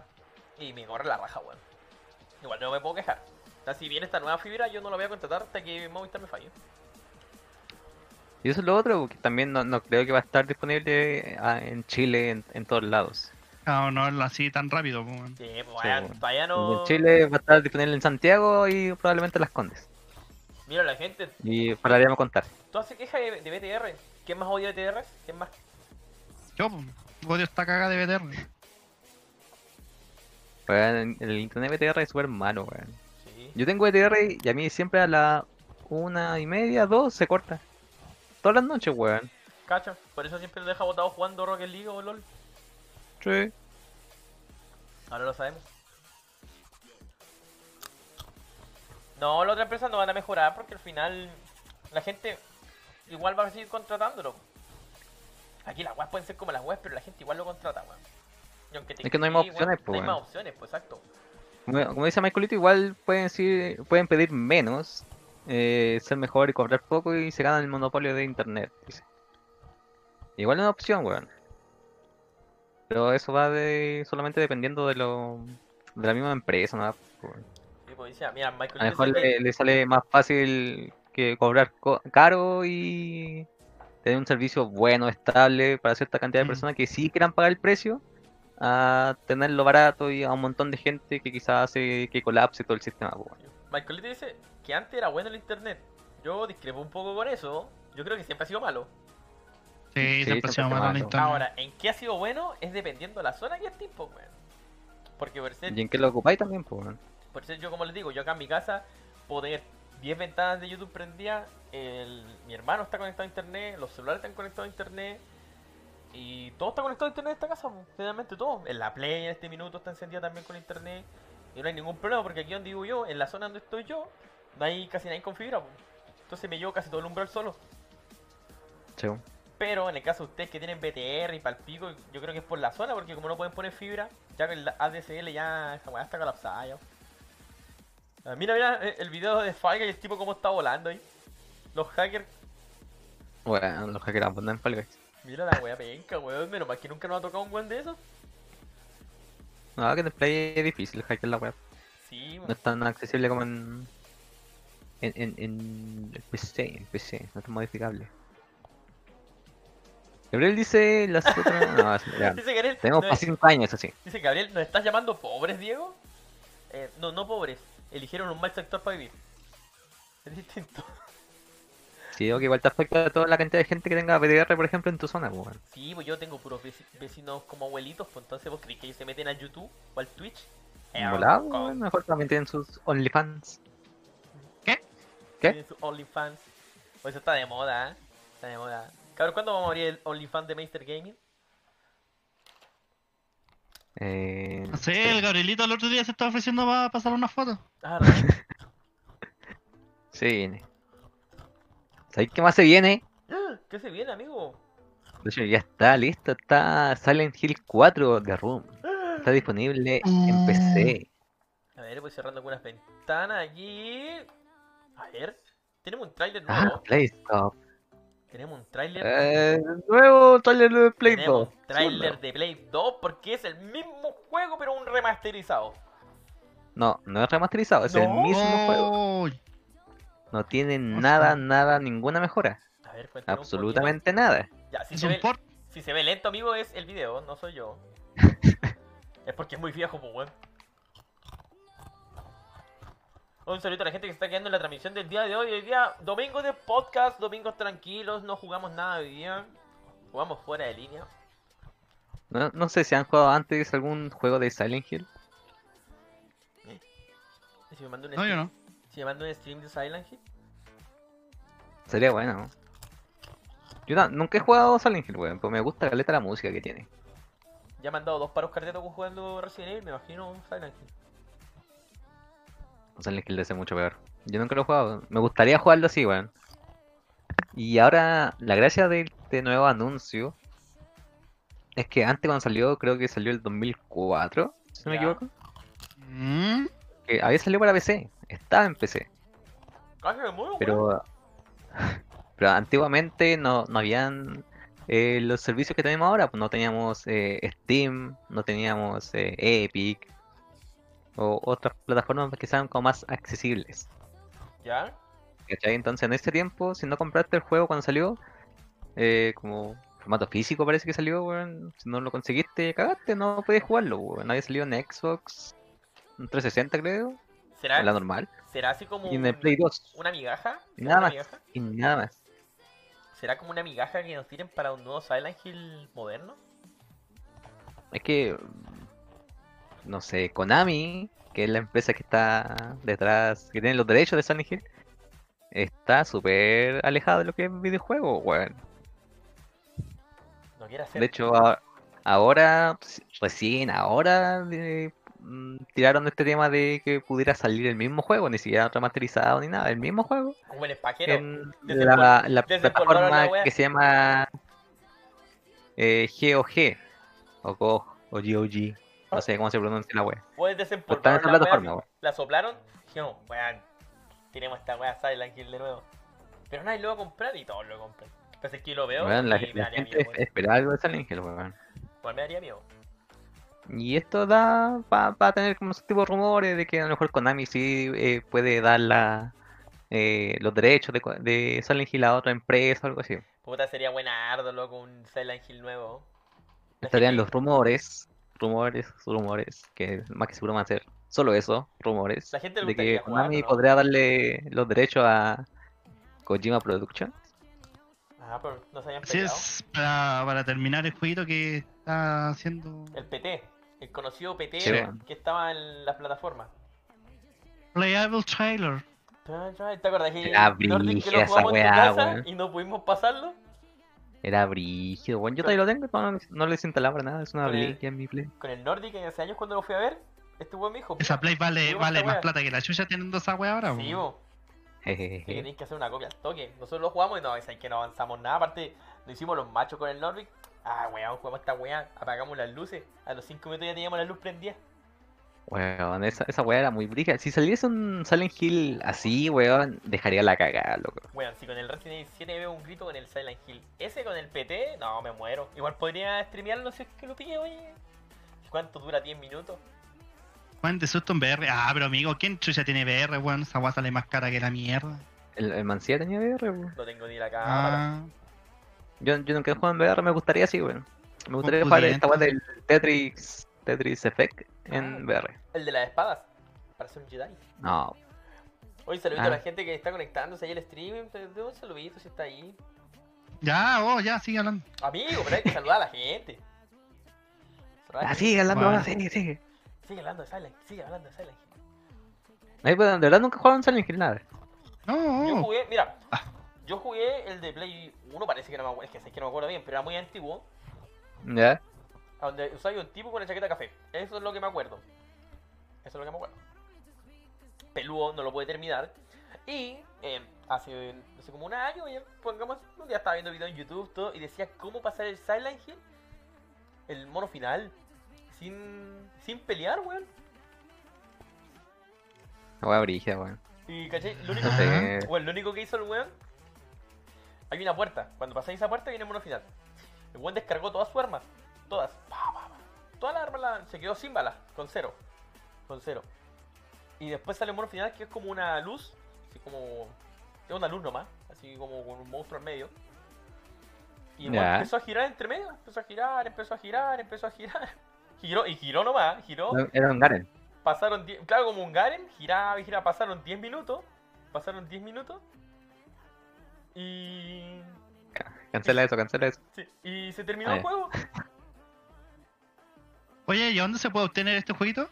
S1: y me corre la raja, weón. Igual no me puedo quejar. O sea, si viene esta nueva fibra, yo no la voy a contratar hasta que Movistar me falle.
S2: Y eso es lo otro, que también no, no creo que va a estar disponible ah, en Chile, en, en todos lados.
S3: Ah, No, no así tan rápido. pues, weón.
S1: Sí, pues weón,
S2: weón.
S1: todavía
S2: Y
S1: no.
S2: En Chile va a estar disponible en Santiago y probablemente en Las Condes.
S1: Mira, la gente,
S2: Y pararíamos contar.
S1: toda se queja de, de BTR. ¿Quién más odia BTR? ¿Quién más?
S3: Yo, pues, odio esta caga de BTR.
S2: Weón, el internet BTR es súper malo, weón.
S1: Sí.
S2: Yo tengo BTR y a mí siempre a la una y media, dos se corta. Todas las noches, weón.
S1: Cacha, por eso siempre lo deja botado jugando Rocket League o LOL.
S2: Sí.
S1: Ahora lo sabemos. No, las otras empresas no van a mejorar porque al final la gente igual va a seguir contratándolo. Aquí las webs pueden ser como las webs, pero la gente igual lo contrata, weón. Y aunque te
S2: Es que no hay más
S1: quejes, weón,
S2: opciones, po,
S1: No hay
S2: weón.
S1: más opciones, pues exacto.
S2: Bueno, como dice Michaelito, igual pueden, decir- pueden pedir menos, eh, ser mejor y cobrar poco y se ganan el monopolio de internet. dice. Igual es una opción, weón. Pero eso va de solamente dependiendo de lo de la misma empresa, ¿no? Weón.
S1: Y pues dice, mira, Michael
S2: A lo
S1: dice
S2: mejor
S1: que-
S2: le, le sale más fácil que cobrar co- caro y tener un servicio bueno, estable para cierta cantidad de
S3: Mm.
S2: personas que sí quieran pagar el precio, a tenerlo barato y a un montón de gente que quizás hace que colapse todo el sistema. po, weón.
S1: Michaelito dice que antes era bueno el internet. Yo discrepo un poco con eso. Yo creo que siempre ha sido malo.
S3: Sí,
S2: Sí,
S3: siempre se llama
S2: siempre
S3: la
S2: malo.
S3: internet.
S1: Ahora, ¿en qué ha sido bueno? Es dependiendo de la zona que estés, po, weón. Porque por ser,
S2: Y en que lo ocupáis también, po, weón.
S1: por ser yo, como les digo, yo acá en mi casa puedo tener 10 ventanas de YouTube prendidas. el- mi hermano está conectado a internet, los celulares están conectados a internet. Y todo está conectado a internet en esta casa, po, generalmente todo. En la play en este minuto está encendida también con internet. Y no hay ningún problema porque aquí donde vivo yo, en la zona donde estoy yo, no hay casi nadie con fibra. po. Entonces me llevo casi todo el umbral solo.
S2: Sí, po.
S1: Pero en el caso de ustedes que tienen BTR y palpico, yo creo que es por la zona, porque como no pueden poner fibra, ya que el ADSL ya esa weá está colapsada ya. Ah, Mira, mira eh, el video de Fall Guy, el tipo cómo está volando ahí. Los hackers,
S2: Bueno, los hackers abundan en Fall Guys.
S1: mira la weá penca, weón. Menos mal que nunca nos ha tocado un weón de esos.
S2: No, que en el Play es difícil hackear la web.
S1: Sí,
S2: No es tan accesible como en. En, en, en el PC, en PC, no es modificable. Gabriel dice las otras. No, es- ya.
S1: weón. Dice Gabriel,
S2: Tenemos
S1: no-
S2: para 5 años así.
S1: dice Gabriel, ¿nos estás llamando pobres, Diego? Eh, no, no pobres. Eligieron un mal sector para vivir. Es distinto.
S2: Sí, digo que igual te afecta a toda la cantidad de gente que tenga PDR, por ejemplo, en tu zona, pues, weón.
S1: Sí, pues yo tengo puros veci- vecinos como abuelitos, pues entonces vos crees que ellos se meten a YouTube o al Twitch. Eh,
S2: Volado,
S1: con-
S2: weón. Mejor también tienen sus OnlyFans. ¿Qué?
S1: tienen su OnlyFans. O eso está de moda, ¿eh? Está de moda. Cabrón, ¿cuándo vamos a abrir el OnlyFans de Master Gaming?
S2: Eh,
S3: No sé, el Gabrielito el otro día se estaba ofreciendo para pasar una foto.
S1: Ah, raro.
S2: se viene. ¿Sabéis qué más se viene?
S1: ¿Qué se viene, amigo?
S2: De hecho, ya está listo. Está Silent Hill 4 de Room. Está disponible en PC.
S1: A ver, voy cerrando algunas ventanas aquí. A ver. Tenemos un tráiler
S2: Ah,
S1: nuevo.
S2: PlayStop.
S1: Tenemos un tráiler.
S2: Eh, nuevo trailer de Play
S1: tenemos
S2: 2.
S1: un tráiler de Play 2 porque es el mismo juego pero un remasterizado.
S2: No, no es remasterizado, es el
S1: No.
S2: mismo juego.
S3: Oh,
S2: No tiene
S3: O
S2: nada, nada, ninguna mejora.
S1: A ver, cuéntanos un poquito.
S2: Absolutamente nada.
S1: Ya, si
S3: Es
S1: se
S3: un
S1: ve,
S3: port.
S1: Si se ve lento, amigo, es el video, no soy yo. es porque es muy viejo, pues, weón. Un saludo a la gente que se está quedando en la transmisión del día de hoy. Hoy día, domingo de podcast, domingos tranquilos, no jugamos nada hoy día. Jugamos fuera de línea.
S2: No, no sé si han jugado antes algún juego de Silent Hill.
S1: Y Si me mando un
S3: No, yo
S1: stream,
S3: no.
S1: si me mando un stream de Silent Hill.
S2: Sería bueno. Yo no- nunca he jugado Silent Hill, weón, pero me gusta la letra la música que tiene.
S1: Ya me han dado dos paros cardíacos jugando Resident Evil, me imagino Silent Hill.
S2: O sea, el Hill es mucho peor. Yo nunca lo he jugado. Me gustaría jugarlo así, weón. Y ahora, la gracia de este nuevo anuncio es que antes cuando salió, creo que salió el 2004, si no me
S1: Ya.
S2: equivoco,
S3: Mm,
S2: que había salido para PC, estaba en PC,
S1: Ah, que me muevo, weón.
S2: pero, pero antiguamente no, no habían eh, los servicios que tenemos ahora, pues no teníamos eh, Steam, no teníamos eh, Epic o otras plataformas que sean como más accesibles.
S1: ¿Ya?
S2: ¿Cachai? Entonces en este tiempo, si no compraste el juego cuando salió, eh, como formato físico parece que salió, weón, si no lo conseguiste, cagaste, no podías jugarlo, weón. Había salido en Xbox en 360 creo,
S1: ¿Será,
S2: en la normal,
S1: ¿Será así como
S2: y en el
S1: Ah, un-
S2: Play 2,
S1: una migaja?
S2: Y
S1: ¿Será
S2: nada
S1: una
S2: más.
S1: migaja?
S2: y nada más.
S1: ¿Será como una migaja que nos tiren para un nuevo Silent Hill moderno?
S2: Es que, mm, no sé, Konami, que es la empresa que está detrás, que tiene los derechos de Silent Hill, está súper alejada de lo que es videojuego, weón.
S1: No quiere hacer.
S2: De hecho, a- ahora, pues, recién ahora eh, mm, tiraron este tema de que pudiera salir el mismo juego, ni siquiera remasterizado ni nada, el mismo juego
S1: como el espajero.
S2: en
S1: desempol-
S2: la,
S1: desempolvaron la
S2: la plataforma
S1: wea.
S2: que se llama eh, GOG o GOG o GOG, no sé cómo se pronuncia la web.
S1: Puedes
S2: Pero
S1: desempolvar Ah.
S2: está en esa
S1: la, wea,
S2: plataforma, wea.
S1: la soplaron. Dijeron, weón, tenemos esta weá Silent Hill de nuevo. Pero nadie lo va a comprar y todos lo compran. Entonces aquí lo veo
S2: Weón, la,
S1: y me
S2: la
S1: daría
S2: gente
S1: miedo.
S2: es- espera algo de Silent Hill, weón.
S1: weón. Weón, me daría miedo.
S2: Y esto da va, va a tener como ese tipo de rumores de que a lo mejor Konami sí eh, puede dar la, eh, los derechos de, co- de Silent Hill a otra empresa o algo así.
S1: Puta, sería buena ardo, loco, un Silent Hill nuevo. La
S2: Estarían
S1: gente-
S2: los rumores, rumores, rumores, que más que seguro van a ser solo eso, rumores,
S1: La gente le
S2: de que
S1: gustaría jugarlo,
S2: Konami
S1: ¿no?
S2: podría darle los derechos a Kojima Productions.
S1: Ah, pero no se habían
S3: así
S1: peleado.
S3: es, para, para terminar el jueguito que está haciendo
S1: El PT, el conocido PT
S2: Sí, weón.
S1: que estaba en las plataformas.
S3: Playable Trailer.
S1: ¿Te acuerdas que
S2: Era
S1: Nordic que
S2: brígida
S1: lo
S2: esa
S1: jugamos en tu
S2: weá,
S1: casa
S2: weón.
S1: y no pudimos pasarlo?
S2: Era brígido, bueno, yo todavía lo tengo, no, no les instalaba para nada, es una
S1: Pero-
S2: reliquia en mi play.
S1: Con el Nordic en hace años cuando lo fui a ver, este weón me dijo.
S3: Esa Play vale,
S1: Digo,
S3: vale
S1: esta
S3: más
S1: wea.
S3: plata que la chucha teniendo esa wea ahora.
S1: Sí,
S3: po.
S1: bo, es que
S2: Jejeje.
S1: tenéis que hacer una copia al toque. Nosotros lo jugamos y no, es que no avanzamos nada. Aparte, lo hicimos los machos con el Nordic. Ah, weón, jugamos esta weá. Apagamos las luces. A los 5 minutos ya teníamos la luz prendida.
S2: Weón, esa, esa weá era muy briga. Si saliese un Silent Hill así, weón, dejaría la cagada, loco.
S1: Weón, si con el Resident Evil 7 veo un grito con el Silent Hill. Ese con el PT, no, me muero. Igual podría streamearlo si es que lo pille, oye. ¿Cuánto dura? ¿10 minutos?
S3: Juan de susto en VR. Ah, pero amigo, ¿quién chucha tiene VR, weón? Esa wea sale más cara que la mierda.
S2: El, el Mancilla tenía VR, weón.
S1: No tengo ni la cámara.
S3: Ah,
S2: Yo, yo nunca he jugado en VR, me gustaría así, weón. Me gustaría
S3: Pues
S2: jugar
S3: bien,
S2: esta weá del Tetris, Tetris Effect en
S1: Ah.
S2: VR.
S1: El de las espadas. Parece un Jedi.
S2: No,
S1: Hoy saludito a
S2: Ah.
S1: la gente que está conectándose ahí al stream. Te doy un saludito si está ahí.
S3: ya, oh, ya, sigue hablando.
S1: Amigo, pero hay que saludar a la gente. Saludar a la
S2: Ah,
S1: gente.
S2: sigue hablando,
S3: Bueno.
S2: ahora sigue, sigue.
S1: Sigue hablando de Silent, Hill, sigue hablando de Silent. Hill.
S2: Ay, pero pues, de verdad nunca jugaron Silent Hill nada. Mm.
S1: Yo
S3: No, oh,
S1: jugué, mira,
S2: Ah.
S1: yo jugué el de Play 1, parece que no me acuerdo, es que, sé que no me acuerdo bien, pero era muy antiguo.
S2: ¿Ya?
S1: A donde usaba un tipo con la chaqueta café. Eso es lo que me acuerdo. Eso es lo que me acuerdo. Peludo, no lo pude terminar. Y eh, hace, hace como un año, ya, pongamos, un día estaba viendo videos en YouTube todo, y decía cómo pasar el Silent Hill, el mono final, sin, sin pelear, weón.
S2: La weá brígida, weón.
S1: Y caché, lo único,
S2: Sí.
S1: weón, lo único que hizo el weón, hay una puerta. Cuando pasáis esa puerta viene el mono final. El weón descargó todas sus armas, todas, pa, pa, pa. todas las armas la- se quedó sin balas, con cero, con cero. Y después sale el mono final que es como una luz, así como, es una luz nomás, así como con un monstruo en medio. Y el weón
S2: Ya.
S1: empezó a girar entre medio, empezó a girar, empezó a girar, empezó a girar. Giró, y giró nomás, giró.
S2: Era- Era un Garen.
S1: Pasaron 10, claro, como un Garen, giraba y giraba, pasaron 10 minutos, pasaron 10 minutos y,
S2: Cancela eso, cancela eso.
S1: sí, y se terminó
S2: Ah,
S1: el
S2: ya.
S1: juego.
S3: Oye, ¿y dónde se puede obtener este jueguito?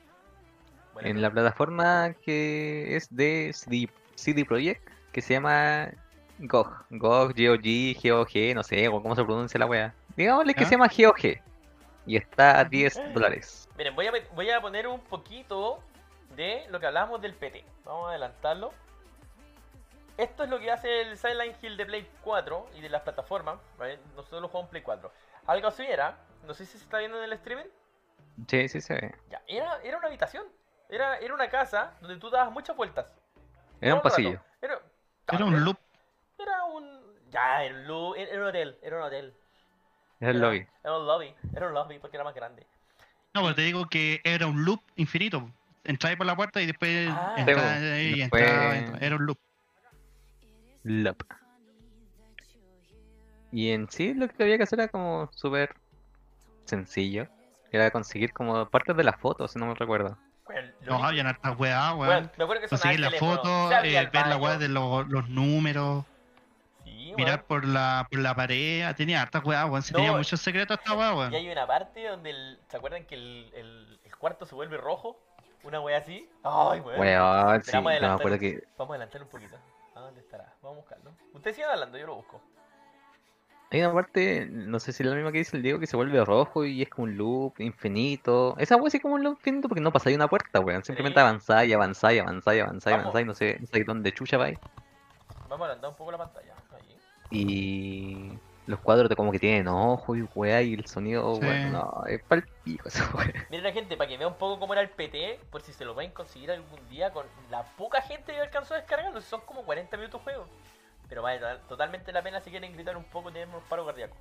S1: Bueno,
S2: En la plataforma que es de CD, CD Projekt, que se llama GOG. GOG, GOG, GOG, no sé weón, cómo se pronuncia la weá. Digámosle que
S3: ¿Ya?
S2: se llama GOG. y está a 10 dólares.
S1: Miren, voy a, met- voy a poner un poquito de lo que hablábamos del PT. Vamos a adelantarlo. Esto es lo que hace el Silent Hill de Play 4 y de las plataformas. ¿vale? Nosotros lo jugamos en Play 4. Algo así era. No sé si se está viendo en el streaming.
S2: Sí, sí se ve.
S1: Ya, era, era una habitación. Era, era una casa donde tú dabas muchas vueltas.
S2: Era un
S1: rato.
S2: pasillo.
S1: Era,
S3: Era un loop.
S1: Era un. Ya, era un, lu- era un hotel. Era un hotel.
S2: Era el
S1: Era-
S2: lobby.
S1: Era un lobby. Era un lobby porque era más grande.
S3: No, pero te digo que era un loop infinito. Entráis por la puerta y después
S1: Ah.
S3: entraba
S2: Sí,
S3: y
S2: después-
S3: entraba, entraba. Era un loop.
S2: Lop. Y en sí lo que había que hacer era como súper sencillo. Era conseguir como partes de las fotos, si no me recuerdo.
S1: Bueno, lo
S3: Nos
S1: único-
S3: habían hartas weá,
S1: bueno,
S3: weón.
S1: me acuerdo que sonaba
S3: Conseguir
S1: el
S3: la
S1: teléfono,
S3: foto,
S1: se abría
S3: eh,
S1: el
S3: ver la
S1: baño.
S3: weá de los, los números,
S1: Sí,
S3: mirar
S1: weón.
S3: por la, por la pared. Tenía hartas weá, weón. Se
S1: No,
S3: tenía
S1: eh.
S3: muchos secretos esta weá,
S1: Y
S3: weón.
S1: hay una parte donde el- ¿se acuerdan que el, el- el cuarto se vuelve rojo? Una wea así. Ay, weón.
S2: Weón, sí, no
S1: Esperamos
S2: me
S1: adelantar.
S2: acuerdo que.
S1: Vamos a adelantar un poquito. ¿A dónde estará? Vamos a buscarlo. Ustedes sigan hablando, yo lo busco.
S2: Hay una parte, no sé si es la misma que dice el Diego, que se vuelve rojo y es como un loop infinito. Esa wea sí como un loop infinito porque no pasáis una puerta, weón.
S1: Sí.
S2: Simplemente avanzáis y avanzáis y avanzáis y avanzáis y
S1: Vamos.
S2: avanzáis. No sé, no sé dónde chucha vais.
S1: Vamos a adelantar un poco la pantalla. Ahí.
S2: Y los cuadros de como que tienen ojo y weá y el sonido,
S3: Sí.
S2: weón. No, es pal pico esa weá.
S1: Miren la gente, para que vea un poco cómo era el PT, por si se lo van a conseguir algún día con la poca gente que alcanzó a descargarlo, son como 40 minutos de juego. Pero vale to- totalmente la pena si quieren gritar un poco tenemos un paro cardíaco.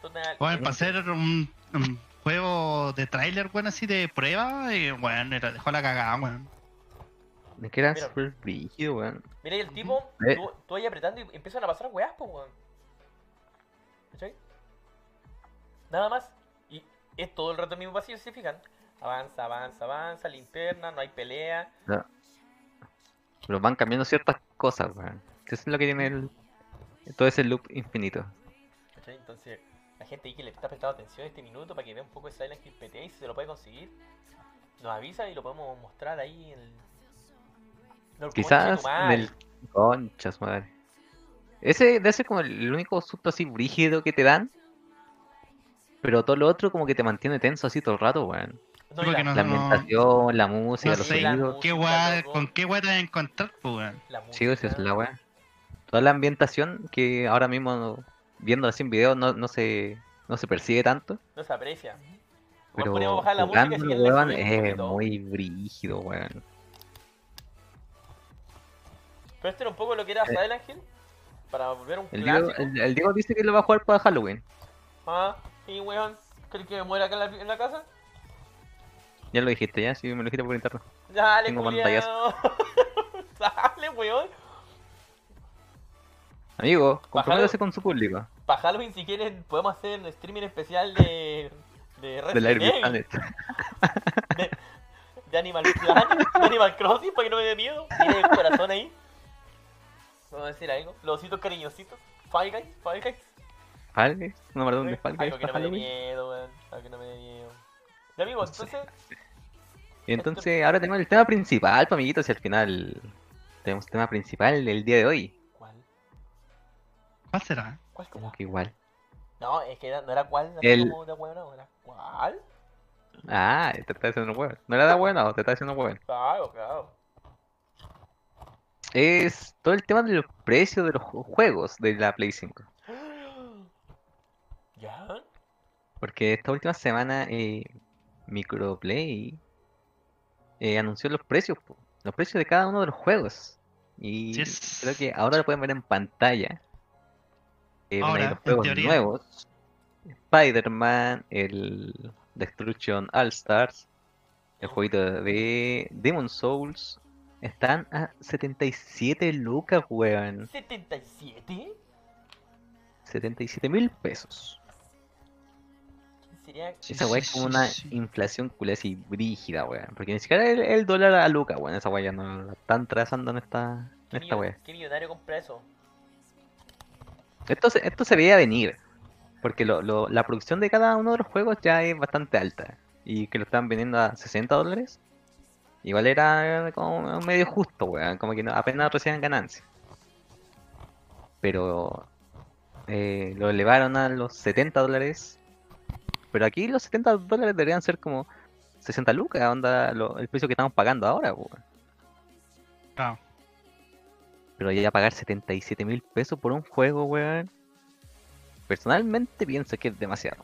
S1: Total-
S3: Weón, para hacer un, un juego de tráiler, weón, así de prueba, eh, weón, era- dejó la cagada, weón.
S2: Es que era
S1: Mira.
S2: súper brígido, weón.
S1: Mira, y el tipo,
S2: Eh.
S1: tú, tú ahí apretando y empiezan a pasar weas, pues, weón. ¿Cachai? Nada más. Y es todo el rato el mismo pasillo, si se fijan. Avanza, avanza, avanza, linterna, no hay pelea.
S2: Pero van cambiando ciertas cosas, weón. Eso es lo que tiene el... todo ese loop infinito.
S1: ¿Cachai? Entonces, la gente ahí que le está prestando atención a este minuto para que vea un poco de Silent Hill PT y si se lo puede conseguir, nos avisa y lo podemos mostrar ahí en el. No, el conche
S2: Quizás
S1: tu madre.
S2: del conchas, madre. Ese debe ser como el- el único susto así brígido que te dan. Pero todo lo otro como que te mantiene tenso así todo el rato, weón.
S1: Ah, No,
S3: Porque
S1: y la,
S3: no-
S2: La ambientación, la música,
S3: no
S2: los
S3: sé.
S2: sonidos.
S3: ¿Qué weá, ¿Con qué weá te vas a encontrar, pues, weón?
S1: la
S2: Sí, esa es
S1: música.
S2: la weá. Toda la ambientación que ahora mismo viendo así en video no, no se no se percibe tanto.
S1: No se aprecia. Nos
S2: Pero
S1: ponemos a bajar la música y
S2: jugando,
S1: siguiendo
S2: weón,
S1: el
S2: es
S1: sonido.
S2: muy brígido, weón.
S1: Pero esto era un poco lo que era Silent Hill. Para volver a un
S2: Eh, El
S1: clásico.
S2: Diego, el- el Diego dice que lo va a jugar para Halloween.
S1: Ah, y weón, ¿crees que me muera acá en la, en la casa?
S2: Ya lo dijiste, ya, si me lo dijiste por interno.
S1: Dale,
S2: Tengo
S1: culiao. Dale, weón.
S2: Amigo, comprométase con su público.
S1: Para Halloween, si quieren, podemos hacer un streaming especial de. de
S2: De la
S1: Resident Evil, de Animal Planet, de Animal Crossing, para que no me dé miedo. Tiene el corazón ahí. Vamos a decir algo. Los ositos cariñositos. Five Guys, Five Guys.
S2: Falgues, no, perdón, de Fall Guys
S1: Algo que no
S2: para
S1: me dé
S2: Halloween.
S1: miedo, weón. Algo que no me dé miedo. Ya, amigo,
S2: No sé.
S1: entonces.
S2: Y entonces, ahora tenemos el tema principal, pa' amiguitos, y al final tenemos el tema principal del día de hoy.
S1: ¿Cuál?
S3: ¿Cuál será?
S1: ¿Cuál será?
S2: Como que igual.
S1: No, es que era- no era cuál, así
S2: El-
S1: como de huevo, no, era cuál.
S2: Ah, te está haciendo un huevo. No era da bueno, te está haciendo un huevo.
S1: Claro, claro.
S2: Es todo el tema de los precios de los ju- juegos de la Play 5.
S1: ¿Ya?
S2: Porque esta última semana eh, Microplay eh, anunció los precios, po, los precios de cada uno de los juegos. Y
S3: Yes.
S2: creo que ahora lo pueden ver en pantalla. Eh, ven ahí
S3: Ahora,
S2: los
S3: en
S2: juegos
S3: teoría.
S2: nuevos. Spider-Man, el Destruction All Stars, el jueguito de Demon Souls. Están a 77 lucas, weón.
S1: ¿77?
S2: 77 mil pesos.
S1: Sería.
S3: Sí,
S2: Esa
S3: sí,
S2: weá es
S3: sí,
S2: como una
S3: sí.
S2: inflación culé así brígida, weón. Porque ni siquiera el, el dólar a Luca, weón. Esa weá ya no la están trazando en esta,
S1: ¿Qué,
S2: en esta
S1: millo-
S2: weá.
S1: qué millonario compra eso?
S2: Esto se, esto se veía venir. Porque lo, lo- la producción de cada uno de los juegos ya es bastante alta. Y que lo están vendiendo a 60 dólares. Igual era como medio justo, weón. Como que no- apenas reciben ganancias. Pero eh, lo elevaron a los 70 dólares. Pero aquí los 70 dólares deberían ser como 60 lucas, onda, lo- el precio que estamos pagando ahora, po.
S3: Claro.
S2: Pero ya pagar 77 mil pesos por un juego, weón. Personalmente pienso que es demasiado.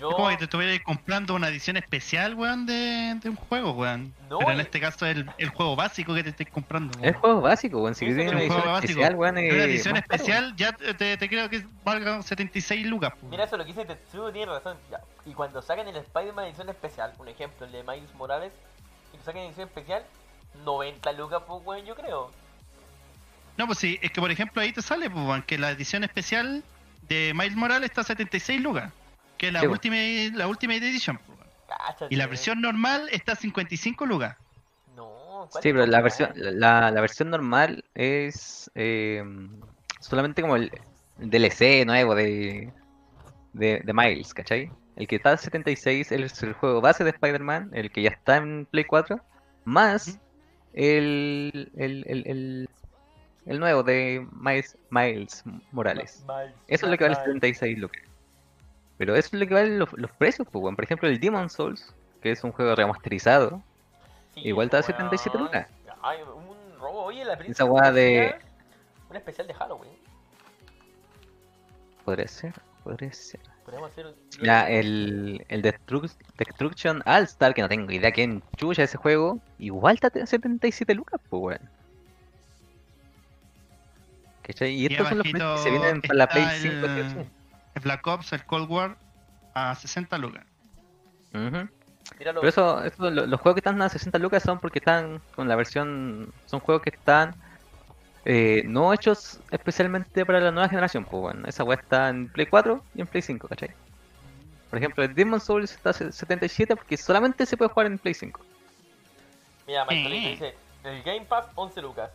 S1: Yo.
S3: Es como que te estuviera comprando una edición especial, weón, de, de un juego, weón.
S1: No, eh.
S3: Pero en
S1: y-
S3: este caso es el, el juego básico que te estés comprando,
S2: Es
S3: weón.
S2: juego básico, weón. Si
S1: Sí, sí,
S2: tiene
S1: es
S2: una
S1: un
S2: edición
S3: juego básico.
S2: especial, weón.
S3: Pero una
S2: es
S3: edición
S2: más caro, weón.
S3: especial ya te, te- te creo que valga 76 lucas, po.
S1: Mira eso lo que dice Tetsuo tiene razón. Ya. Y cuando sacan el Spider-Man edición especial, un ejemplo, el de Miles Morales, y lo sacan en edición especial, 90 lucas, pues weón, yo creo.
S3: No, pues sí, es que por ejemplo ahí te sale, pues, weón, que la edición especial de Miles Morales está a 76 lucas. Que es la,
S2: Sí, pues.
S3: última la Ultimate Edition, po, weón.
S1: Cáchate.
S3: Y la versión normal está a 55 lucas.
S1: No, ¿cuál
S2: Sí, pero la
S1: weón?
S2: versión, la, la versión normal es eh, solamente como el, el DLC nuevo de, de, de Miles, ¿cachai? El que está en 76 es el juego base de Spider-Man, el que ya está en Play 4, más el, el, el, el, el nuevo de Miles, Miles Morales.
S1: Miles,
S2: Eso es lo que vale este
S1: Miles.
S2: 76 lucas. Pero eso es lo que valen los, los precios, pues, weón. Por ejemplo, el Demon Souls, que es un juego remasterizado,
S1: Sí,
S2: Igual te da
S1: weón.
S2: 77 lucas.
S1: Ay, un robo. Oye, la princesa.
S2: Esa weá de-
S1: Leia, Un especial de Halloween.
S2: podría ser, podría ser.
S1: Podríamos hacer.
S2: Ya, el, el Destruc- Destruction All Star, que no tengo idea quién chucha ese juego, igual está a 77 lucas, pues, weón. ¿Cachai? Y
S3: Y
S2: estos son los
S3: abajito
S2: precios que se vienen para la Play
S3: está
S2: 5 sí o
S3: el,
S2: sí.
S3: el Black Ops, el Cold War a 60 lucas.
S2: Ujú.
S1: Míralo.
S2: Pero eso, eso- lo- los juegos que están a 60 lucas son porque están con la versión. Son juegos que están eh, no hechos especialmente para la nueva generación. Pues bueno, esa weá está en Play 4 y en Play 5, ¿cachai? Por ejemplo, el Demon Souls está a 77 porque solamente se puede jugar en Play 5.
S1: Mira, Marcelito
S3: Sí.
S1: dice: el Game Pass, 11 lucas.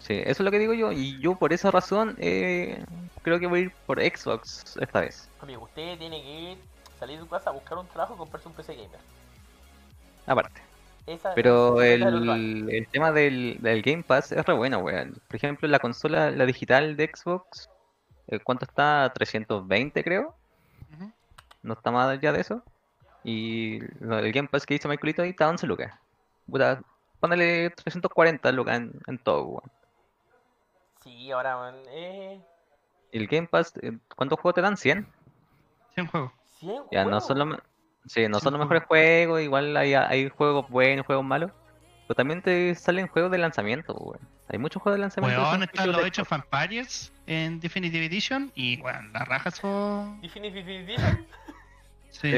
S2: Sí, eso es lo que digo yo. Y yo por esa razón eh, creo que voy a ir por Xbox esta vez.
S1: Amigo, usted tiene que ir, salir de su casa, buscar un trabajo y comprarse un PC gamer.
S2: Aparte.
S1: Esa
S2: Pero
S1: esa es la verdad.
S2: el, el tema del, del Game Pass es re bueno, weón. Por ejemplo, la consola, la digital de Xbox, eh, ¿cuánto está? 320 creo.
S3: Ujú.
S2: No está más allá de eso. Y lo- el Game Pass que hizo Michaelito ahí está 11 lucas. Puta, ponele 340 lucas en, en todo, weón.
S1: Sí, ahora, man. Eh,
S2: Y el Game Pass, eh, ¿cuántos juegos te dan? ¿100?
S3: 100 juegos.
S1: 100
S2: Ya, no
S1: juegos.
S2: son los, me- sí, no
S3: Sí, pues,
S2: son los
S3: juego.
S2: mejores juegos, igual hay, hay juegos buenos, juegos malos. Pero también te salen juegos de lanzamiento, weón. Hay muchos juegos de lanzamiento. que son
S3: Weón, están
S2: exclusivos
S3: los
S2: de
S3: hechos Vampires en Definitive Edition. Y, weón, las rajas son.
S1: Definitive Edition.
S3: Sí,
S2: Eh,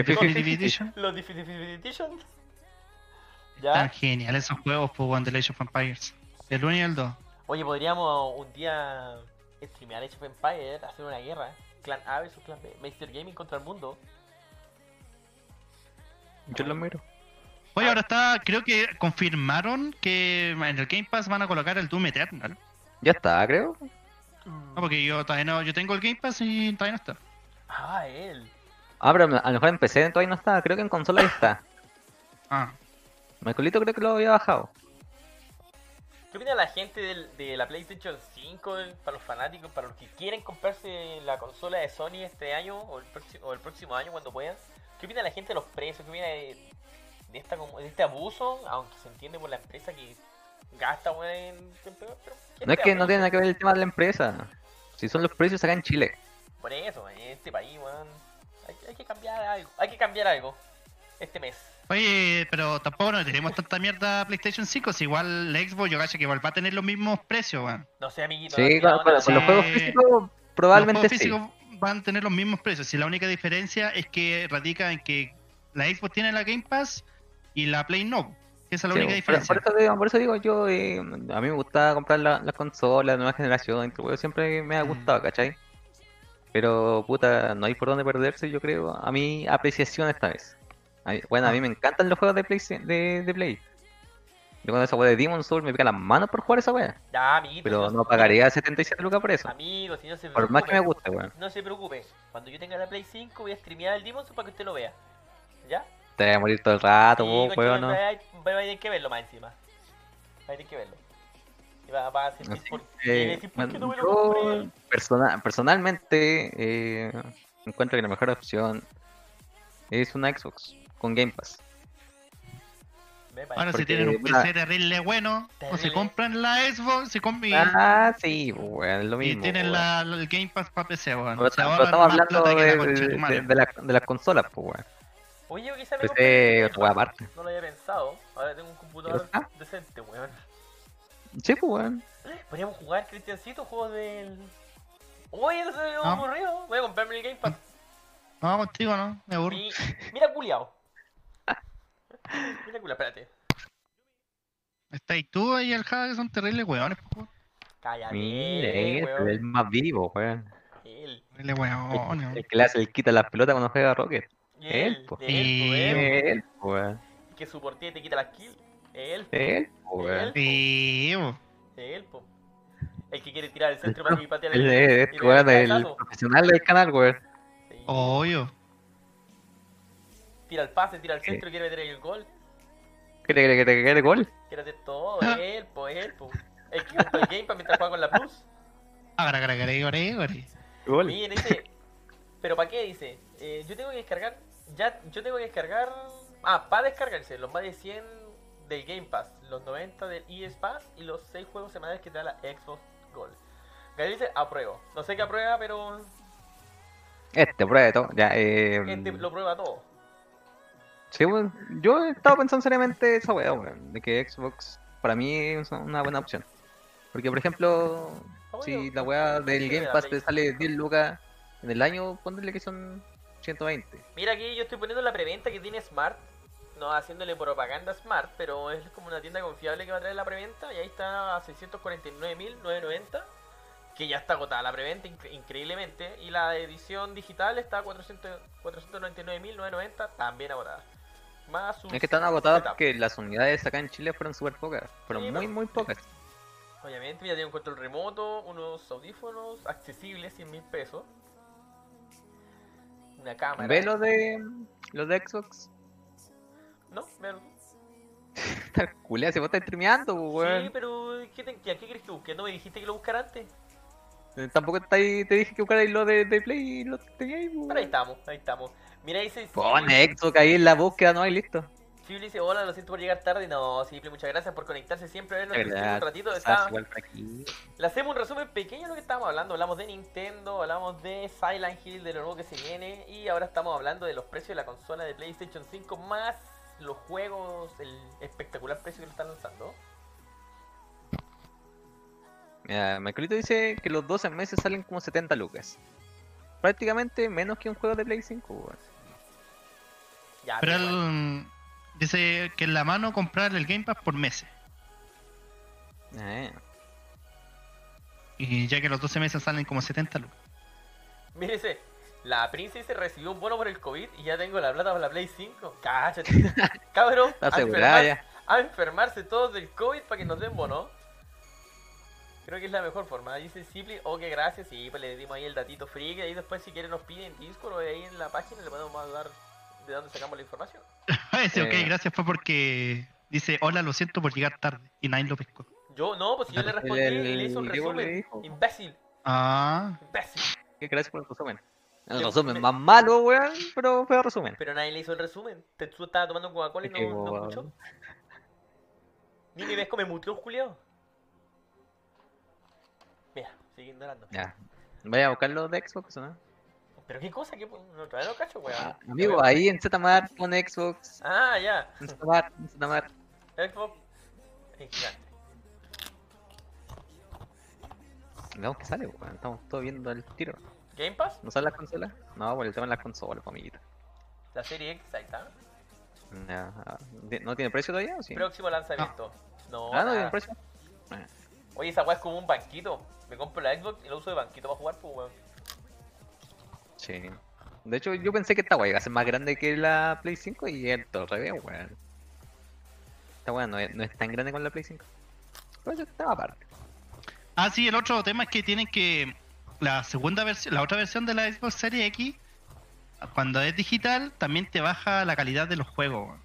S2: sí,
S3: Definitive
S2: sí,
S3: Edition.
S1: Los Definitive Edition.
S3: Están
S1: Ya.
S3: geniales esos juegos, pues, weón, de Age of Vampires. El 1 y el 2.
S1: Oye, podríamos un día streamear Age of Empire, hacer una guerra. Clan A versus Clan B. Master Gaming contra el mundo.
S2: Yo lo miro.
S3: Oye,
S2: Ah.
S3: ahora está. Creo que confirmaron que en el Game Pass van a colocar el Doom Eternal.
S2: Ya está, creo.
S3: No, porque yo todavía no. Yo tengo el Game Pass y todavía no está.
S1: Ah, él.
S2: Ah, pero a lo mejor en PC todavía no está. Creo que en consola ya está.
S3: Ah,
S2: Michaelito creo que lo había bajado.
S1: ¿Qué opina la gente del- de la PlayStation 5 eh, para los fanáticos, para los que quieren comprarse la consola de Sony este año o el, próximo, o el próximo año cuando puedan? ¿Qué opina la gente de los precios? ¿Qué opina de, de esta, como- de este abuso? Aunque se entiende por la empresa que gasta, weón, en- en- pero- pero
S2: No es
S1: este
S2: que no
S1: abuso,
S2: tiene nada que ver el tema de la empresa. Si son los precios acá en Chile.
S1: Por eso, en este país, weón. Hay, hay que cambiar algo. Hay que cambiar algo. Este mes.
S3: Oye, pero tampoco no tenemos tanta mierda a PlayStation 5. Si igual la Xbox, yo cacho que igual va a tener los mismos precios, weón.
S1: No sé, amiguito. no,
S2: Sí,
S1: mira,
S2: con,
S1: no,
S2: con-
S1: no,
S2: con los
S1: no.
S2: juegos
S3: Eh,
S2: físicos probablemente
S3: los
S2: sí.
S3: juegos físicos van a tener los mismos precios. Si la única diferencia es que radica en que la Xbox tiene la Game Pass y la Play no. Esa es la
S2: Sí,
S3: única
S2: por- por,
S3: diferencia.
S2: eso digo, por eso digo yo, eh, a mí me gustaba comprar la- las consolas de nueva generación, este juego siempre me ha gustado,
S3: Mm.
S2: ¿cachai? Pero puta, no hay por dónde perderse, yo creo. A mi apreciación esta vez. A mí- bueno, a
S3: Ah.
S2: mí me encantan los juegos de Play. De, de Play. Yo cuando esa wea de Demon Souls me pica las manos por jugar esa wea.
S1: Ya, amiguito.
S2: Pero
S3: pues,
S1: si
S2: no pagaría 77 lucas por eso.
S1: Amigos, si no se
S2: Por más que me
S1: preocupen.
S2: guste, weón.
S1: No se preocupe, cuando yo tenga la Play 5 voy a streamear el Demon's Souls para que usted lo vea. ¿Ya?
S2: Te voy a morir todo el rato,
S1: Y,
S2: vos,
S3: pues,
S1: conchetumare,
S2: weón. ¿no?
S1: Va a va a tener que verlo más encima. Va a tener que verlo. Y va, va a sentir
S2: Así
S1: por, y
S2: Eh,
S1: decir, ¿por qué no me lo
S2: yo
S1: compré?
S2: persona- personalmente eh, encuentro que la mejor opción Es una Xbox con Game Pass.
S1: Me parece.
S3: Ahora si
S2: Porque,
S3: tienen un
S2: puta,
S3: PC terrible bueno, o se
S1: terrible.
S3: compran la Xbox se com- y,
S2: Ah, sí, pues, weón, es lo
S3: y
S2: mismo.
S3: tienen
S2: weón.
S3: la, la- el Game Pass para PC, weón.
S2: Pero
S3: Se
S2: pero
S3: ahorran
S2: estamos
S3: más
S2: hablando
S3: plata que la
S2: de,
S3: concha de tu
S2: de-
S3: madre.
S2: de la- de las consolas, pues, weón.
S1: Oye, yo quizá me
S2: PC,
S1: compré un
S2: otra wea aparte.
S1: No lo había pensado. Ahora tengo un computador
S2: ¿Ah?
S1: decente, weón.
S2: Sí, pues, weón.
S1: Podríamos jugar, Cristiancito, juegos del. Oye, no se me ha
S3: No.
S1: ocurrido. Voy a comprarme el Game Pass.
S3: No, contigo no, me aburro.
S1: Mi- Mira, culiao. Mira, culiao, espérate.
S3: Está ahí tú y el Jada que son terribles weones, po, weón.
S1: Cállate,
S2: Mira, eh,
S1: weón.
S2: el más vivo, weón.
S1: Él.
S3: Terribles weones. weón.
S2: El que le hace el quita las pelotas cuando juega a Rocket.
S1: Y
S2: Él,
S1: él,
S2: po.
S1: de él, po,
S3: Eh.
S2: Él, po, weón.
S1: weón. Que su portilla te quita las kills. Él,
S2: Él, po, weón.
S3: Sí, po.
S1: él, po. El que quiere tirar el centro para que patear
S2: Él es
S1: y
S2: este,
S1: le
S2: weón,
S1: da el
S2: el
S1: cabezazo.
S2: profesional del canal, weón.
S1: Sí.
S3: obvio.
S1: Tira el pase, tira el centro, quiere meter el gol.
S2: ¿Qué le- que te quede gol?
S1: Quiere hacer todo. Él, po, él, po. El que compra el Game Pass mientras juega con la Plus.
S3: Agra, agra, agra, agra, agra.
S2: Gol.
S1: Miren, dice, pero ¿para qué? Dice, eh, yo tengo que descargar, ya, yo tengo que descargar, ah, para descargarse, los más de 100 del Game Pass, los 90 del ES Pass y los 6 juegos semanales que te da la Xbox Gold. Gabriel dice, apruebo. No sé qué aprueba, pero
S2: Este, prueba de todo. Ya, eh,
S1: este lo prueba todo.
S2: Sí, weón. Yo estaba pensando seriamente esa weá, weón. De que Xbox para mí es una buena opción. Porque, por ejemplo,
S1: Ah,
S2: si la weá del Game Pass te sale 10 lucas en el año, ponle que son 120.
S1: Mira aquí, yo estoy poniendo la preventa que tiene Smart. No haciéndole propaganda a Smart, pero es como una tienda confiable que va a traer la preventa. Y ahí está a 649.990. Que ya está agotada la preventa incre- increíblemente. Y la edición digital está a 400 499.990. También agotada. Más un
S2: Es que están agotadas
S1: setup.
S2: porque las unidades acá en Chile fueron súper pocas.
S1: Sí,
S2: Fueron
S1: pues.
S2: muy, muy pocas.
S1: Obviamente, ya tiene un control remoto, unos audífonos accesibles, 100 mil pesos. Una cámara.
S2: ¿Ve los de, los de Xbox?
S1: No, velo.
S2: Culea, si vos estás streameando, pues,
S1: Sí,
S2: weón.
S1: pero ¿qué, te, ¿qué, qué crees que busque? ¿No me dijiste que lo buscara antes?
S2: Eh, Tampoco está ahí- te dije que buscarais los de, de Play y los que teníais, pues,
S1: Pero ahí
S2: weón.
S1: estamos, ahí estamos. Mira, dice.
S2: Pone Xbox ahí en la búsqueda, no hay listo.
S1: Sible dice: Hola, lo siento por llegar tarde. No, Sible, muchas gracias por conectarse siempre. A ver, nos
S2: De
S1: divertimos un
S2: verdad,
S1: ratito.
S2: estás
S1: Está-
S2: igual por aquí.
S1: Le hacemos un resumen pequeño de lo que estábamos hablando. Hablamos de Nintendo, hablamos de Silent Hill, de lo nuevo que se viene. Y ahora estamos hablando de los precios de la consola de PlayStation 5 más los juegos, el espectacular precio que lo están lanzando.
S2: Mira, Michaelito dice que los 12 meses salen como 70 lucas. Prácticamente menos que un juego de Play 5, weón.
S1: Ya,
S3: Pero
S1: pero bueno.
S3: el- dice que en la mano comprar el Game Pass por meses.
S2: Eh,
S3: Y ya que los 12 meses salen como 70 lucas.
S1: Mira, dice, La princesa recibió un bono por el COVID y ya tengo la plata para la Play 5. Cállate. Cabrón.
S2: está
S1: a
S2: asegurada
S1: enfermar-
S2: ya.
S1: a enfermarse todos del COVID para que nos den bono. Creo que es la mejor forma. Dice Sipli, ok, gracias. Y pues le dimos ahí el datito freak. Y ahí después, si quieren, nos piden en Discord o ahí en la página le podemos dar de dónde sacamos la información.
S3: dice, ok,
S2: Eh.
S3: gracias, fue porque dice, hola, lo siento por llegar tarde. Y nadie lo pescó.
S1: Yo no, pues si yo le
S2: El-
S1: respondí y le hice un
S2: el Diego le
S1: resumen.
S2: dijo.
S1: Imbécil,
S3: Ah,
S1: imbécil.
S2: Que gracias por el resumen. El
S1: Yo-
S2: resumen
S1: me-
S2: más malo, weón, pero feo resumen.
S1: Pero nadie le hizo el resumen. Tetsuo estaba tomando Coca-Cola y
S2: Es que,
S1: no, no
S2: wow.
S1: escuchó. Ni me ves como me muteó, Julio. Mira, sigue ignorando.
S2: Ya. Vaya a buscar los de Xbox, ¿no?
S1: Pero qué cosa, que no todavía no cacho, weón.
S2: Ah, amigo, ahí en Zmar pone Xbox.
S1: Ah, ya.
S2: En Zmar, en Zmar.
S1: Xbox es gigante.
S2: Veamos qué sale, weón. Estamos todos viendo el tiro.
S1: Game Pass,
S2: ¿No salen las consolas? No, por el tema de las consolas, amiguita.
S1: la serie X, ahí está.
S2: Ya. ¿No tiene precio todavía o sí?
S1: Próximo lanzamiento. No,
S2: Ah,
S1: nada.
S2: no tiene precio.
S1: Oye, esa weá es como un banquito. Me compro la Xbox y la uso de banquito para jugar, pues weón.
S2: Sí. De hecho, yo pensé que esta weá iba a ser más grande que la Play 5 y es todo al revés, weón. Esta weá no es, no es tan grande como la Play 5. Pero eso estaba aparte.
S3: Ah, sí, el otro tema es que tienen que. La segunda versión, la otra versión de la Xbox Series X, cuando es digital, también te baja la calidad de los juegos. weón.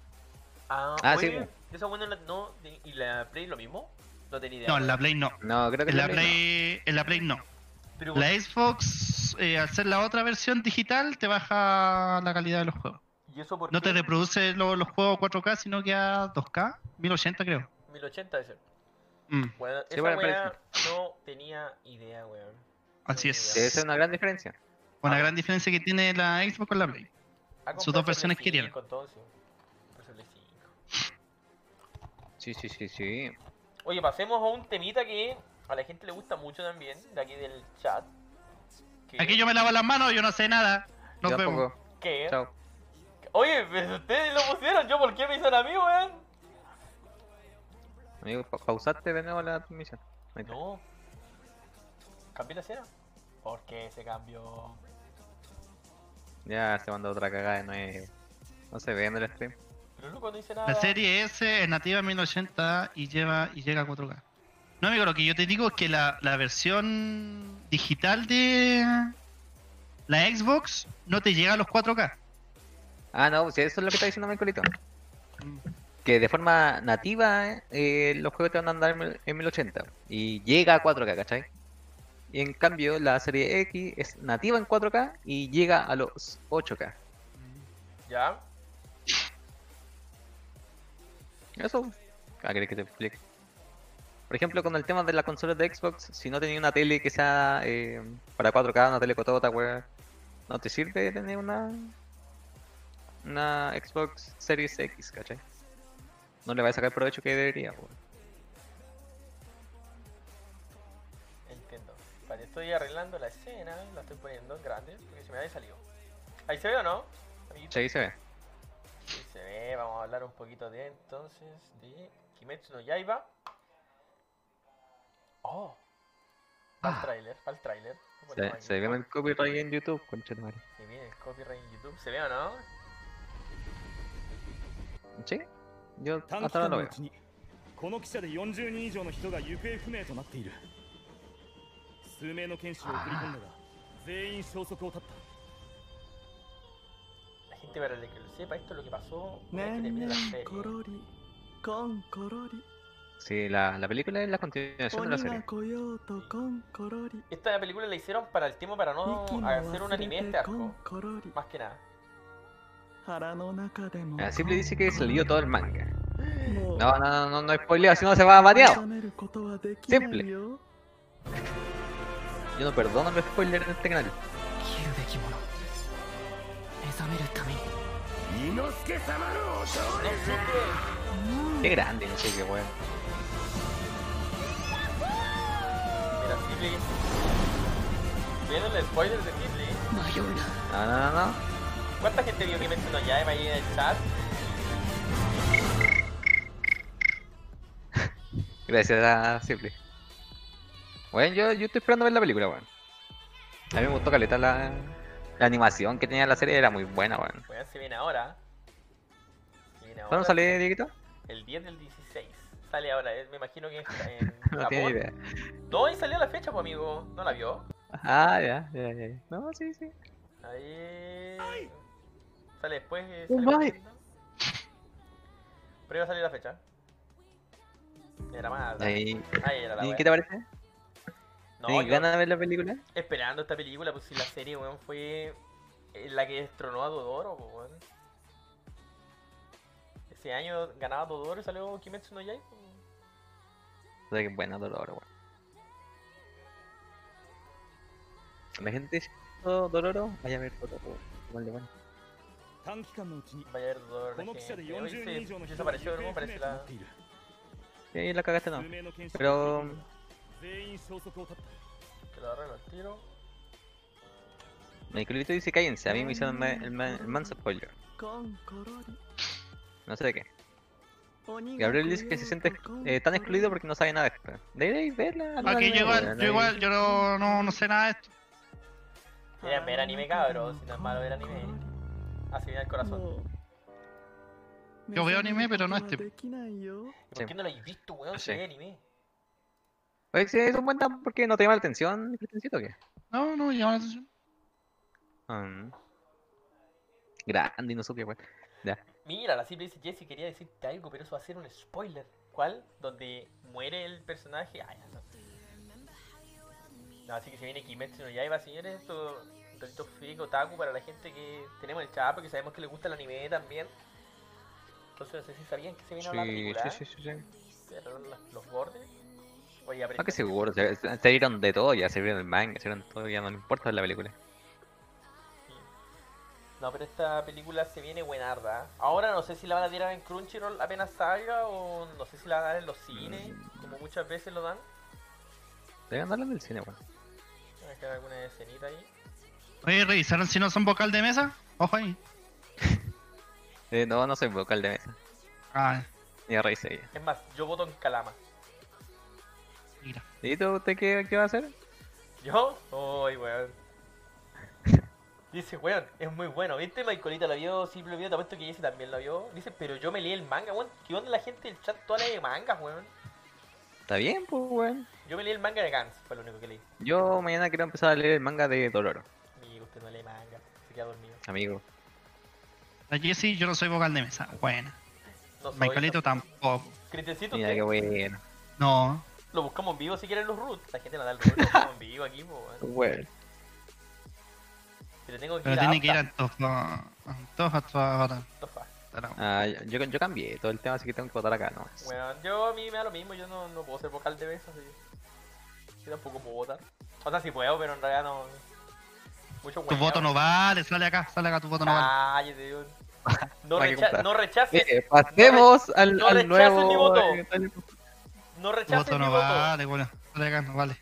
S1: Ah,
S2: Ah, sí,
S1: oye,
S2: weón.
S1: esa weá no, la- no. ¿Y la Play lo mismo? No tenía idea.
S3: No, en la Play no.
S2: No, creo que
S3: En la
S2: no.
S3: Play, en la Play no.
S1: Pero,
S3: La Xbox, eh, al ser la otra versión digital, te baja la calidad de los juegos.
S1: ¿Y eso por
S3: No
S1: qué?
S3: te reproduce lo- los juegos 4K, sino que a 2K, 1080 creo.
S1: 1080 ese.
S3: Mm,
S1: Bueno,
S2: Sí,
S1: esa
S2: bueno,
S1: weá no tenía idea, weón.
S3: así
S2: Debe
S3: es.
S2: ser una gran diferencia.
S3: Una gran diferencia que tiene la Xbox con la Play.
S1: Ah, compré
S3: Sus dos
S1: ese
S3: versiones
S1: Play
S3: querían.
S1: 5 entonces. Compré ese Play 5.
S2: Sí, sí, sí, sí.
S1: Oye, pasemos a un temita que a la gente le gusta mucho también, de aquí del chat. Que-
S3: Aquí yo me lavo las manos, yo no sé nada. Nos
S2: Yo
S3: vemos.
S2: tampoco.
S1: que-
S2: Chao.
S1: Oye, pero ustedes lo pusieron, ¿yo por qué me hicieron a mí, weón?
S2: Amigo, pa- pausaste de nuevo la transmisión. Ahí está.
S1: No. ¿Cambié la escena? ¿Por qué se cambió?
S2: Ya se mandó otra cagada de nuevo. No se ve en el stream.
S1: Pero loco no dice nada.
S3: La serie S es nativa 1080 y lleva y llega a 4K. No, amigo, lo que yo te digo es que la, la versión digital de la Xbox no te llega a los 4K.
S2: Ah, no, si eso es lo que está diciendo Michaelito.
S3: Mm.
S2: Que de forma nativa eh, eh, los juegos te van a andar en mil- en 1080 y llega a 4K, ¿cachai? Y en cambio la serie X es nativa en 4K y llega a los 8K.
S1: ¿Ya?
S2: Eso, ¿a querés que te explique? Por ejemplo, con el tema de las consolas de Xbox, si no tenés una tele que sea eh, para 4K, una tele cotota, weón, no te sirve tener una, una Xbox Series X, ¿cachai? No le va a sacar provecho que debería, weón.
S1: Entiendo. Vale, estoy arreglando la escena, la estoy poniendo en grande, porque se me había salido. Ahí se ve o no? amiguito?
S2: Sí, ahí se ve.
S1: Sí, se ve, vamos a hablar un poquito de entonces de Kimetsu no Yaiba. Oh, al
S2: Ah.
S1: tráiler, al tráiler. Lo ponemos
S2: Se,
S1: aquí.
S2: se ve el copyright en YouTube, conchetumare.
S1: Se viene el copyright en YouTube, ¿se ve o no?
S2: ¿Sí? Yo
S4: 短期
S2: hasta ahora
S4: 間
S2: lo
S4: のう
S2: veo.
S4: ちにこの記者で40人以上の人が行方不明となっている数名の剣士を送り込んだが全員消息を絶っ
S1: La gente para que lo sepa, esto es lo que pasó. una
S4: た
S1: vez que termine la serie.
S4: コロリコンコロリ
S2: Sí, la, la película es la continuación de la
S4: 鬼
S2: serie.
S4: が来ようとコンコロリ
S1: Esta película la hicieron para el tema para
S4: 息
S1: no
S2: Oh,
S4: も
S1: hacer un
S4: 忘
S1: anime
S4: れ
S1: este
S4: て
S1: arco.
S4: コンコロリ
S1: Más que nada.
S4: 腹の中でも
S2: Ah, Simple dice que se leyó todo el manga.
S4: もう
S2: No, no, no, no, no spoileo, si no se va bateado.
S4: 目覚めることはできな
S2: Simple.
S4: いよ
S2: Yo no perdono los spoilers en este canal.
S5: 切るべきもの目覚めるために
S1: No sé qué.
S2: Qué grande, no sé qué weón.
S1: Mira, Ghibli. Viendo el spoiler de Ghibli.
S5: 迷うな
S2: No, no, no, no.
S1: ¿Cuánta gente vio que mencionó Yaema ahí en el chat?
S2: Gracias a Simple. Bueno, yo, yo estoy esperando ver la película, weón. A mí me gustó caleta la, la animación que tenía la serie, era muy buena, weón.
S1: Bueno, Pues se viene ahora. Se viene ahora.
S2: ¿Cuándo sale, Dieguito?
S1: El 10 del 16. Sale ahora, eh, me imagino que en, Ja- en
S2: No tiene
S1: Japón.
S2: idea.
S1: No, y salió la fecha, pues amigo. ¿No la vio?
S2: Ah, ya, ya, ya. No, sí, sí.
S1: Ahí. Sale después. eh,
S2: Oh
S1: sale
S2: my.
S1: corriendo. Pero iba a salir la fecha. Era más.
S2: Ahí.
S1: Ahí era la
S2: ¿Y
S1: wea.
S2: qué te parece?
S1: No,
S2: ¿Tienes
S1: yo
S2: ganas de ver la película?
S1: esperando esta película, pues si la serie, weón, fue eh, la que destronó a Dodoro, pues, weón. Ese año ganaba Dodoro y salió Kimetsu no Yaiba. pues.
S2: O sea, que buena Dolor, weón. La gente dice, "Oh, Dororo, vaya a ver Dororo. Igual de bueno.
S4: 短期間のうちに
S1: Vaya a ver Dodoro.
S4: こ
S1: la
S4: の記者で
S1: gente. Hoy
S4: 40人以上の
S1: se
S4: 人が行
S1: desapareció,
S4: 方
S1: ¿no?
S4: 不明
S1: Parece
S4: とな
S1: la.
S4: っている
S2: Y ahí la cagaste, no.
S4: 数名の剣士を
S2: Pero-
S4: 送り込んだが全員消息を絶った
S1: Que lo agarran al tiro.
S2: Michaelito dice, cállense, a mí me hicieron ma- el, man, el manso spoiler.
S4: コンコロリ
S2: No sé de qué.
S4: 鬼が来よ
S2: Gabriel dice
S4: う
S2: que se siente
S4: とコンコロ
S2: eh,
S4: リ
S2: tan excluido porque no sabe nada de esto. Deberéis verla. alguna
S3: Aquí
S2: vez,
S3: yo igual,
S2: weón,
S3: yo
S2: ahí.
S3: igual, yo no, no, no sé nada de esto.
S1: Era ver anime, cabros. Si no es malo ver anime. Así viene el corazón.
S3: Yo veo anime, pero no este.
S4: できないよ
S1: ¿Y por qué no lo habéis visto, weón? Si
S2: Sí.
S1: ve anime.
S2: Oye, sí, es un buen tam- porque no te llama la atención. ¿Qué o qué?
S3: No, no, llama la atención.
S2: Mm. Grande, y no supe, weón.
S1: Mira, la simple dice Jesse quería decirte algo, pero eso va a ser un spoiler. ¿Cuál? Donde muere el Ah, personaje. Ay, no. No, así que se viene Kimetsu no Yaiba, señores. Esto Torito Freak, Otaku, para la gente que tenemos el chat, porque sabemos que le gusta el anime también. Entonces, no sé si sabían que se viene una
S2: Sí,
S1: película.
S2: sí, sí, sí, sí.
S1: Cerraron las- los bordes. Oye,
S2: Ah, que
S1: aprendí.
S2: seguro. Se, se- se vieron de todo ya, se vieron el manga, se vieron todo, ya no le importa la película.
S1: No, pero esta película se viene buenarda. Ahora no sé si la van a tirar en Crunchyroll apenas salga o no sé si la van a dar en los cines, como muchas veces lo dan.
S2: Deben darle en el cine, weón.
S1: Voy a dejar alguna escenita ahí.
S3: Oye, ¿revisaron si no son vocal de mesa? Ojo ahí.
S2: Eh, no, no soy vocal de mesa.
S3: Ah,
S2: Ya revisé ya.
S1: Es más, yo voto en Calama.
S3: mira.
S2: ¿Y tú, usted qué, qué va a hacer?
S1: ¿Yo? Uy, weón. Dice, weón, es muy bueno. ¿Viste? Michaelita lo vio, sí lo vio, te apuesto que Jesse también lo vio. Dice, pero yo me leí el manga, weón. ¿Qué onda la gente del chat toda la de mangas, weón?
S2: Está bien, pues, weón.
S1: Yo me leí el manga de Gans, fue lo único que leí.
S2: Yo mañana quiero empezar a leer el manga de Doloro,
S1: Amigo, usted no lee manga, se queda dormido.
S2: amigo.
S3: La Jessie, yo no soy vocal de mesa. Buena.
S1: No soy-
S3: Michaelito tampoco.
S1: Cristecito,
S2: Mira
S1: usted-
S2: qué bueno.
S3: No.
S1: Lo buscamos en vivo si quieren los roots. La gente no da el root, lo buscamos en vivo aquí, po, weón.
S2: Weón.
S1: Pero tengo que
S3: Pero
S1: ir
S3: tiene
S1: a
S3: que ir a
S1: Apta,
S3: Antojo. Antojo, Antojo, ahora.
S1: Tofa.
S3: Ahora,
S2: Ah, yo, yo cambié todo el tema, así que tengo que votar acá, ¿no?
S1: Weón, yo a mí me da lo mismo, yo no, no puedo ser vocal de besos. Yo tampoco puedo votar. O sea, sí puedo, pero en realidad no. Mucho
S3: Tu
S1: weón.
S3: voto no vale, sale acá, sale acá, tu voto no
S1: Ah,
S3: vale.
S1: Cállate, weón. No,
S2: Hay que
S1: recha-
S2: comprar.
S1: no rechaces,
S2: Eh, pasemos al,
S1: no
S2: al
S1: rechacen
S2: nuevo.
S1: mi voto.
S2: eh, tal-
S1: no
S3: Tu
S1: rechaces
S3: voto
S1: mi
S3: no
S1: voto.
S3: vale, bueno. Sale acá, no vale.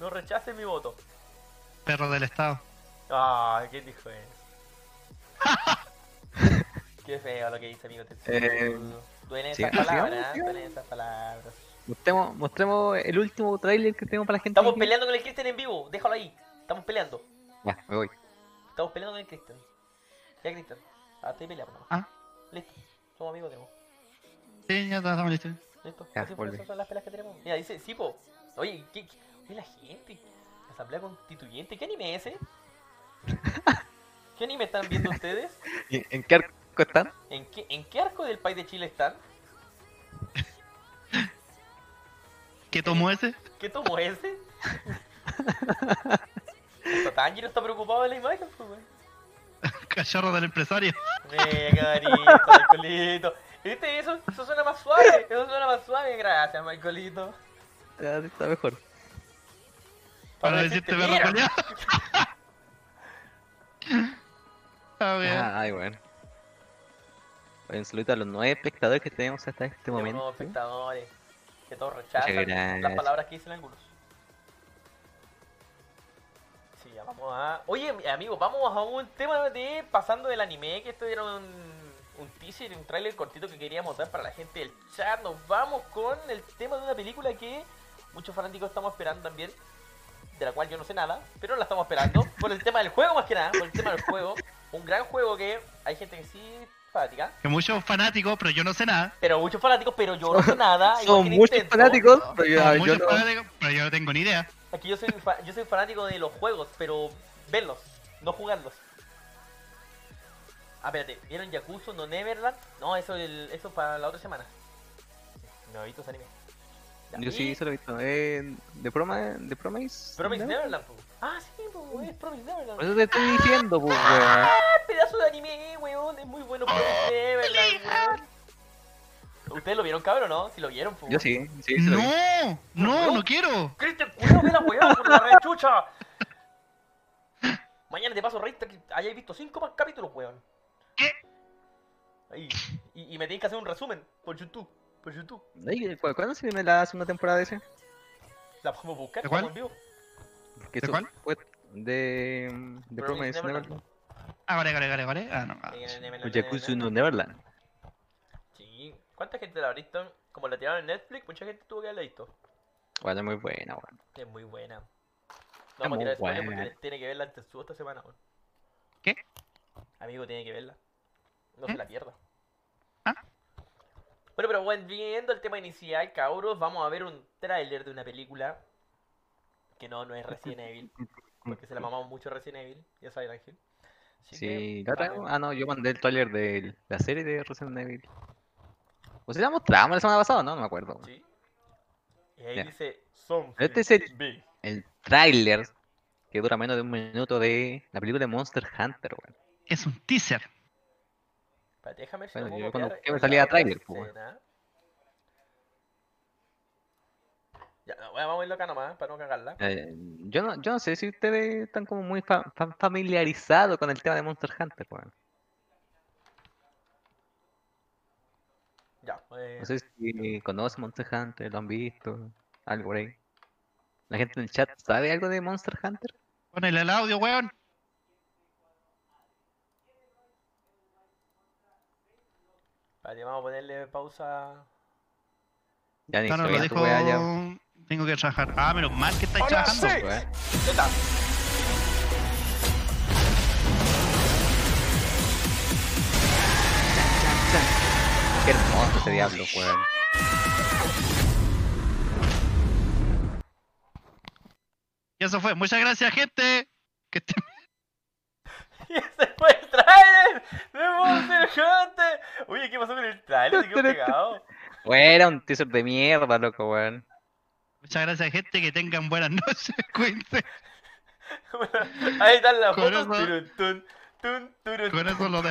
S1: No rechaces mi voto.
S3: Perro del Estado.
S1: Ah, ¿quién dijo eso? Qué feo lo que dice, amigo. Te-
S2: Eh,
S1: duelen esas
S2: sigamos,
S1: palabras,
S2: sigamos.
S1: duelen esas palabras.
S2: Mostremos, mostremos el último trailer que tengo para la gente.
S1: Estamos
S2: que-
S1: peleando con el Christian en vivo, déjalo ahí. Estamos peleando.
S2: Ya, me voy.
S1: Estamos peleando con el Christian. Ya, Christian. Hasta ahí peleamos. nomás.
S3: Ah.
S1: Listo. Somos amigos, tenemos.
S3: Sí, ya está, estamos listos.
S1: Listo.
S2: Ya,
S1: Así fue,
S2: volví.
S1: esas son las pelas que tenemos. Mira, dice, sí, po. Oye, ¿qué, qué, oye, la gente? Asamblea Constituyente. ¿Qué anime es ese? ¿Qué anime están viendo ustedes?
S2: ¿Y ¿En qué arco están?
S1: ¿En qué, ¿En qué arco del país de Chile están?
S3: ¿Qué tomó ese?
S1: ¿Qué tomo ese? Hasta Tanjiro está preocupado de la imagen, pues, weón.
S3: Cachorro del empresario.
S1: Mira, Michaelito, Michaelito. ¿Viste eso? Eso suena más suave. Eso suena más suave. Gracias, Michaelito.
S2: Ah, sí, Está mejor.
S3: Para decirte perro
S1: "Mira".
S3: culiao. Ah, bien.
S2: Ah, ay, bueno. Oye, un saludo a los nueve espectadores que tenemos hasta este
S1: Tenemos
S2: momento.
S1: nuevos espectadores este, que todos rechazan
S2: gracias.
S1: las palabras que dicen algunos. Sí, ya vamos a. Oye, mi- amigo, vamos a un tema de pasando del anime. Que esto era un, un teaser, un trailer cortito que queríamos dar para la gente del chat. Nos vamos con el tema de una película que muchos fanáticos estamos esperando también. De la cual yo no sé nada, pero la estamos esperando. Por el tema del juego, más que nada. Por el tema del juego. Un gran juego que hay gente que sí es fanática.
S3: Que muchos fanáticos, pero yo no sé nada.
S1: Pero muchos fanáticos, pero yo no sé nada. Ah, igual
S2: Son
S1: que
S2: muchos
S1: Nintendo.
S2: fanáticos, pero yo,
S3: Como
S2: yo
S3: muchos
S2: no.
S3: fanáticos, pero yo no tengo ni idea.
S1: Aquí yo soy, fa- yo soy fanático de los juegos, pero verlos, no jugarlos. Ah, espérate, ¿vieron Yakuza no Neverland? No, eso el, eso para la otra semana. No he visto ese anime. Ya,
S2: Yo sí,
S1: y
S2: eso lo he visto. Eh, ¿De, Proma, ¿De Promise?
S1: Promise
S2: ¿No?
S1: Neverland, po. Ah, sí, po, es Promise Neverland.
S2: Por eso te estoy diciendo, pues, weón.
S1: pedazo de anime, eh, weón. Es muy bueno Promise Neverland, weón. ¿Ustedes lo vieron, cabrón, no? Si lo vieron, po.
S2: Yo sí, sí, sí. lo vi.
S3: No,
S1: No.
S3: no, no quiero.
S1: Cristian, cuidado, ve la weá por la rechucha. Mañana te paso revista que hayáis visto cinco más capítulos, weón.
S3: ¿Qué?
S1: Ahí. Y, y me tenéis que hacer un resumen por YouTube. Por YouTube.
S2: Ay, ¿cu- ¿Cuándo se viene la segunda temporada de ese?
S1: La podemos buscar,
S3: ¿De cuál?
S1: estamos en vivo.
S2: Porque
S3: ¿De
S2: eso
S3: cuál?
S2: fue de, de
S1: Promise
S2: Promise
S1: Neverland.
S2: Neverland.
S3: Ah, vale, vale, vale, vale. Ah, no. ah.
S2: Yakuza no Neverland.
S1: eh, Sí. ¿Cuánta gente la habrá visto? Como la tiraron en Netflix, mucha gente tuvo que haberla visto.
S2: Bueno, muy buena, weón.
S1: Es muy buena. No
S2: Es
S1: vamos a
S2: muy
S1: tirar spoiler
S2: buena.
S1: porque tiene que verla antes su esta semana, weón.
S3: ¿Qué?
S1: Amigo, tiene que verla. No
S2: ¿Eh?
S1: se
S3: ¿Mm?
S1: la pierda.
S3: Ah.
S1: Bueno, pero bueno, viendo el tema inicial, cabros, vamos a ver un tráiler de una película que no, no es Resident Evil, porque se la mamamos mucho Resident Evil, ya saben, Ángel. Así que
S2: Sí, la otra-
S1: vamos.
S2: Ah, no, yo mandé el trailer de la serie de Resident Evil. O sea, la mostramos Ah, la semana pasada, no, no me acuerdo. weón.
S1: Sí. Y ahí
S2: ah. Ya.
S1: dice, something
S2: Este es el-
S1: big.
S2: El trailer que dura menos de un minuto de la película de Monster Hunter, weón.
S3: Es un teaser.
S1: Espérate, déjame ver si
S2: Bueno,
S1: lo puedo
S2: yo cuando
S1: copiar
S2: quiero
S1: en
S2: salir
S1: la
S2: a tráiler,
S1: otra
S2: pues, weón.
S1: escena. Ya, no, bueno, vamos a irlo acá nomás, para no cagarla.
S2: Eh, yo, no, yo no sé si ustedes están como muy fa- fa- familiarizados con el tema de Monster Hunter, weón.
S1: Ya, eh,
S2: No sé si conocen Monster Hunter, lo han visto, algo por ahí. ¿La gente en el chat sabe algo de Monster Hunter?
S3: Ponele el audio, weón.
S1: espérate, vamos a ponerle pausa.
S2: Ya ni
S3: No, no,
S2: estoy
S3: lo
S2: en tu wea ya, weón.
S3: dejo. Tengo que trabajar. Ah, menos mal que estáis trabajando.
S2: Weón,
S1: Zeta.
S2: Qué hermoso ese diablo, weón.
S3: Y eso fue. Muchas gracias, gente. Que estén
S1: Y ese fue el trailer de Monster Hunter. Oye, ¿qué pasó con el trailer? Se quedó pegado.
S2: Weón, Era un teaser de mierda, loco, weón.
S3: Muchas gracias, gente. Que tengan buenas noches. Cuídense.
S1: Ahí están las
S3: Con
S1: fotos.
S3: eso-
S1: Turun, tun, tun, turun,
S3: Con eso lo
S1: tun.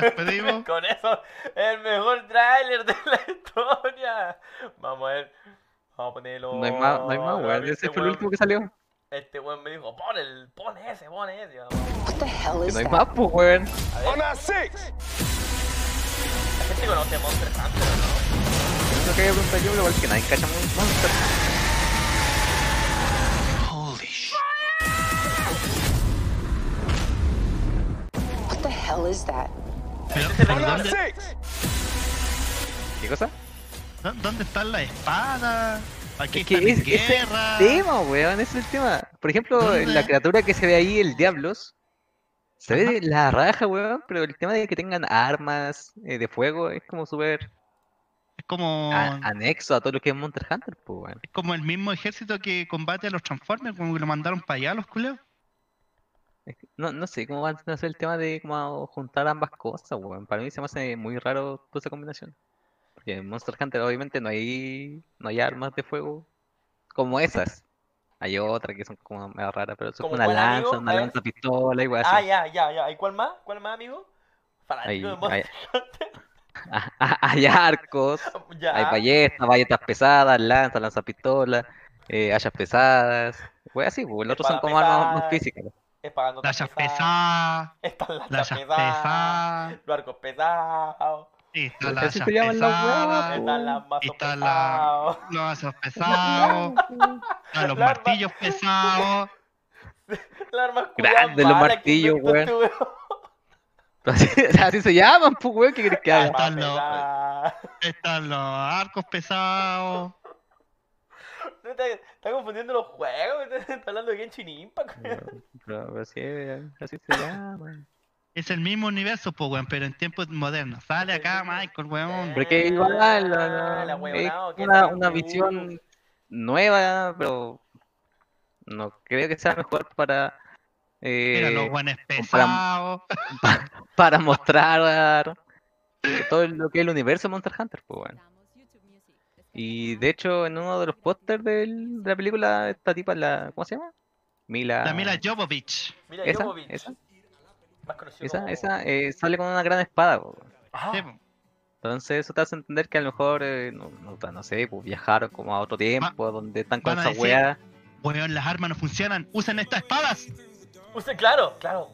S3: despedimos.
S1: Con eso, el mejor trailer de la historia. Vamos a ver. Vamos a ponerlo.
S2: No hay más, no hay más, weón.
S1: Este
S2: Ese fue el
S1: weón-
S2: último que salió.
S1: Este weón me dijo, pon el, pon ese, pon ese. Vamos.
S6: What the hell
S2: Que
S6: is
S2: no hay
S6: that?
S2: más, pues, weón.
S1: La gente conoce Monster Hunter, ¿o ¿no?
S2: Lo que había preguntado yo, pero igual que nadie cacha Mon- Monster Hunter.
S6: What the hell is that?
S3: Pero,
S1: Este
S3: pero
S1: weón-
S3: ¿dónde,
S2: ¿Qué cosa?
S3: dó- ¿dónde están las espadas? ¿Para qué
S2: Es que
S3: están en
S2: es, es el
S3: guerra?
S2: tema, weón, es el tema. Por ejemplo, en la
S3: ¿Dónde?
S2: criatura que se ve ahí, el Diablos, se ve
S3: Ajá.
S2: de la raja, weón, pero el tema de que tengan armas eh, de fuego es como súper
S3: Es como,
S2: a- anexo a todo lo que es Monster Hunter, pues, weón.
S3: es como el mismo ejército que combate a los Transformers, como que lo mandaron para allá los culeos.
S2: Es que No, no sé cómo van a ser el tema de cómo juntar ambas cosas, weón. Para mí se me hace muy raro toda esa combinación. Porque en Monster Hunter obviamente no hay, no hay armas de fuego como esas. Hay otra que son como medio raras, pero son
S1: ¿Como ¿eh?
S2: como
S1: cuál,
S2: una lanza,
S1: amigo?
S2: una
S1: A ver.
S2: lanza pistola y weón.
S1: Ah, ya, ya, ya. ¿Y cuál más? ¿Cuál más, amigo?
S2: Hay,
S1: Fanático de
S2: hay,
S1: Monster Hunter. Ah,
S2: ah, ah, hay arcos,
S1: Ya.
S2: hay ballestas, balletas pesadas, lanzas, lanzapistolas, eh, hayas pesadas. Weón, así, weón. Los otros son
S1: Espadas
S2: como armas más
S1: pesadas.
S2: físicas.
S1: Es pagando
S3: Las
S1: pesada.
S3: pesadas,
S1: Están las
S3: las
S1: chas pesadas.
S3: pesadas,
S1: Los arcos pesados.
S3: están
S2: Pero
S3: las
S2: así se llaman las
S3: pesadas,
S2: huevas,
S1: Están las mazos
S3: está
S1: pesados.
S3: la- los asos pesados, están los
S1: La arma-
S3: martillos pesados.
S1: Las armas
S2: Grande los martillos, weón. Así, así se llaman, pues, weón, ¿qué crees que haga?
S3: Están los-
S1: Está
S3: Están los arcos pesados.
S1: está confundiendo los juegos. Está hablando de Genshin Impact.
S2: Pero, pero- pero sí, eh, así se llama.
S3: Es el mismo universo, po, weón, pero en tiempos modernos. Sale acá, Michael, weón.
S1: Eh,
S2: Porque igual
S1: Ah,
S2: la-
S1: la
S2: la-
S1: huevonao,
S2: es
S1: que
S2: una,
S1: sea
S2: una
S1: cool.
S2: visión nueva, pero no creo que sea mejor para
S3: Mira,
S2: eh,
S3: los buenos pesados.
S2: comparamos- para mostrar eh, todo lo que es el universo de Monster Hunter, pues bueno. Y de hecho, en uno de los pósters del- de la película, esta tipa, la, ¿cómo se llama? Mila.
S3: La Mila Jovovich.
S1: Mira,
S2: Esa,
S1: Jovovich,
S2: esa,
S1: Más conocido
S2: esa,
S1: como-
S2: esa eh, sale con una gran espada, pues.
S1: Ah,
S3: Sí, po.
S2: Entonces eso te hace entender que a lo mejor, eh, no, no, no sé, pues viajaron como a otro tiempo, donde están con
S3: Ah, van a
S2: esa
S3: decir-
S2: weá.
S3: Weón, las armas no funcionan. Usen estas espadas.
S1: Usted, claro, claro.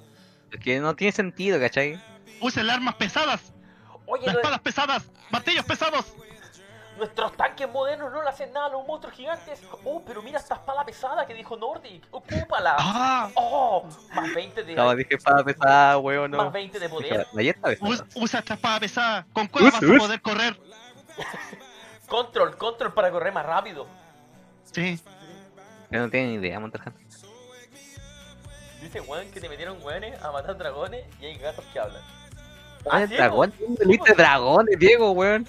S2: Que no tiene sentido, ¿cachai?
S3: Usen las armas pesadas.
S1: Oye,
S3: Las
S1: lo de-
S3: espadas pesadas. Martillos pesados.
S1: nuestros tanques modernos no le hacen nada a los monstruos gigantes. Oh, pero mira esta espada pesada que dijo Nordic. Ocúpala.
S3: Ah,
S1: Oh, más 20 de,
S2: Estaba dije espada pesada, weón, no.
S1: más 20 de
S2: Dije,
S1: poder.
S2: la ballesta
S3: us-
S2: pesada.
S3: usa esta espada pesada. Con cuál vas a
S2: us.
S3: poder correr.
S1: Control, control para correr más rápido.
S3: Sí.
S2: Yo No tiene ni idea, Monster Hunter.
S1: Dice weón que te metieron weones a matar dragones y hay gatos que hablan.
S2: Ah, el
S1: sí,
S2: dragón,
S1: po.
S2: ¿dónde leíste dragones, Diego, weón?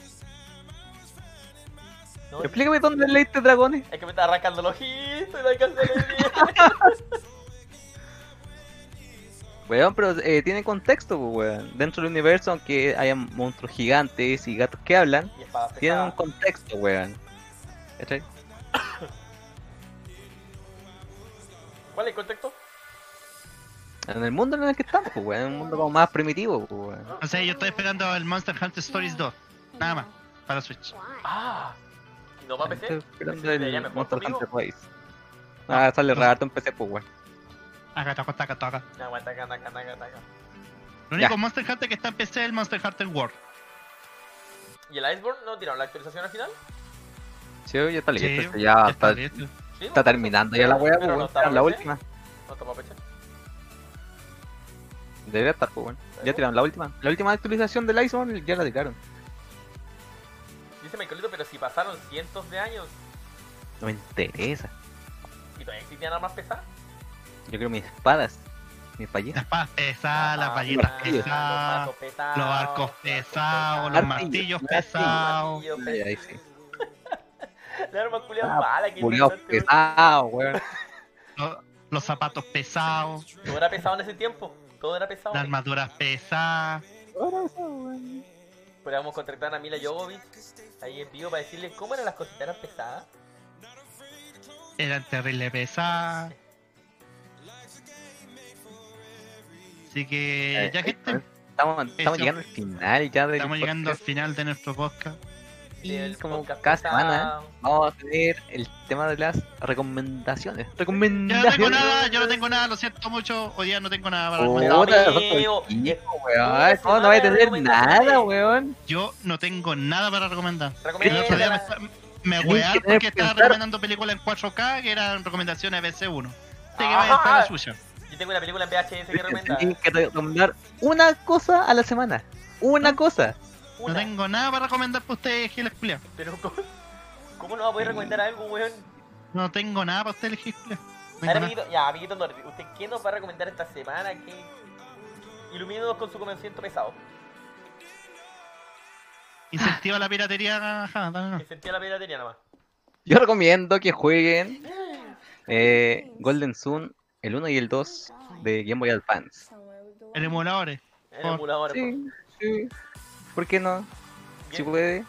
S1: No,
S2: Explícame dónde leíste dragones.
S1: Es que me está arrancando los ojitos y no alcanzo a leer
S2: Weón, pero eh, tiene contexto, pues, weón. Dentro del universo, aunque haya monstruos gigantes y gatos que hablan,
S1: bien. Y espadas
S2: tienen un
S1: pesadas.
S2: contexto, weón. ¿Cachai?
S1: ¿Cuál es el contexto?
S2: En el mundo en el que estamos, pues, weón. En un mundo como más primitivo, pues, weón.
S3: O sea, yo estoy esperando el Monster Hunter Stories 2. Nada más. Para Switch.
S1: Ah, ¿y no va a
S2: Estoy
S1: PC?
S2: esperando
S1: PC sería
S2: el
S1: mejor
S2: Monster
S1: conmigo.
S2: Hunter Rise. Ah, sale rato en PC, pues, weón.
S3: Acá, taca, taca, taca.
S1: Aguanta, acá, acá, acá, acá, acá.
S3: Lo único Monster Hunter que está en PC es el Monster Hunter World.
S1: ¿Y el Iceborne no tiraron la actualización al final?
S2: Sí, ya está
S3: Sí,
S2: listo. este, Ya está,
S3: listo.
S1: Sí,
S2: está
S1: pues,
S2: terminando ya la weá, pues,
S1: pero no
S2: weón.
S1: está
S2: tiraron La
S1: para PC.
S2: última.
S1: No está para PC.
S2: Debería estar, pues, weón. Ya tiraron la última. La última actualización del Iceborne ya la tiraron.
S1: Dice Michaelito, pero si pasaron cientos de años
S2: No me interesa.
S1: y todavía existían armas pesadas.
S2: Yo quiero mis espadas. Mis
S3: Las
S2: payeras.
S3: espadas pesadas, las vallitas
S1: Ah, los
S3: pesadas.
S1: arcos pesados,
S3: los arcos pesados, los
S2: Martillo,
S3: martillos
S2: martillo,
S3: pesados.
S1: martillo
S2: Ay,
S1: pesado.
S2: ay, sí.
S1: La arma culiada
S2: Ah,
S1: mala que
S2: culiao
S1: inventaste, weón.
S2: pesado, weón.
S3: Los, los zapatos pesados,
S1: Todo era pesado en ese tiempo. Todo era pesado.
S3: las armaduras pesadas.
S1: Podríamos contratar a Mila Jovovich ahí en vivo para decirle cómo eran las cositas eran pesadas.
S3: Eran terribles pesadas. Así
S2: Eh,
S3: que este ya gente,
S2: Estamos, estamos
S3: Eso.
S2: llegando al final ya del
S3: estamos llegando al
S2: podcast
S3: final de nuestro podcast.
S2: y
S1: Del
S2: como
S1: podcast
S2: cada
S1: pesado.
S2: semana ¿eh? vamos a tener el tema de las recomendaciones.
S3: Yo no tengo
S2: Recomendaciones.
S3: nada, yo no tengo nada, lo siento mucho, hoy día no tengo nada
S2: Oh.
S3: para recomendar.
S2: Puta,
S1: Amigo,
S2: nosotros
S1: eh,
S2: hijos,
S1: una
S2: weón. No,
S1: semana
S2: no voy
S1: de
S2: a tener
S1: recomendaciones.
S2: nada, weón.
S3: Yo no tengo nada para recomendar. El otro día
S1: Recomienda.
S3: me, me
S2: Tenés
S3: wearon
S2: que tener
S3: porque
S2: que
S3: estaba
S2: pensar.
S3: recomendando películas en 4K que eran recomendaciones BC1. Así que
S1: Ah.
S3: vaya a hacer la suya.
S1: Yo tengo una película en VHS que recomienda.
S2: Tienes que recomendar una cosa a la semana. Una cosa.
S3: No
S1: Una.
S3: tengo nada para recomendar para ustedes, Giles Culia.
S1: Pero ¿cómo, cómo no va a poder recomendar algo, weón?
S3: No tengo nada para ustedes, Giles Culia. No
S1: A ver,
S3: tengo nada.
S1: amiguito, ya, amiguito Norby, ¿usted qué nos va a recomendar esta semana? ¿Qué... Ilumínenos con su conocimiento pesado.
S3: Incentiva la piratería. ajá, dale, no.
S2: Ah.
S1: Que sentía la piratería nomás.
S2: Yo recomiendo que jueguen eh, Golden Sun, el 1 y el 2 de Game Boy Advance.
S3: El emulador. eh.
S1: En
S3: Por-
S1: emulador. pues.
S2: Sí, sí. ¿Por qué no? Si
S1: Game-
S2: puede,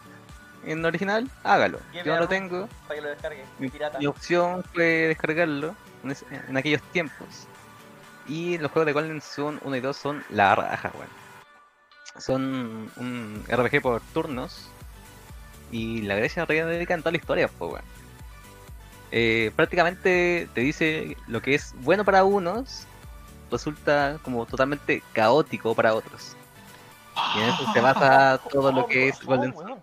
S2: en original, hágalo.
S1: Game
S2: Yo no lo
S1: Boy Advance.
S2: tengo.
S1: Para que lo descargue.
S2: Mi,
S1: Pirata.
S2: mi opción fue descargarlo en, es- en aquellos tiempos. Y los juegos de Golden Sun 1 y 2 son la raja, weón. Son un RPG por turnos. Y la Grecia reivindica en toda la historia, pues, weón. Eh, prácticamente te dice lo que es bueno para unos resulta como totalmente caótico para otros. Y en eso se basa todo lo que
S1: Oh,
S2: es Golden Sun.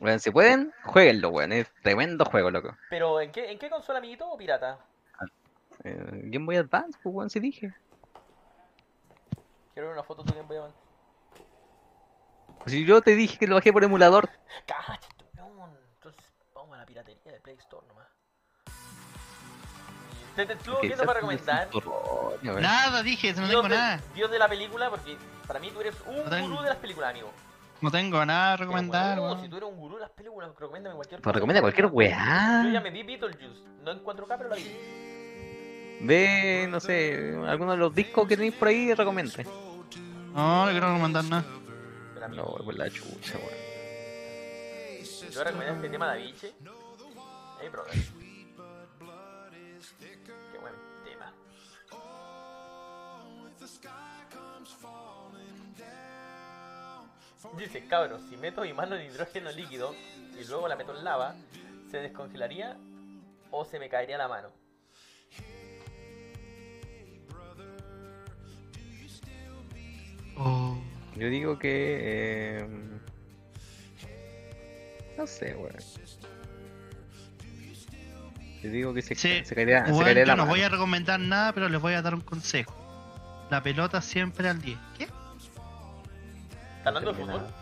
S2: Weón, si pueden, jueguenlo, weón. Es tremendo juego, loco.
S1: Pero ¿en qué, ¿en qué consola, amiguito, o pirata?
S2: Eh, Game Boy Advance, pues weón, si dije.
S1: Quiero ver una foto tuya en Boyaman.
S2: Pues si yo te dije que lo bajé por emulador.
S1: Cállate, este weón. Entonces, vamos a la piratería de Play Store nomás. Te, te estuvo
S2: que
S1: viendo
S2: quizás
S1: para
S2: tienes un
S1: recomendar.
S2: torrón, weón.
S3: Nada, dije, no
S1: Dios,
S3: tengo
S1: de,
S3: nada.
S1: Dios de la película, porque para mí tú eres un
S3: No tengo.
S1: gurú de las películas, amigo.
S3: No tengo nada para
S1: Pero,
S3: recomendar.
S1: weón,
S3: weón.
S1: Si tú eres un gurú de las películas, recomiéndame cualquier
S2: Pues recomienda cualquier weá.
S1: Yo ya me vi Beetlejuice. No en 4K, pero la vi.
S2: Ve, no sé, alguno de los discos que tenéis por ahí y recomiende.
S3: No, no quiero recomendar nada.
S1: Pero, amigo,
S2: No, weón, la chucha, weón.
S1: Yo recomiendo este tema de Avicii. Hey, brother. Qué buen tema. Dice, cabros, si meto mi mano en hidrógeno líquido y luego la meto en lava, ¿se descongelaría o se me caería la mano?
S3: Oh.
S2: Yo digo que. eh, no sé, weón. Yo digo que se,
S3: Sí,
S2: se caería, Ah, se
S3: Weón,
S2: caería
S3: yo
S2: la
S3: no
S2: mano.
S3: voy a recomendar nada, pero les voy a dar un consejo. La pelota siempre al 10. ¿Qué?
S1: ¿Está hablando de
S2: entendí
S1: fútbol?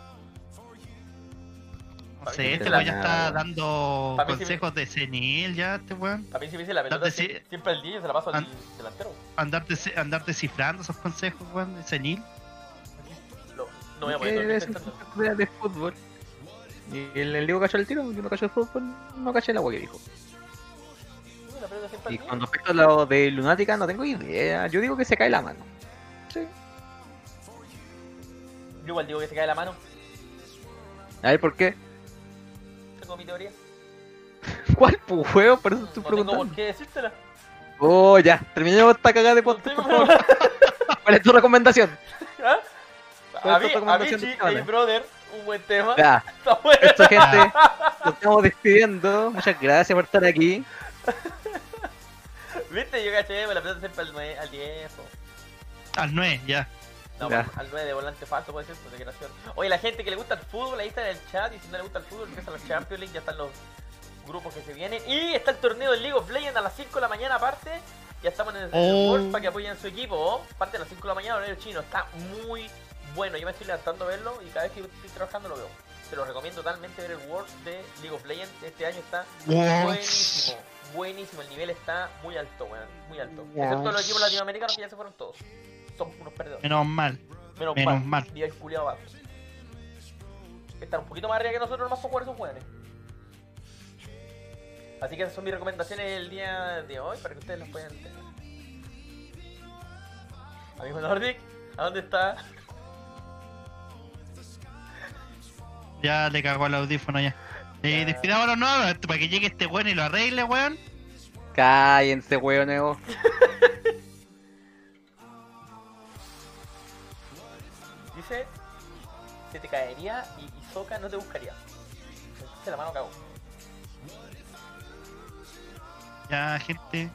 S3: No sé, este
S2: la
S3: weón ya
S2: nada,
S3: está
S2: weón.
S3: dando
S1: Para mí sí me-
S3: consejos de senil ya, este weón.
S1: A mí si me dice la pelota
S3: Antes sí.
S1: sie- siempre al 10 yo se la paso al
S3: An-
S1: delantero.
S3: Andar, deci- andar descifrando esos consejos, weón, de senil.
S1: No, no voy a
S2: Eh,
S1: poder dormir
S2: es un
S1: pensando.
S2: jugador de fútbol. Y el, el Diego cachó el tiro, yo no cachó el fútbol, no caché el agua que dijo.
S1: La pelota siempre al
S2: Y
S1: 10.
S2: con respecto a lo de Lunática, no tengo idea. Yo digo que se cae la mano. Sí.
S1: Yo igual digo que se cae la mano.
S2: A ver, ¿por qué?
S1: Tengo mi teoría.
S2: ¿Cuál pues, juego? Por eso estoy
S1: No tengo
S2: preguntando.
S1: por qué decírtela.
S2: Oh, ya. Terminemos esta cagada de podcast, por favor. ¿Cuál es tu recomendación?
S1: ¿Ah?
S2: ¿Cuál
S1: A mí, a
S2: es tu
S1: mí,
S2: recomendación de
S1: sí,
S2: semana?
S1: hey, brother, un buen tema.
S2: Ya.
S1: Está bueno.
S2: Esto, gente, nos estamos despidiendo. Muchas gracias por estar aquí.
S1: Viste, yo caché, me la puse siempre al 9, al 10. o-
S3: Al 9, ya.
S1: No, pues,
S2: Ya.
S1: al 9 de volante falso, puede ser, pues, de creación. Oye, la gente que le gusta el fútbol, ahí está en el chat. Y si no le gusta el fútbol, empieza la Champions League, ya están los grupos que se vienen. Y está el torneo del League of Legends a las 5 de la mañana, aparte. Ya estamos en el
S3: Oh.
S1: World para que apoyen su equipo. Parte a las 5 de la mañana, horario chino. Está muy bueno. Yo me estoy levantando a verlo y cada vez que estoy trabajando lo veo. Te lo recomiendo totalmente ver el World de League of Legends. Este año está
S3: Worlds.
S1: buenísimo. Buenísimo, el nivel está muy alto, weón. Muy alto.
S2: Ya.
S1: Excepto los equipos latinoamericanos que ya se fueron todos. Somos unos perdedores.
S3: Menos mal.
S1: Menos,
S3: Menos
S1: mal.
S3: mal.
S1: Viva el culiao abajo. Están un poquito más arriba que nosotros nomás por jugar esos jugadores. Así que esas son mis recomendaciones del día de hoy para que ustedes las puedan tener. Amigo Nordic, ¿a dónde está?
S3: Ya le cagó el audífono ya. Eh,
S1: Ya.
S3: despidámonos nuevos para que llegue este weón y lo arregle, weón.
S2: Cállense, huevo nuevo.
S1: Dice, se te caería y Isoka no te buscaría. Entonces la mano cagó.
S3: Ya, gente.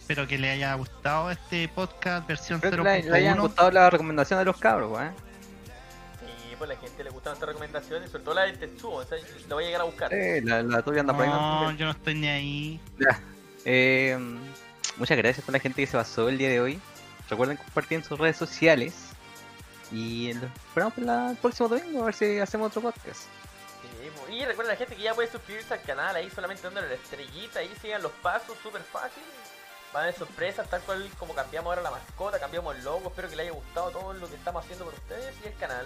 S3: Espero que le haya gustado este podcast versión
S2: Espero que le, le hayan
S3: 0.1.
S2: gustado las recomendaciones de los cabros, weón.
S1: Sí, pues a la gente le gustan estas recomendaciones, sobre todo la del Tetsuo, o sea, la voy a llegar a buscar.
S2: Sí, la, la tuya anda por ahí, ¿no?
S3: No, yo no estoy ni ahí.
S2: Eh, muchas gracias a la gente que se basó el día de hoy. Recuerden compartir en sus redes sociales. Y los esperamos para la- el próximo domingo a ver si hacemos otro podcast.
S1: Sí, po. Y recuerda la gente que ya puede suscribirse al canal ahí solamente dándole la estrellita ahí sigan los pasos, súper fácil. Van a haber sorpresas, tal cual como cambiamos ahora la mascota, cambiamos el logo, espero que les haya gustado todo lo que estamos haciendo por ustedes y el canal.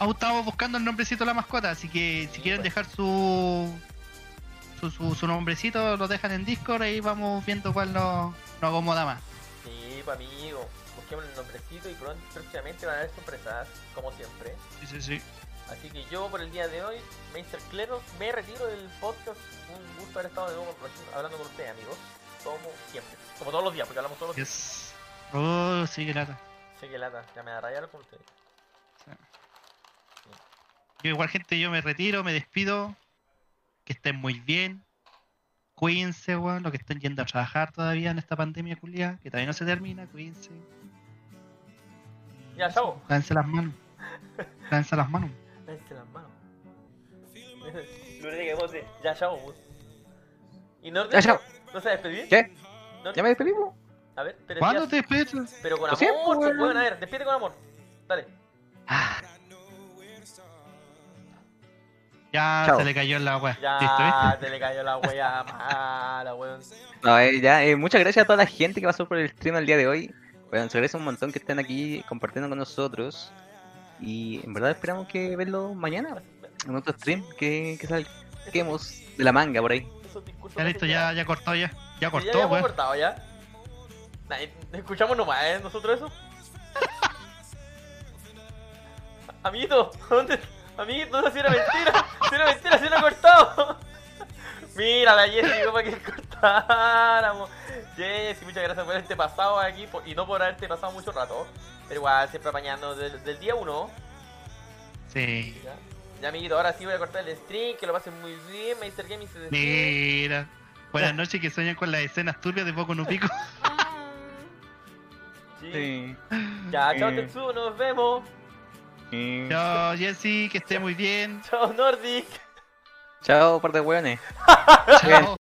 S3: Aún estamos buscando el nombrecito de la mascota, así que si
S1: Sí,
S3: quieren
S1: pues.
S3: dejar su su, su su nombrecito, lo dejan en Discord y vamos viendo cuál nos nos acomoda más.
S1: Sí, pues amigo, busquemos el nombrecito y pronto, próximamente van a haber sorpresas, como siempre.
S3: Sí, sí, sí.
S1: Así que yo por el día de hoy, Meister Clero, me retiro del podcast. Un gusto haber estado de nuevo con- hablando con ustedes, amigos. Como siempre, como todos los días, porque hablamos todos los días.
S3: Yes. Oh, sí, qué lata.
S1: Sí, que lata, ya me da rayar con ustedes.
S3: Yo igual gente, yo me retiro, me despido. Que estén muy bien. Cuídense, weón, los que estén yendo a trabajar todavía en esta pandemia culia, que todavía no se termina, cuídense.
S1: Ya, chao.
S3: Lávense las manos. Lávense las manos.
S1: Lávense Este las manos. Norte que vote. Ya, chao. bus. ¿Y Norte?
S2: Ya, Ah, chao.
S1: ¿No se despedí?
S2: ¿Qué?
S1: Norte-
S2: ¿Ya me despedimos?
S1: A ver, pero,
S3: ¿Cuándo
S1: ya-
S3: te despides?
S1: pero con
S2: Lo
S1: amor,
S2: siento,
S1: pues,
S2: weón.
S1: weón, a ver, despídete con amor. Dale.
S2: Ah,
S3: Ya
S2: Chao.
S3: se le cayó la weá. Listo, ¿viste?
S1: Ya, te le cayó la wea mala, weón.
S2: no, eh, ya, eh, muchas gracias a toda la gente que pasó por el stream el día de hoy. Bueno, se agradece un montón que estén aquí compartiendo con nosotros. Y en verdad esperamos que verlo mañana en otro stream que, que salquemos de la manga por ahí.
S1: Esos discursos
S3: Ya listo,
S1: que-
S3: ya, ya cortó ya. Ya
S1: Sí, ya
S3: cortó,
S1: habíamos
S3: weón.
S1: cortado ya. Nah, eh, escuchamos nomás, ¿eh? Nosotros eso. Amiguito, ¿dónde? Amiguito, no, si era mentira. Si era mentira, si era cortado. Mira, la Jessy dijo para que cortáramos. Jessy, muchas gracias por haberte pasado aquí po- y no por haberte pasado mucho rato. Pero igual, siempre apañando del, del día uno.
S3: Sí.
S1: Ya. Ya, amiguito, ahora sí voy a cortar el stream. Que lo pasen muy bien. Meister Gaming se despide.
S3: Mira. Buenas noches que sueñan con las escenas turbias de Boku no Pico.
S1: Sí. Ya, chao, Tetsu. Nos vemos.
S3: Chao, Jessy, que esté muy bien.
S1: Chao, Nordic.
S2: Chao, par de hueones.
S3: Chao.